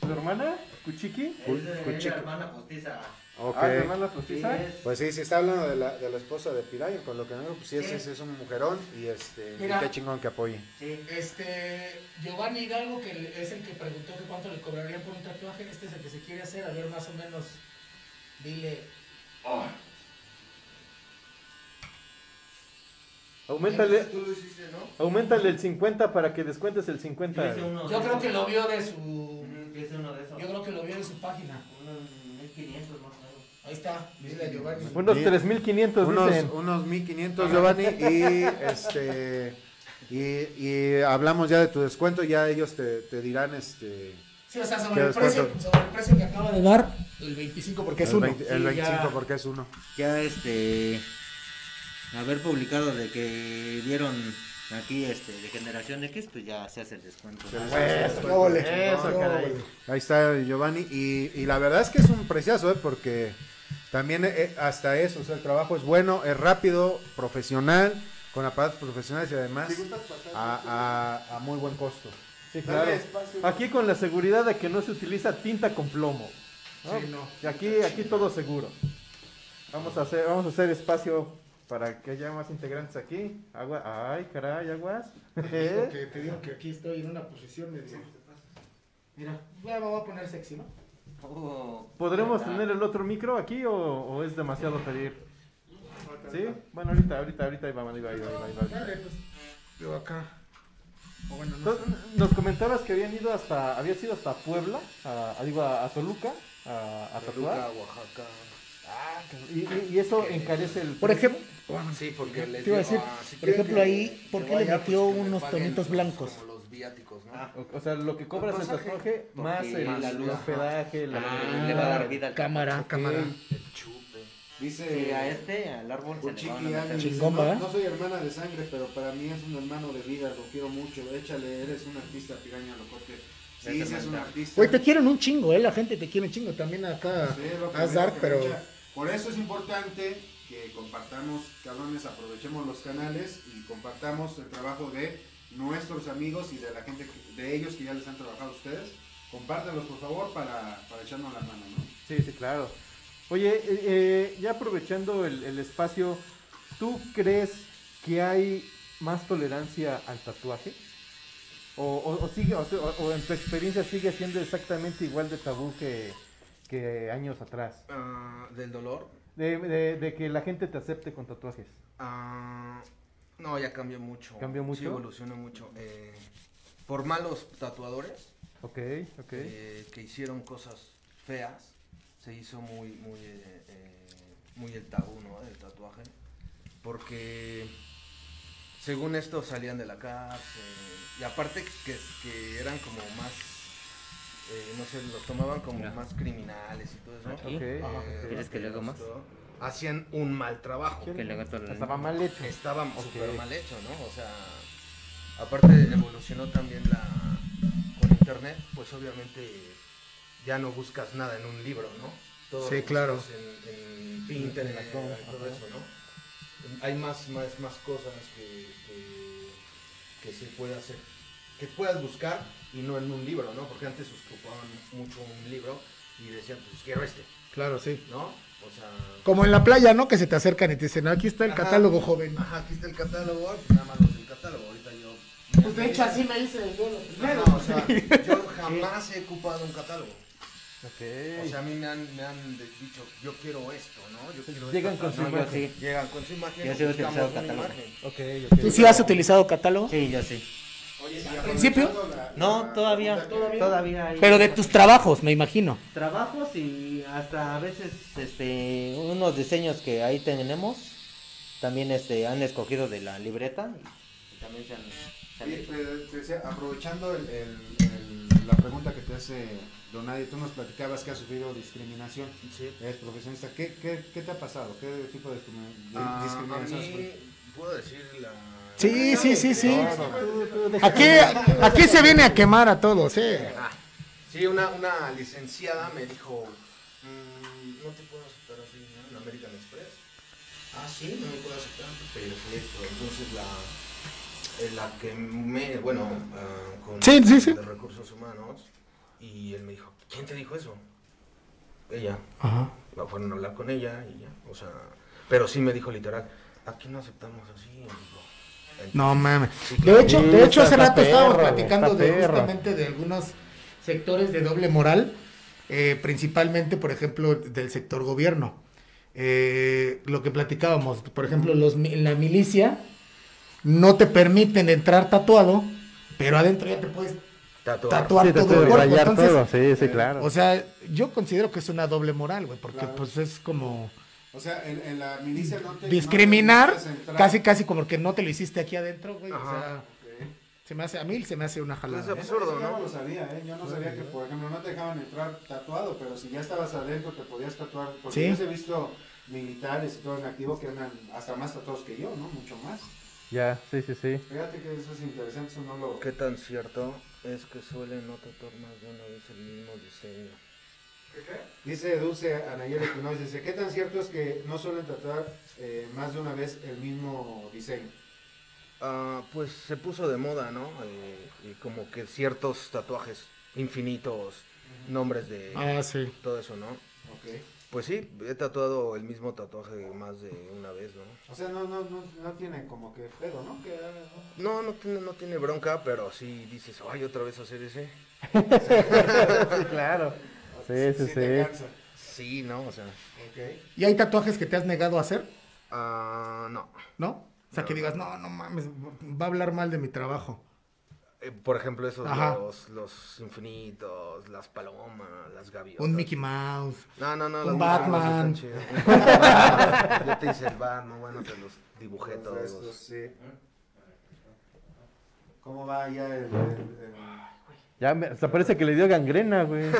¿Tu hermana? ¿Cuchiqui?
Cu-
Es
Kuchiki.
la hermana postiza.
Ok.
Ah, ¿tu hermana postiza?
Sí, es-
Pues sí, sí está hablando de la, de la esposa de Piraña, con lo que no, pues sí, es, es- es un mujerón y este, y
Mira.
qué chingón que apoye.
sí.
Este, Giovanni Hidalgo, que le- es el que preguntó que cuánto le cobrarían por un tatuaje, este es el que se quiere hacer, a ver más o menos, dile,
Aumentale,
Tú lo hiciste, ¿no?
aumentale el 50 para que descuentes el 50.
Hice uno de
yo creo
esos.
que lo vio de su,
Ujú, Hice Mm, uno de esos.
yo creo que lo vio de su página,
Uno en 1500 más o menos.
ahí está, dile a Giovanni.
Unos
Sí.
3500
Unos,
dicen.
unos 1500, Giovanni, y este y, y hablamos ya de tu descuento, ya ellos te, te dirán este
Sí, o sea,
¿Qué
sobre el,
descuento?
precio, sobre el precio que acaba de dar, el 25 porque es
el,
uno.
20 el
Y
25
ya-
porque es uno.
ya este haber publicado de que vieron aquí este de generación X pues ya se hace el descuento ¿no?
Eso,
Eso, caray.
Ahí está Giovanni. Y, y la verdad es que es un preciazo, ¿eh? porque también eh, hasta eso, o sea, el trabajo es bueno, es rápido, profesional, con aparatos profesionales y además a, a- a muy buen costo.
Sí, claro. Aquí con la seguridad de que no se utiliza tinta con plomo. ¿no?
Sí, no.
Y aquí, aquí todo seguro. Vamos a hacer, vamos a hacer espacio para que haya más integrantes aquí. Agua, ay, caray, aguas. Eh,
Que te digo que aquí estoy en una posición medio... Mira, ya me voy a poner sexy, ¿no?
Oh,
¿Podremos
¿verdad?
tener el otro micro aquí o, o es demasiado pedir? Sí, bueno, ahorita, ahorita, ahorita, ahí va, ahí va, ahí va, ahí va, ahí va.
Dale, pues. Yo acá. O bueno, no sé.
Entonces, Nos comentabas que habían ido hasta, había sido hasta Puebla, a, a- digo, a, a Toluca, a, a tatuar.
Oaxaca.
Y, y- y eso encarece el...
Por ejemplo,
Sí, porque les
Te iba a
digo,
decir,
ah, si
por
quieren
ejemplo,
que-
ahí, ¿por
que
qué le
vaya,
metió
pues, que me
unos
paguen
tonitos
los-
blancos?
como los viáticos, ¿no?
Ah,
O, o sea, lo que cobras en
Pasaje.
tatuaje, más
Porque
el,
la
el
luz,
hospedaje, la...
ah, le va a dar vida al
Cámara, cámara.
Sí, a
Dice
este al árbol se le van a
Kuchiki Ani,
meter.
dice,
Chingón,
no,
¿verdad?
no soy hermana de sangre, pero para mí es un hermano de vida, lo quiero mucho. Échale, eres un artista, piraña, locote. Sí, sí, es un artista.
Güey, te quieren un chingo, ¿eh? La gente te quiere un chingo. También acá
Sí, es lo
haz
primero
dar,
que
pero...
mucha- Por eso es importante que compartamos, cabrones, aprovechemos los canales y compartamos el trabajo de nuestros amigos y de la gente, que- de ellos que ya les han trabajado a ustedes. Compártanlos, por favor, para, para echarnos la mano, ¿no?
Sí, sí, claro. Oye, eh, eh, ya aprovechando el, el espacio, ¿tú crees que hay más tolerancia al tatuaje? ¿O, o- o sigue, o, sea, o- o en tu experiencia sigue siendo exactamente igual de tabú que, que años atrás?
Ah, del dolor.
De, de- de que la gente te acepte con tatuajes.
Ah, no, ya cambió mucho.
¿Cambió mucho?
Sí, evolucionó mucho. Eh, por malos tatuadores
Ok, ok.
eh, que hicieron cosas feas, se hizo muy, muy, eh, eh, muy el tabú, ¿no? Del tatuaje. Porque según esto salían de la cárcel. Y aparte que, que eran como más, eh, no sé, los tomaban como más criminales y todo eso.
Aquí.
Ok,
Eh,
ajá, ok.
Ah, ¿Quieres que le haga más?
Hacían un mal trabajo.
que le haga todo el-
Estaba mal hecho.
Estaba
Ok.
súper mal hecho, ¿no? O sea, aparte evolucionó también la con internet, pues obviamente ya no buscas nada en un libro, ¿no? Todo
Sí,
lo buscas
claro.
En, en Pinterest,
En la com,
en todo
ajá.
eso, ¿no? Hay más, más, más cosas que, que, que se puede hacer, que puedas buscar y no en un libro, ¿no? Porque antes ocupaban mucho un libro y decían, pues quiero este,
Claro, sí.
¿no? O sea,
Como en la playa, ¿no? Que se te acercan y te dicen, aquí está el
Ajá.
catálogo, joven.
Ajá, aquí está el catálogo, pues nada más los del catálogo, ahorita yo...
Pues de hecho así me hice yo lo
Ajá,
primero.
o sea, yo jamás he ocupado un catálogo.
Ok.
O sea, a mí me han, me han de- dicho, yo quiero esto, ¿no? Yo quiero
Llegan
esto.
con su
No, yo
imagen.
sí.
Llegan con su imagen,
Yo sí he
buscamos
utilizado
una
catálogo.
imagen.
Ok, ok.
¿Tú sí has utilizado catálogo?
Sí, yo sí.
¿Al principio?
No, todavía, todavía hay-
Pero de tus trabajos, me imagino.
trabajos y hasta a veces este unos diseños que ahí tenemos también este han escogido de la libreta y, y también se han, se han
Oye,
eh,
hecho.
te- te decía, aprovechando el- el- el- la pregunta que te hace Donadio, tú nos platicabas que has sufrido discriminación. Eres profesionista. ¿Qué, qué, qué te ha pasado? ¿Qué tipo de discrimi- de
Ah,
discriminación?
a
has
mí,
sufrido?
¿Puedo decir la.?
Sí, sí, sí, sí.
Aquí-
aquí se viene a quemar a todos, eh.
Sí, una, una licenciada me dijo: "Mm, No te puedo aceptar así, ¿no? En American Express. Ah, sí, no me puedo aceptar. Perfecto. Entonces la. eh, La que me. Bueno, ah, con.
Sí, sí, sí.
De recursos humanos. Y él me dijo: ¿Quién te dijo eso? Ella.
Ajá.
La fueron a hablar con ella y ya. O sea. Pero sí me dijo literal: Aquí no aceptamos así. amigo".
No mames.
Sí,
De
claro.
hecho,
Mm,
de hecho hace
está- está
rato estábamos
perro,
platicando
está
de
perro.
justamente de algunos sectores de doble moral, eh, principalmente, por ejemplo, del sector gobierno. Eh, lo que platicábamos, por ejemplo, los, mi- la milicia no te permiten entrar tatuado, pero adentro ya te puedes
Tatuar.
tatuar
Sí, te
todo
puede
el cuerpo.
rayar
Entonces,
todo, sí, sí, claro.
O sea, yo considero que es una doble moral, güey, porque pues es como
O sea, en, en la milicia no te.
discriminar,
no te permites entrar.
casi casi como que no te lo hiciste aquí adentro, güey. O
Ajá.
sea, se me hace, a mí se me hace una jalada.
Eso-
¿no?
eso Yo no lo sabía, ¿eh? Yo no sabía que, por ejemplo, no te dejaban entrar tatuado, pero si ya estabas adentro te podías tatuar. Porque
Sí.
yo sí he visto militares y todo en activo que andan hasta más tatuados que yo, ¿no? Mucho más.
Ya, sí, sí, sí.
Fíjate que eso es interesante, eso no lo...
¿Qué tan cierto es que suelen no tatuar más de una vez el mismo diseño?
Dice Dulce Anayeli Quinones, dice, ¿qué tan cierto es que no suelen tatuar eh, más de una vez el mismo diseño?
Ah, pues se puso de moda, ¿no? Eh, y como que ciertos tatuajes infinitos, nombres de
Ah, sí.
todo eso, ¿no?
Ok.
Pues sí, he tatuado el mismo tatuaje más de una vez, ¿no?
O sea, no, no, no, no tiene como que pedo, ¿no? Que, ah, no.
No, no tiene, no tiene bronca, pero sí dices, ay, otra vez hacer ese.
Sí, claro. Sí, sí, sí.
Sí, ¿no? O sea,
¿eh? ¿Y hay tatuajes que te has negado a hacer?
ah, no.
¿No? O sea, que digas, no, no mames, va a hablar mal de mi trabajo.
Eh, por ejemplo, esos
Ajá.
los, los infinitos, las palomas, las gaviotas.
Un Mickey Mouse.
No, no, no.
Un
los Mickey
Batman.
Mouse están chidos. Yo te hice el Batman, bueno, te los dibujé
Todo Pues
todos.
esto, sí. ¿Cómo va ya el... el- el-
Ya me, hasta parece que le dio gangrena, güey.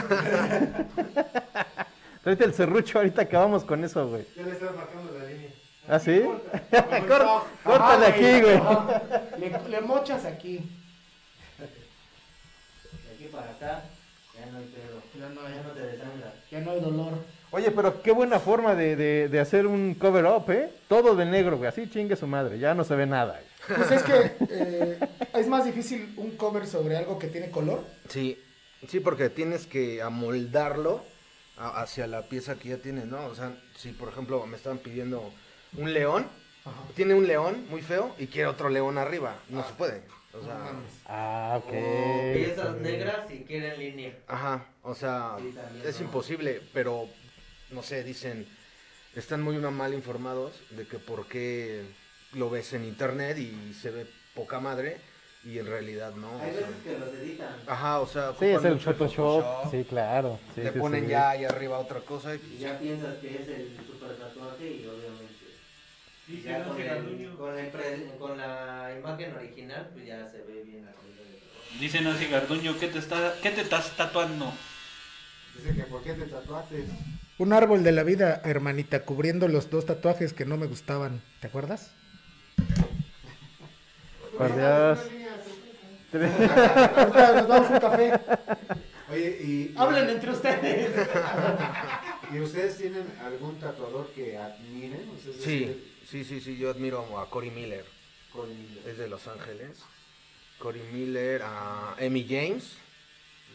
Tráete el serrucho, ahorita acabamos con eso, güey.
Ya le estás marcando la línea.
¿Ah, sí? Cor-
Ajá,
córtale aquí, güey.
ajá. Le, le mochas aquí.
De aquí para acá ya no hay pedo
Ya no,
ya no te desangra
Ya no hay dolor.
Oye, pero qué buena forma de, de- de hacer un cover up, ¿eh? Todo de negro, güey. Así chingue su madre, ya no se ve nada. güey.
Pues es que eh, es más difícil un cover sobre algo que tiene color.
Sí, sí, porque tienes que amoldarlo a- hacia la pieza que ya tienes, ¿no? O sea, si por ejemplo me estaban pidiendo un león, tiene un león muy feo y quiere otro león arriba, no se puede. O sea,
Ah, ok.
piezas negras y quieren línea
Ajá, o sea,
Sí, también,
es
¿no?
imposible, pero no sé, dicen, están muy mal informados de que por qué lo ves en internet y se ve poca madre y en realidad no. o
hay
sea.
veces que los editan
ajá, o sea,
Sí, es
ocupan
el
mucho
Photoshop. Sí, claro. Sí,
le
sí,
ponen
sí.
ya ahí arriba otra cosa y
y ya piensas que es el super tatuaje y obviamente
Y
ya
que no
con,
será
el,
tuyo.
con, el pre- con la imagen original pues ya se ve bien la calidad de todo.
Dice Nancy Garduño, ¿qué te, está, ¿qué te estás tatuando?
Dice que ¿por qué te tatuaste?
Un árbol de la vida, hermanita, cubriendo los dos tatuajes que no me gustaban. ¿Te acuerdas?
Por Dios.
Ahorita nos damos un café.
Oye, y...
Hablen entre ustedes.
¿Y ustedes tienen algún tatuador que admiren? O sea, es decir,
Sí, sí, sí, sí, yo admiro a Cory Miller,
Con...
es de Los Ángeles. Cory Miller, a Emmy James,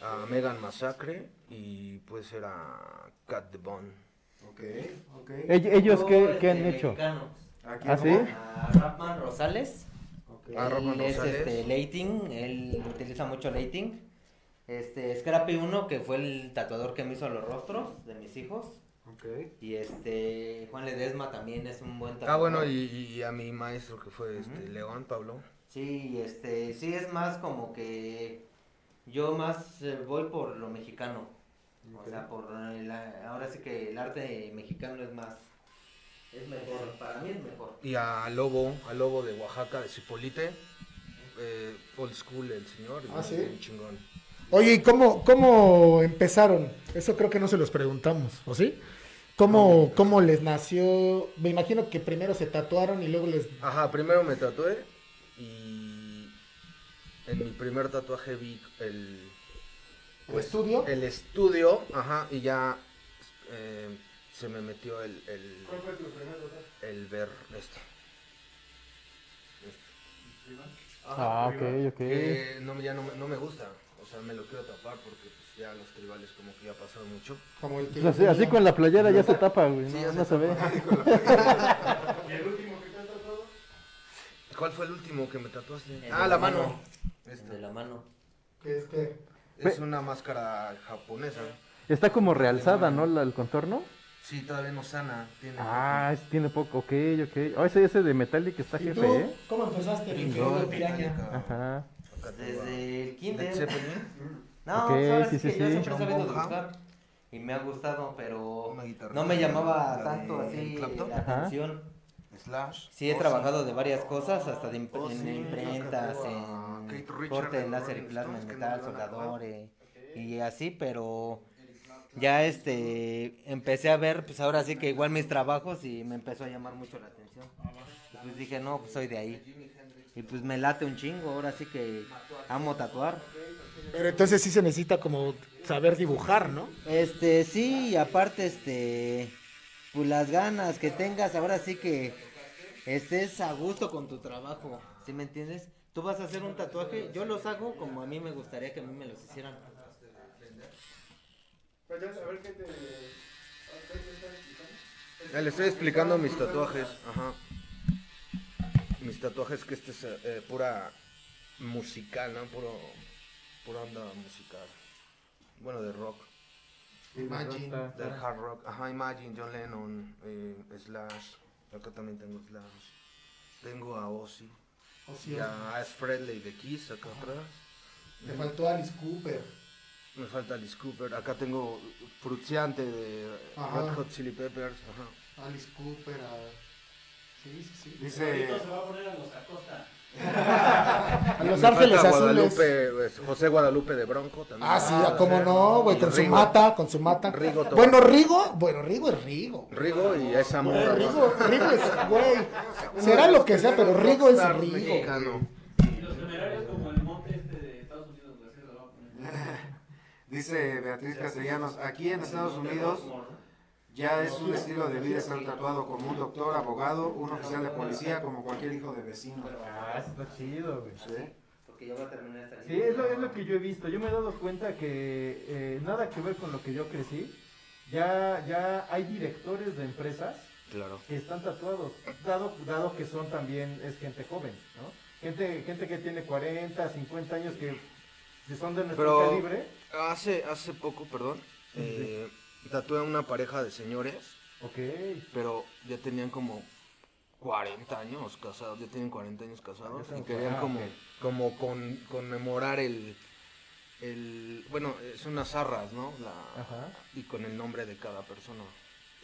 a Megan Massacre y pues era Cat Devon.
Ok, ok.
Ell- ¿Ellos
Yo,
qué,
este,
qué han hecho?
mexicanos.
Aquí
¿Ah, sí?
a Rapman Rosales
Okay.
Ah, Roman
Él es
Rosales.
este, Leiting, él utiliza mucho Leiting. Este, Scrappy 1, que fue el tatuador que me hizo los rostros de mis hijos.
Ok.
Y este, Juan Ledesma también es un buen tatuador.
Ah, bueno, y, y a mi maestro que fue este, León Pablo.
Sí, este, sí es más como que yo más eh, voy por lo mexicano. O sea, por el- ahora sí que el arte mexicano es más es mejor, para mí es mejor.
Y a Lobo, a Lobo de Oaxaca, de Cipolite. eh, old school el señor.
Ah, ¿sí?
bien chingón.
Oye, ¿y cómo, cómo empezaron? Eso creo que no se los preguntamos, ¿o sí? ¿Cómo, cómo les nació? Me imagino que primero se tatuaron y luego les...
Ajá, primero me tatué y en mi primer tatuaje vi el...
pues, estudio?
El estudio, ajá, y ya eh, se me metió el... el
¿Cuál fue tu primer tatuaje?
El ver esto.
Ah,
Este.
ok, ok.
Que no, ya no, me- no me gusta, o sea, me lo quiero tapar porque pues, ya los tribales como que ya pasaron mucho.
Como el
Pues así, así con la playera ya se tapa, güey.
Sí,
no,
ya
no se ve.
¿Y el último que te has tatuado? ¿Cuál fue el último que me tatuaste?
El
ah, la
de la
mano. Este.
mano. De la mano.
¿Qué es qué?
Es una máscara japonesa.
Está como realzada, ¿no? La- el contorno.
Sí, todavía no sana. Tiene
Ah, es- tiene poco, ok, ok. Ah, ese, ese de Metallic está
¿Y
jefe,
tú?
¿eh?
¿Cómo empezaste? mi
Yo,
querido Piraña?
Ajá.
Desde el
Led
kinder.
Zeppelin.
No,
Ok,
sabes
sí, sí,
que yo
sí.
siempre he sabido
Trombón, ¿ah?
buscar y me ha gustado, pero
Una guitarra.
no me llamaba
La
tanto
de
así
Clapton.
la
Ajá.
atención.
Slash.
Sí, he
Oh,
trabajado de varias cosas, hasta de impre-
Oh,
en
sí,
imprentas,
acá tengo a
en
ah, Kate Richard
corte
de
de
los
láser y
Rolling
plasma en
Stones, que no
metal,
me van a acabar.
soldadores y así, pero ya este empecé a ver, pues ahora sí que igual mis trabajos y me empezó a llamar mucho la atención. Y pues dije, no, pues soy de ahí. Y pues me late un chingo, ahora sí que amo tatuar.
Pero entonces sí se necesita como saber dibujar, ¿no?
Este, sí, y aparte, este, pues las ganas que tengas, ahora sí que estés a gusto con tu trabajo, ¿sí me entiendes? Tú vas a hacer un tatuaje, yo los hago como a mí me gustaría que a mí me los hicieran.
Pues ya, a ver qué te. a ver, ¿qué te estás explicando?
Ya le estoy explicando mis tatuajes. Ajá. Mis tatuajes que este es eh, pura musical, ¿no? Puro, pura onda musical. Bueno, de rock.
Imagine.
Del hard rock. Ajá, Imagine, John Lennon, eh, Slash. Acá también tengo Slash. Tengo a Ozzy.
Ozzy
Y a S. Fredley de Kiss acá atrás.
Te faltó Alice Cooper.
Me falta Alice Cooper. Acá tengo Fruciante de
Ajá.
Red Hot Chili Peppers. Ajá.
Alice Cooper. a- Sí, sí, sí.
Dice-
se va a poner a los Acosta.
A
Los Ángeles Azules.
pues, José Guadalupe de Bronco también.
Ah, sí, ah, cómo
sí.
no, güey,
Y
con su
Rigo.
mata, con su mata.
Rigo Tobar.
bueno, Rigo, bueno, Rigo es Rigo.
Rigo y esa
Güey,
morra.
Rigo, Rigo es, güey.
Uno
Será
de
lo
los
que sea, pero
primeros
Rigo es
rockstar
Rigo.
mexicano.
Y los temerarios como el monte este de Estados Unidos, güey, así lo vamos a poner.
Dice Beatriz Castellanos, aquí en Estados Unidos ya es un estilo de vida estar tatuado como un doctor, abogado, un oficial de policía, como cualquier hijo de vecino.
Ah, está chido, güey.
¿Ah, Sí.
Porque ya va a terminar esta
Sí, es lo, es lo que yo he visto. Yo me he dado cuenta que eh, nada que ver con lo que yo crecí. Ya, ya hay directores de empresas
Claro.
que están tatuados, dado, dado que son también es gente joven, ¿no? Gente, gente que tiene 40, 50 años que, que son de nuestro
Pero
calibre.
hace, hace poco, perdón, eh, tatué a una pareja de señores,
Ok.
pero ya tenían como 40 años casados, ya tienen 40 años casados y querían
ah,
como,
ok.
como con- conmemorar el, el, bueno, es unas zarras, ¿no? La,
Ajá.
y con el nombre de cada persona.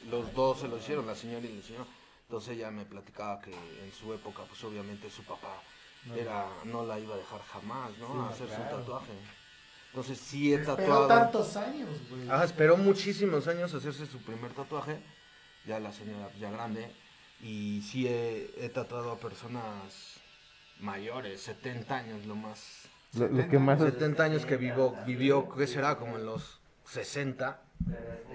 Los dos se lo hicieron, la señora y el señor. Entonces ella me platicaba que en su época, pues obviamente su papá era, no la iba a dejar jamás, ¿no?
Sí,
a hacerse
claro.
un tatuaje. Entonces sí he
Pero
tatuado.
tantos años, güey.
Ajá, esperó muchísimos años hacerse su primer tatuaje. Ya la señora, pues, ya grande. Y sí he, he tatuado a personas mayores, 70 años lo más.
Lo, lo que más...
70 años que vivió, vivió, ¿qué será? Como en los 60.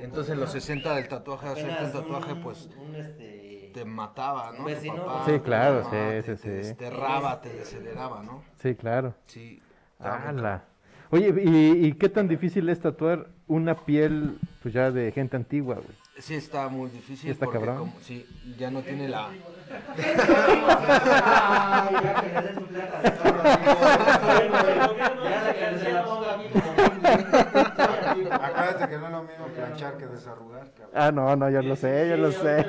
Entonces en los 60 del tatuaje, hacerte un tatuaje, pues
Un, este,
te mataba, ¿no? Tu
Pues
Vecino.
papá,
Sí,
tu
claro,
mamá,
sí,
te,
sí,
te
sí.
desterraba, te desheredaba, ¿no?
Sí, claro.
Sí. está muy
¡Hala! Oye, ¿y, y qué tan difícil es tatuar una piel pues ya de gente antigua, güey?
Sí, está muy difícil.
Está
porque
cabrón.
Como, sí, ya no tiene la.
Ay, ya que le des un plato al perro, amigo. Ya la que se la ponga aquí como-
Acuérdate que no es lo mismo planchar que desarrugar, cabrón.
Ah, no, no, yo lo sé, yo lo sé.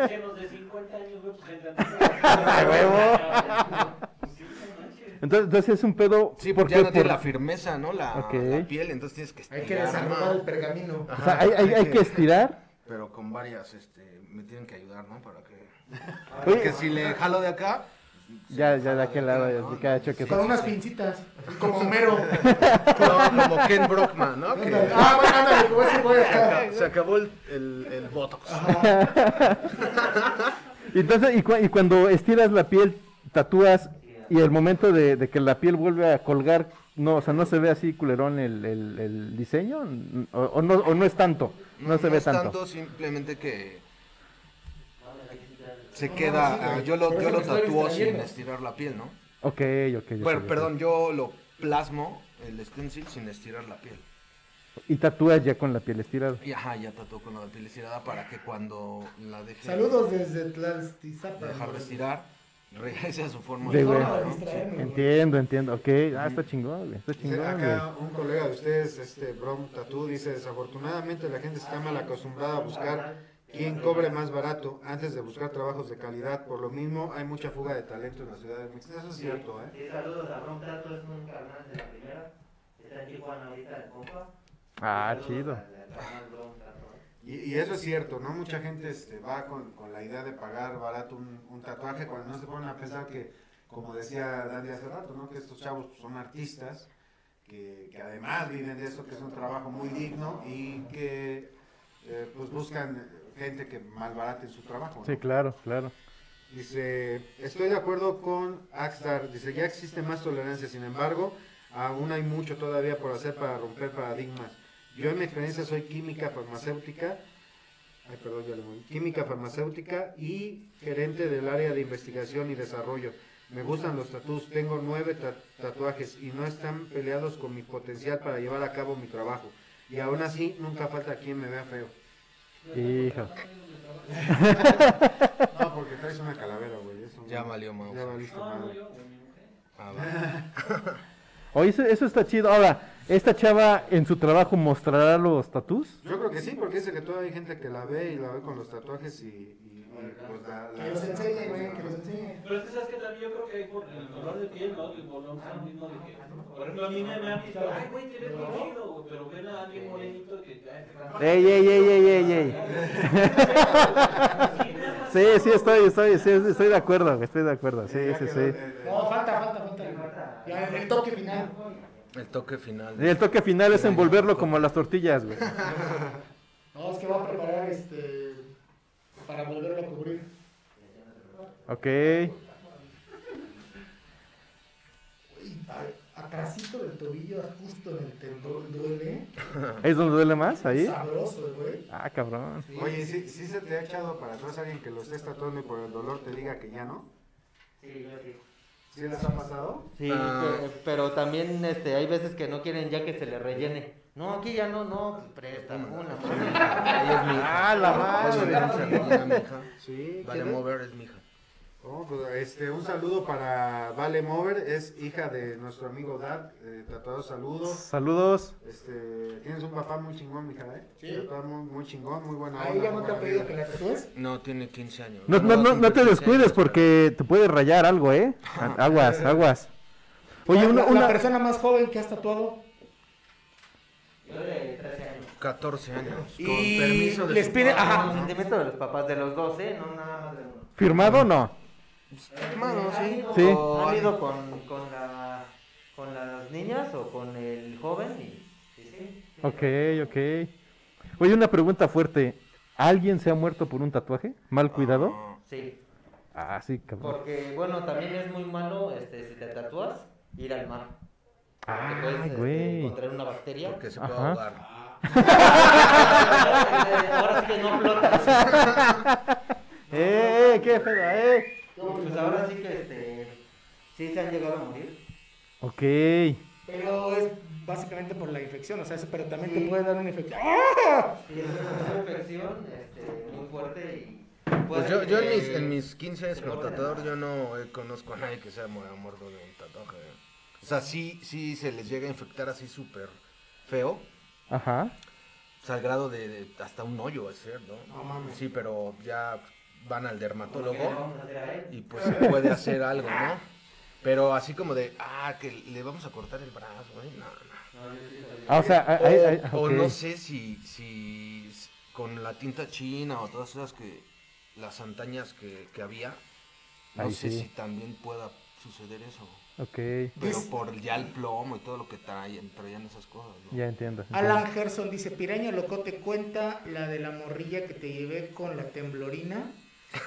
Ancianos de 50 años, güey, pues gente antigua.
¡A huevo!
Pues sí,
Entonces, entonces es un pedo.
Sí,
¿por
porque ya
qué?
no tiene
Por-
la firmeza, ¿no? La,
Ok.
la piel, entonces tienes que estirar.
Hay que desarmar el pergamino.
O sea, hay- hay- hay que estirar.
Pero con varias, este, me tienen que ayudar, ¿no? Para que.
Oye.
Porque si le jalo de acá.
Ya, ya de aquel lado, ya así cacho que.
Con unas pincitas, así como Homero.
No, como Ken Brockman, ¿no? Que-
Ándale. Ah, bueno, ándale, como ese güey.
Se acabó- Se acabó el, el, el botox.
Entonces, y, cu- y cuando estiras la piel, tatúas y el momento de, de que la piel vuelve a colgar, no, o sea, no se ve así culerón el, el- el diseño, N- o, o no, o no es tanto, no, se ve
es
tanto.
simplemente que se
No,
queda.
sí, güey.
ah, yo lo,
Por
yo
eso
lo
me estoy
tatúo sin
distrayendo.
estirar la piel, ¿no?
Ok, ok, ok,
Bueno,
ok.
perdón, yo lo plasmo, el stencil, sin estirar la piel.
Y tatúas ya con la piel estirada.
Y ajá, ya tatuó con la piel estirada para que cuando la deje.
Saludos desde Tlaltizapa.
Dejar de estirar, regrese a su forma
De güey.
normal, ¿no?
Entiendo, entiendo, ok. Ah, está chingón, güey, está
Dice,
chingón, güey.
Acá un colega de ustedes, este Brom Tatú, dice, desafortunadamente la gente está mal acostumbrada a buscar quién cobre más barato antes de buscar trabajos de calidad. Por lo mismo, hay mucha fuga de talento en la ciudad de México. Eso es cierto, ¿eh?
Sí, saludos a Ron Tato, es un carnal de la primera. Está en Tijuana ahorita, el compa.
Ah, chido.
Y, y eso es cierto, ¿no? Mucha gente este, va con, con la idea de pagar barato un, un tatuaje cuando no se ponen a pensar que, como decía Dani hace rato, ¿no? Que estos chavos pues, son artistas, que, que además viven de eso, que es un trabajo muy digno y que eh, pues buscan gente que malbarate su trabajo. ¿no?
Sí, claro, claro.
Dice, estoy de acuerdo con Axtar. Dice, ya existe más tolerancia, sin embargo, aún hay mucho todavía por hacer para romper paradigmas. Yo en mi experiencia soy química farmacéutica, ay, perdón, ya le moví, química farmacéutica y gerente del área de investigación y desarrollo. Me gustan los tatuajes, tengo nueve ta- tatuajes y no están peleados con mi potencial para llevar a cabo mi trabajo. Y aún así, nunca falta quien me vea feo.
Hijo.
No, porque traes una calavera, güey. eso no-
Ya valió, Mau.
Ya valiste, madre.
Ah, va.
Oye, eso, eso está chido. Ahora, ¿esta chava en su trabajo mostrará los tatús?
Yo creo que sí, porque dice que todavía hay gente que la ve y la ve con los tatuajes y, y- y, pues la, la-
Que los enseñe, güey, que los enseñe.
Pero es que sabes que también yo creo que hay por el color de piel, ¿no? Que volvemos al mismo de que. Por ejemplo, a mí me me han dicho, ay, güey, te ves muy chido, güey, pero ven a alguien morenito que. ay, te-
Ey, ey, ey, ey, ey, ey. Sí, sí, estoy, estoy, sí, estoy de acuerdo, güey, estoy de acuerdo. Sí, sí, sí.
No, falta, falta, falta. Ya, el toque final.
El toque final.
Y el toque final es envolverlo como las tortillas, güey.
No, es que va a preparar este. para volverlo a cubrir.
Ok.
Ay, Atrasito del tobillo, justo en el tendón, duele.
¿Es donde duele más? ¿Ahí?
Sabroso, güey.
Ah, cabrón.
Oye, ¿sí, sí se te ha echado para atrás alguien que lo estés tatuando y por el dolor te diga que ya no?
Sí, yo sí.
¿Sí les ha pasado?
Sí, pero, pero también este, hay veces que no quieren ya que se le rellene. No, aquí ya no, no, pues, presta una mano. Ahí es mi hija.
Ah, la madre.
Sí,
Vale
¿quién es?
Mover es mi hija.
Oh, pues, este, un saludo para Vale Mover, es hija de nuestro amigo Dad, eh, tatuado saludos.
Saludos.
Este, tienes un papá muy chingón, mija, ¿eh?
Sí.
Tatuado Muy, muy chingón, muy buena
¿A
onda,
ella
muy
no te ha
buena
pedido
vida.
que la tatúes?
No, tiene 15 años.
No, no,
Bueno, va
no,
a
no te
cumplir 15
descuides
años.
porque te puede rayar algo, ¿eh? Aguas, aguas. Oye,
La-
una,
la- La
una...
persona más joven que has tatuado.
Yo de 13 años.
14 años.
Y
Con permiso de
les
su
pide,
papá,
ajá,
¿no?
consentimiento de los papás de los dos, ¿eh? No nada más de uno.
¿Firmado o no?
Firmado, sí.
Sí.
O han ido con, con, la, con las niñas o con el joven y, y sí.
Ok, ok. Oye, una pregunta fuerte. ¿Alguien se ha muerto por un tatuaje? ¿Mal cuidado?
Sí.
Ah, sí, cabrón.
Porque, bueno, también es muy malo este, si te tatúas ir al mar. Porque
Ah,
puedes, este,
güey.
encontrar una bacteria.
Porque se puede
Ajá.
ahogar.
Ahora sí que no flotas.
¡Eh, qué pedo, eh!
Pues ahora sí que este, sí se han llegado a morir.
Ok.
Pero es básicamente por la infección, o sea, eso- pero también te puede dar una infección.
Y es una infección este, muy fuerte y...
Pues
puede
yo, yo en,
que-
mis, en mis 15 años
se
como
borre la-
tatuador, yo no eh, conozco a nadie que sea mu- muerto de un tatuaje. O sea, sí, sí se les llega a infectar así súper feo.
Ajá.
O sea, al grado de, de hasta un hoyo hacer, ¿no? Sí, pero ya van al dermatólogo
vamos a ¿eh? hacer a él?
y pues se puede hacer algo, ¿no?
Pero así como de, ah, que le vamos a cortar el brazo, güey,
¿eh?
no, no.
Ah, o sea, ah,
o,
ah, ah,
o
ok.
no sé si, si s- con la tinta china o todas esas que, las antañas que, que había, no
Ahí
sé
sí.
si también pueda suceder eso.
Ok.
Pero
Pues-
por ya el plomo y todo lo que traían, traían esas cosas, ¿no?
Ya entiendo.
Alan Gerson dice, Piraño Locote, cuenta la de la morrilla que te llevé con la temblorina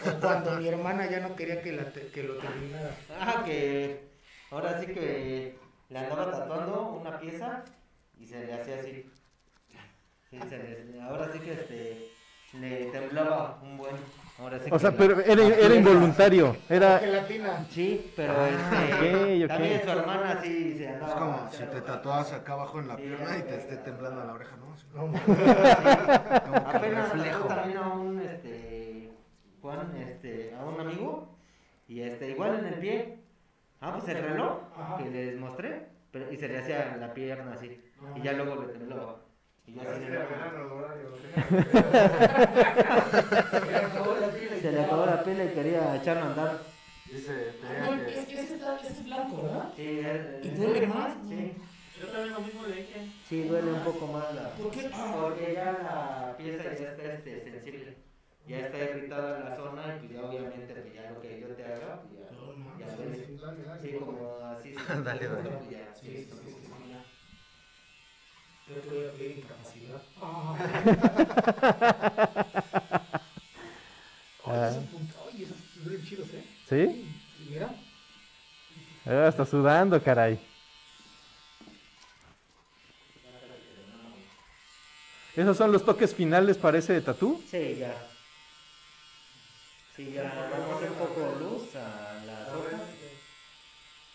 o cuando mi hermana ya no quería que, la te- que lo terminara.
Ah, que ahora sí que le andaba tatuando una pieza y se le hacía así. Sí, se le- ahora sí que este, le temblaba un buen. Ahora sí
O
que
sea,
la-
pero era,
la
era
pieza.
involuntario. Era.
Sí, pero
Ah,
este,
ok, ok.
también su hermana sí se
Ah, Es
andaba.
como si te tatuabas acá abajo en la pierna y te esté temblando la oreja, ¿no? Como que reflejo.
Apenas reflejo. también a un este, Juan, este, a un amigo y este, igual en el pie. Ah, pues el reloj
Ajá.
que les mostré pero, y se le hacía la pierna así y ya luego le temblaba. Y ya se le Se le acabó la pila y quería echarlo a andar.
Dice,
Es que ese está- ese es blanco, ¿verdad?
Sí, eh,
Y duele más.
Sí.
Yo también lo mismo le dije.
Sí, duele un poco más la.
¿Por qué?
Porque ya la pieza ya está este, sensible. Ya está irritada la zona y pues ya obviamente pues ya lo que yo te haga, pues ya, ya duele. Sí, como así. sí,
Dale, dale.
pues ya,
Sí, sí, sí, sí.
Creo que voy a pedir incapacidad.
Ah.
Oye, esos puntos- oye, esos están bien chidos, ¿eh?
¿Sí?
Mira.
Ah, está sudando, caray. ¿Esos son los toques finales para ese tatú?
Sí, ya. Sí, ya damos un poco de luz a la zona.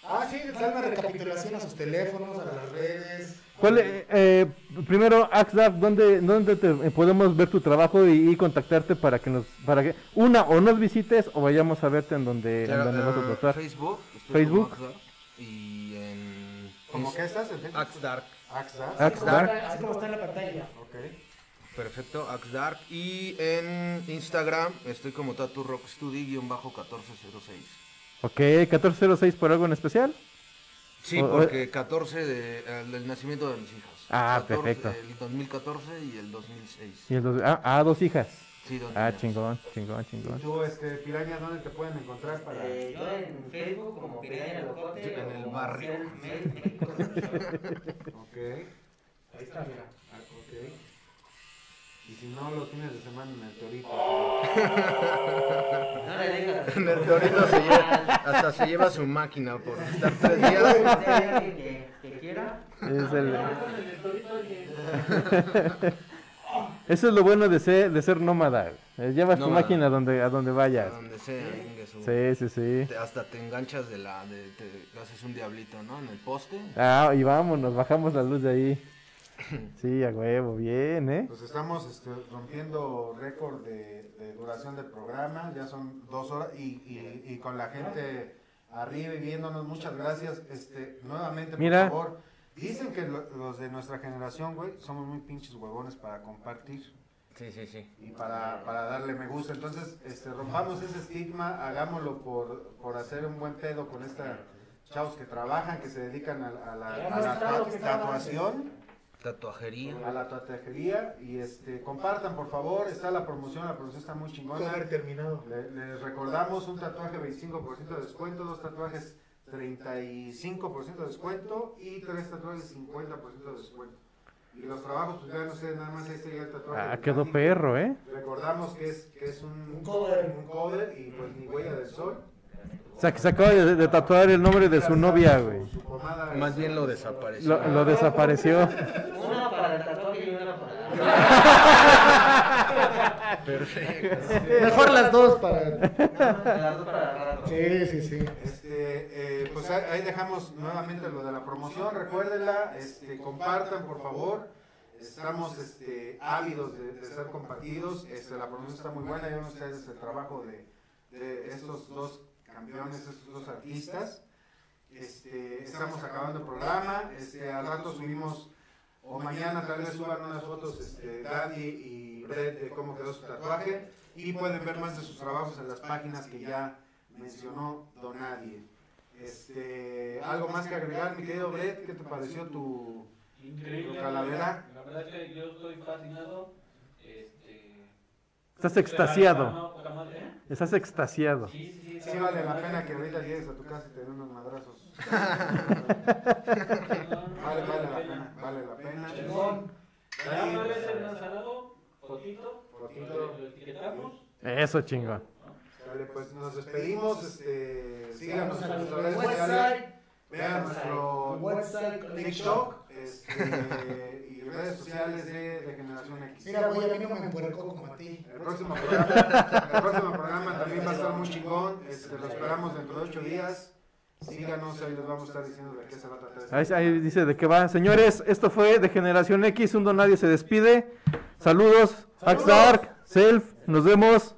Ah, sí, le dan una recapitulación a sus teléfonos, a las redes.
¿Cuál, eh, eh, primero, Axdaf, ¿dónde, dónde te, eh, podemos ver tu trabajo y, y contactarte para que nos, para que una o nos visites o vayamos a verte en donde, en
Claro,
donde vas a
eh,
tatuar?
Facebook, estoy
Facebook.
como Axdark, Y en.
¿Cómo que estás en Facebook?
Axdark.
Axdark.
Axdark.
Así como está en la pantalla.
Perfecto, Axdark. Y en Instagram estoy como Tatu Rock Study-1406.
Ok, 1406 por algo en especial.
Sí,
O- o-
porque 14 de, eh, del nacimiento de mis hijos.
Ah, perfecto.
El 2014 y el 2006.
y el dos- ah, ah, dos hijas.
Sí, dos
ah,
niñas.
chingón, chingón, chingón.
Tú, este, Piraña, ¿dónde te pueden encontrar para...?
Eh, yo en Facebook como Piraña Locote.
Ah,
En
o
el
como
barrio.
Self Made México Solution.
Ok. Ahí está, mira. ok. Y si no, los fines de semana en el Torito.
No le digas.
En el Torito se lleva, hasta se lleva su máquina por estar tres
Si hay
días.
alguien que, que quiera.
Es el-
el.
Eso es lo bueno de ser, de ser nómada. eh, Llevas tu
Nómada.
máquina a donde, a donde vayas.
A donde sea, chingue su-
Sí, sí, sí.
Te- hasta te enganchas de la. De, te haces un diablito, ¿no? En el poste.
Ah, y vámonos, bajamos la luz de ahí. Sí, a huevo, bien, ¿eh?
Pues estamos este, rompiendo récord de, de duración del programa, ya son dos horas y, y- y con la gente arriba y viéndonos, muchas gracias. Este, nuevamente, por
Mira.
favor, dicen que lo- los de nuestra generación, güey, somos muy pinches huevones para compartir.
Sí, sí, sí.
Y para, para darle me gusta. Entonces, este, rompamos ese estigma, hagámoslo por, por hacer un buen pedo con esta chavos que trabajan, que se dedican a, a la, a la ta- tatuación
Tatuajería.
a la tatuajería y este compartan por favor, está la promoción, la promoción está muy chingona.
Cover terminado.
Le- les recordamos un tatuaje 25% de descuento, dos tatuajes 35% de descuento y tres tatuajes 50% de descuento. Y los trabajos pues ya no sé, nada más este ya el tatuaje.
Ah,
del
quedó
Dani.
perro, ¿eh?
Recordamos que es que es un, cover, un cover y pues ni huella del sol.
O sea, que se acaba de, de tatuar el nombre de su novia, güey.
Más bien lo desapareció.
Lo, lo desapareció.
Una para el tatuaje y una para.
Perfecto.
Mejor las dos para...
las dos para rato.
Sí, sí, sí.
Este, eh, pues ahí, ahí dejamos nuevamente lo de la promoción, recuérdenla, este, compartan por favor, estamos este, ávidos de, de ser compartidos, este, la promoción está muy buena, yo no sé, es el trabajo de, de estos dos campeones, estos dos artistas, este, estamos acabando el programa, este, al rato subimos, o mañana tal vez suban unas fotos, este, Dandy y Brett de cómo quedó su tatuaje, y pueden ver más de sus trabajos en las páginas que ya mencionó Donadie. Este, algo más que agregar, mi querido Brett, ¿qué te pareció tu, tu
Increíble.
calavera?
La verdad es que yo estoy fascinado. Este,
Estás extasiado.
Poca madre, ¿eh?
Estás extasiado.
Sí, vale la pena que ahorita llegues a tu casa y te den unos madrazos. vale, vale la pena, vale la pena. Chingón.
Ya una
Ahí,
vez el lanzado, fotito,
Fotito.
lo etiquetamos.
Eso chingón.
Sale, pues nos despedimos. Este, síganos en
Síganos
nuestras
en
redes
nuestro
sociales.
website.
Vean nuestro
Website,
TikTok este, y redes sociales de, de Generación X.
Mira, güey, a mí no me empuerco como a ti.
El próximo programa, el próximo programa también va a estar muy chingón. Este, lo esperamos dentro de ocho días. Síganos, ahí les vamos a estar diciendo de qué se va a tratar. este
Ahí, ahí dice de qué va. Señores, esto fue de Generación X. Un don nadie se despide. Saludos. Axark, Self. Nos vemos.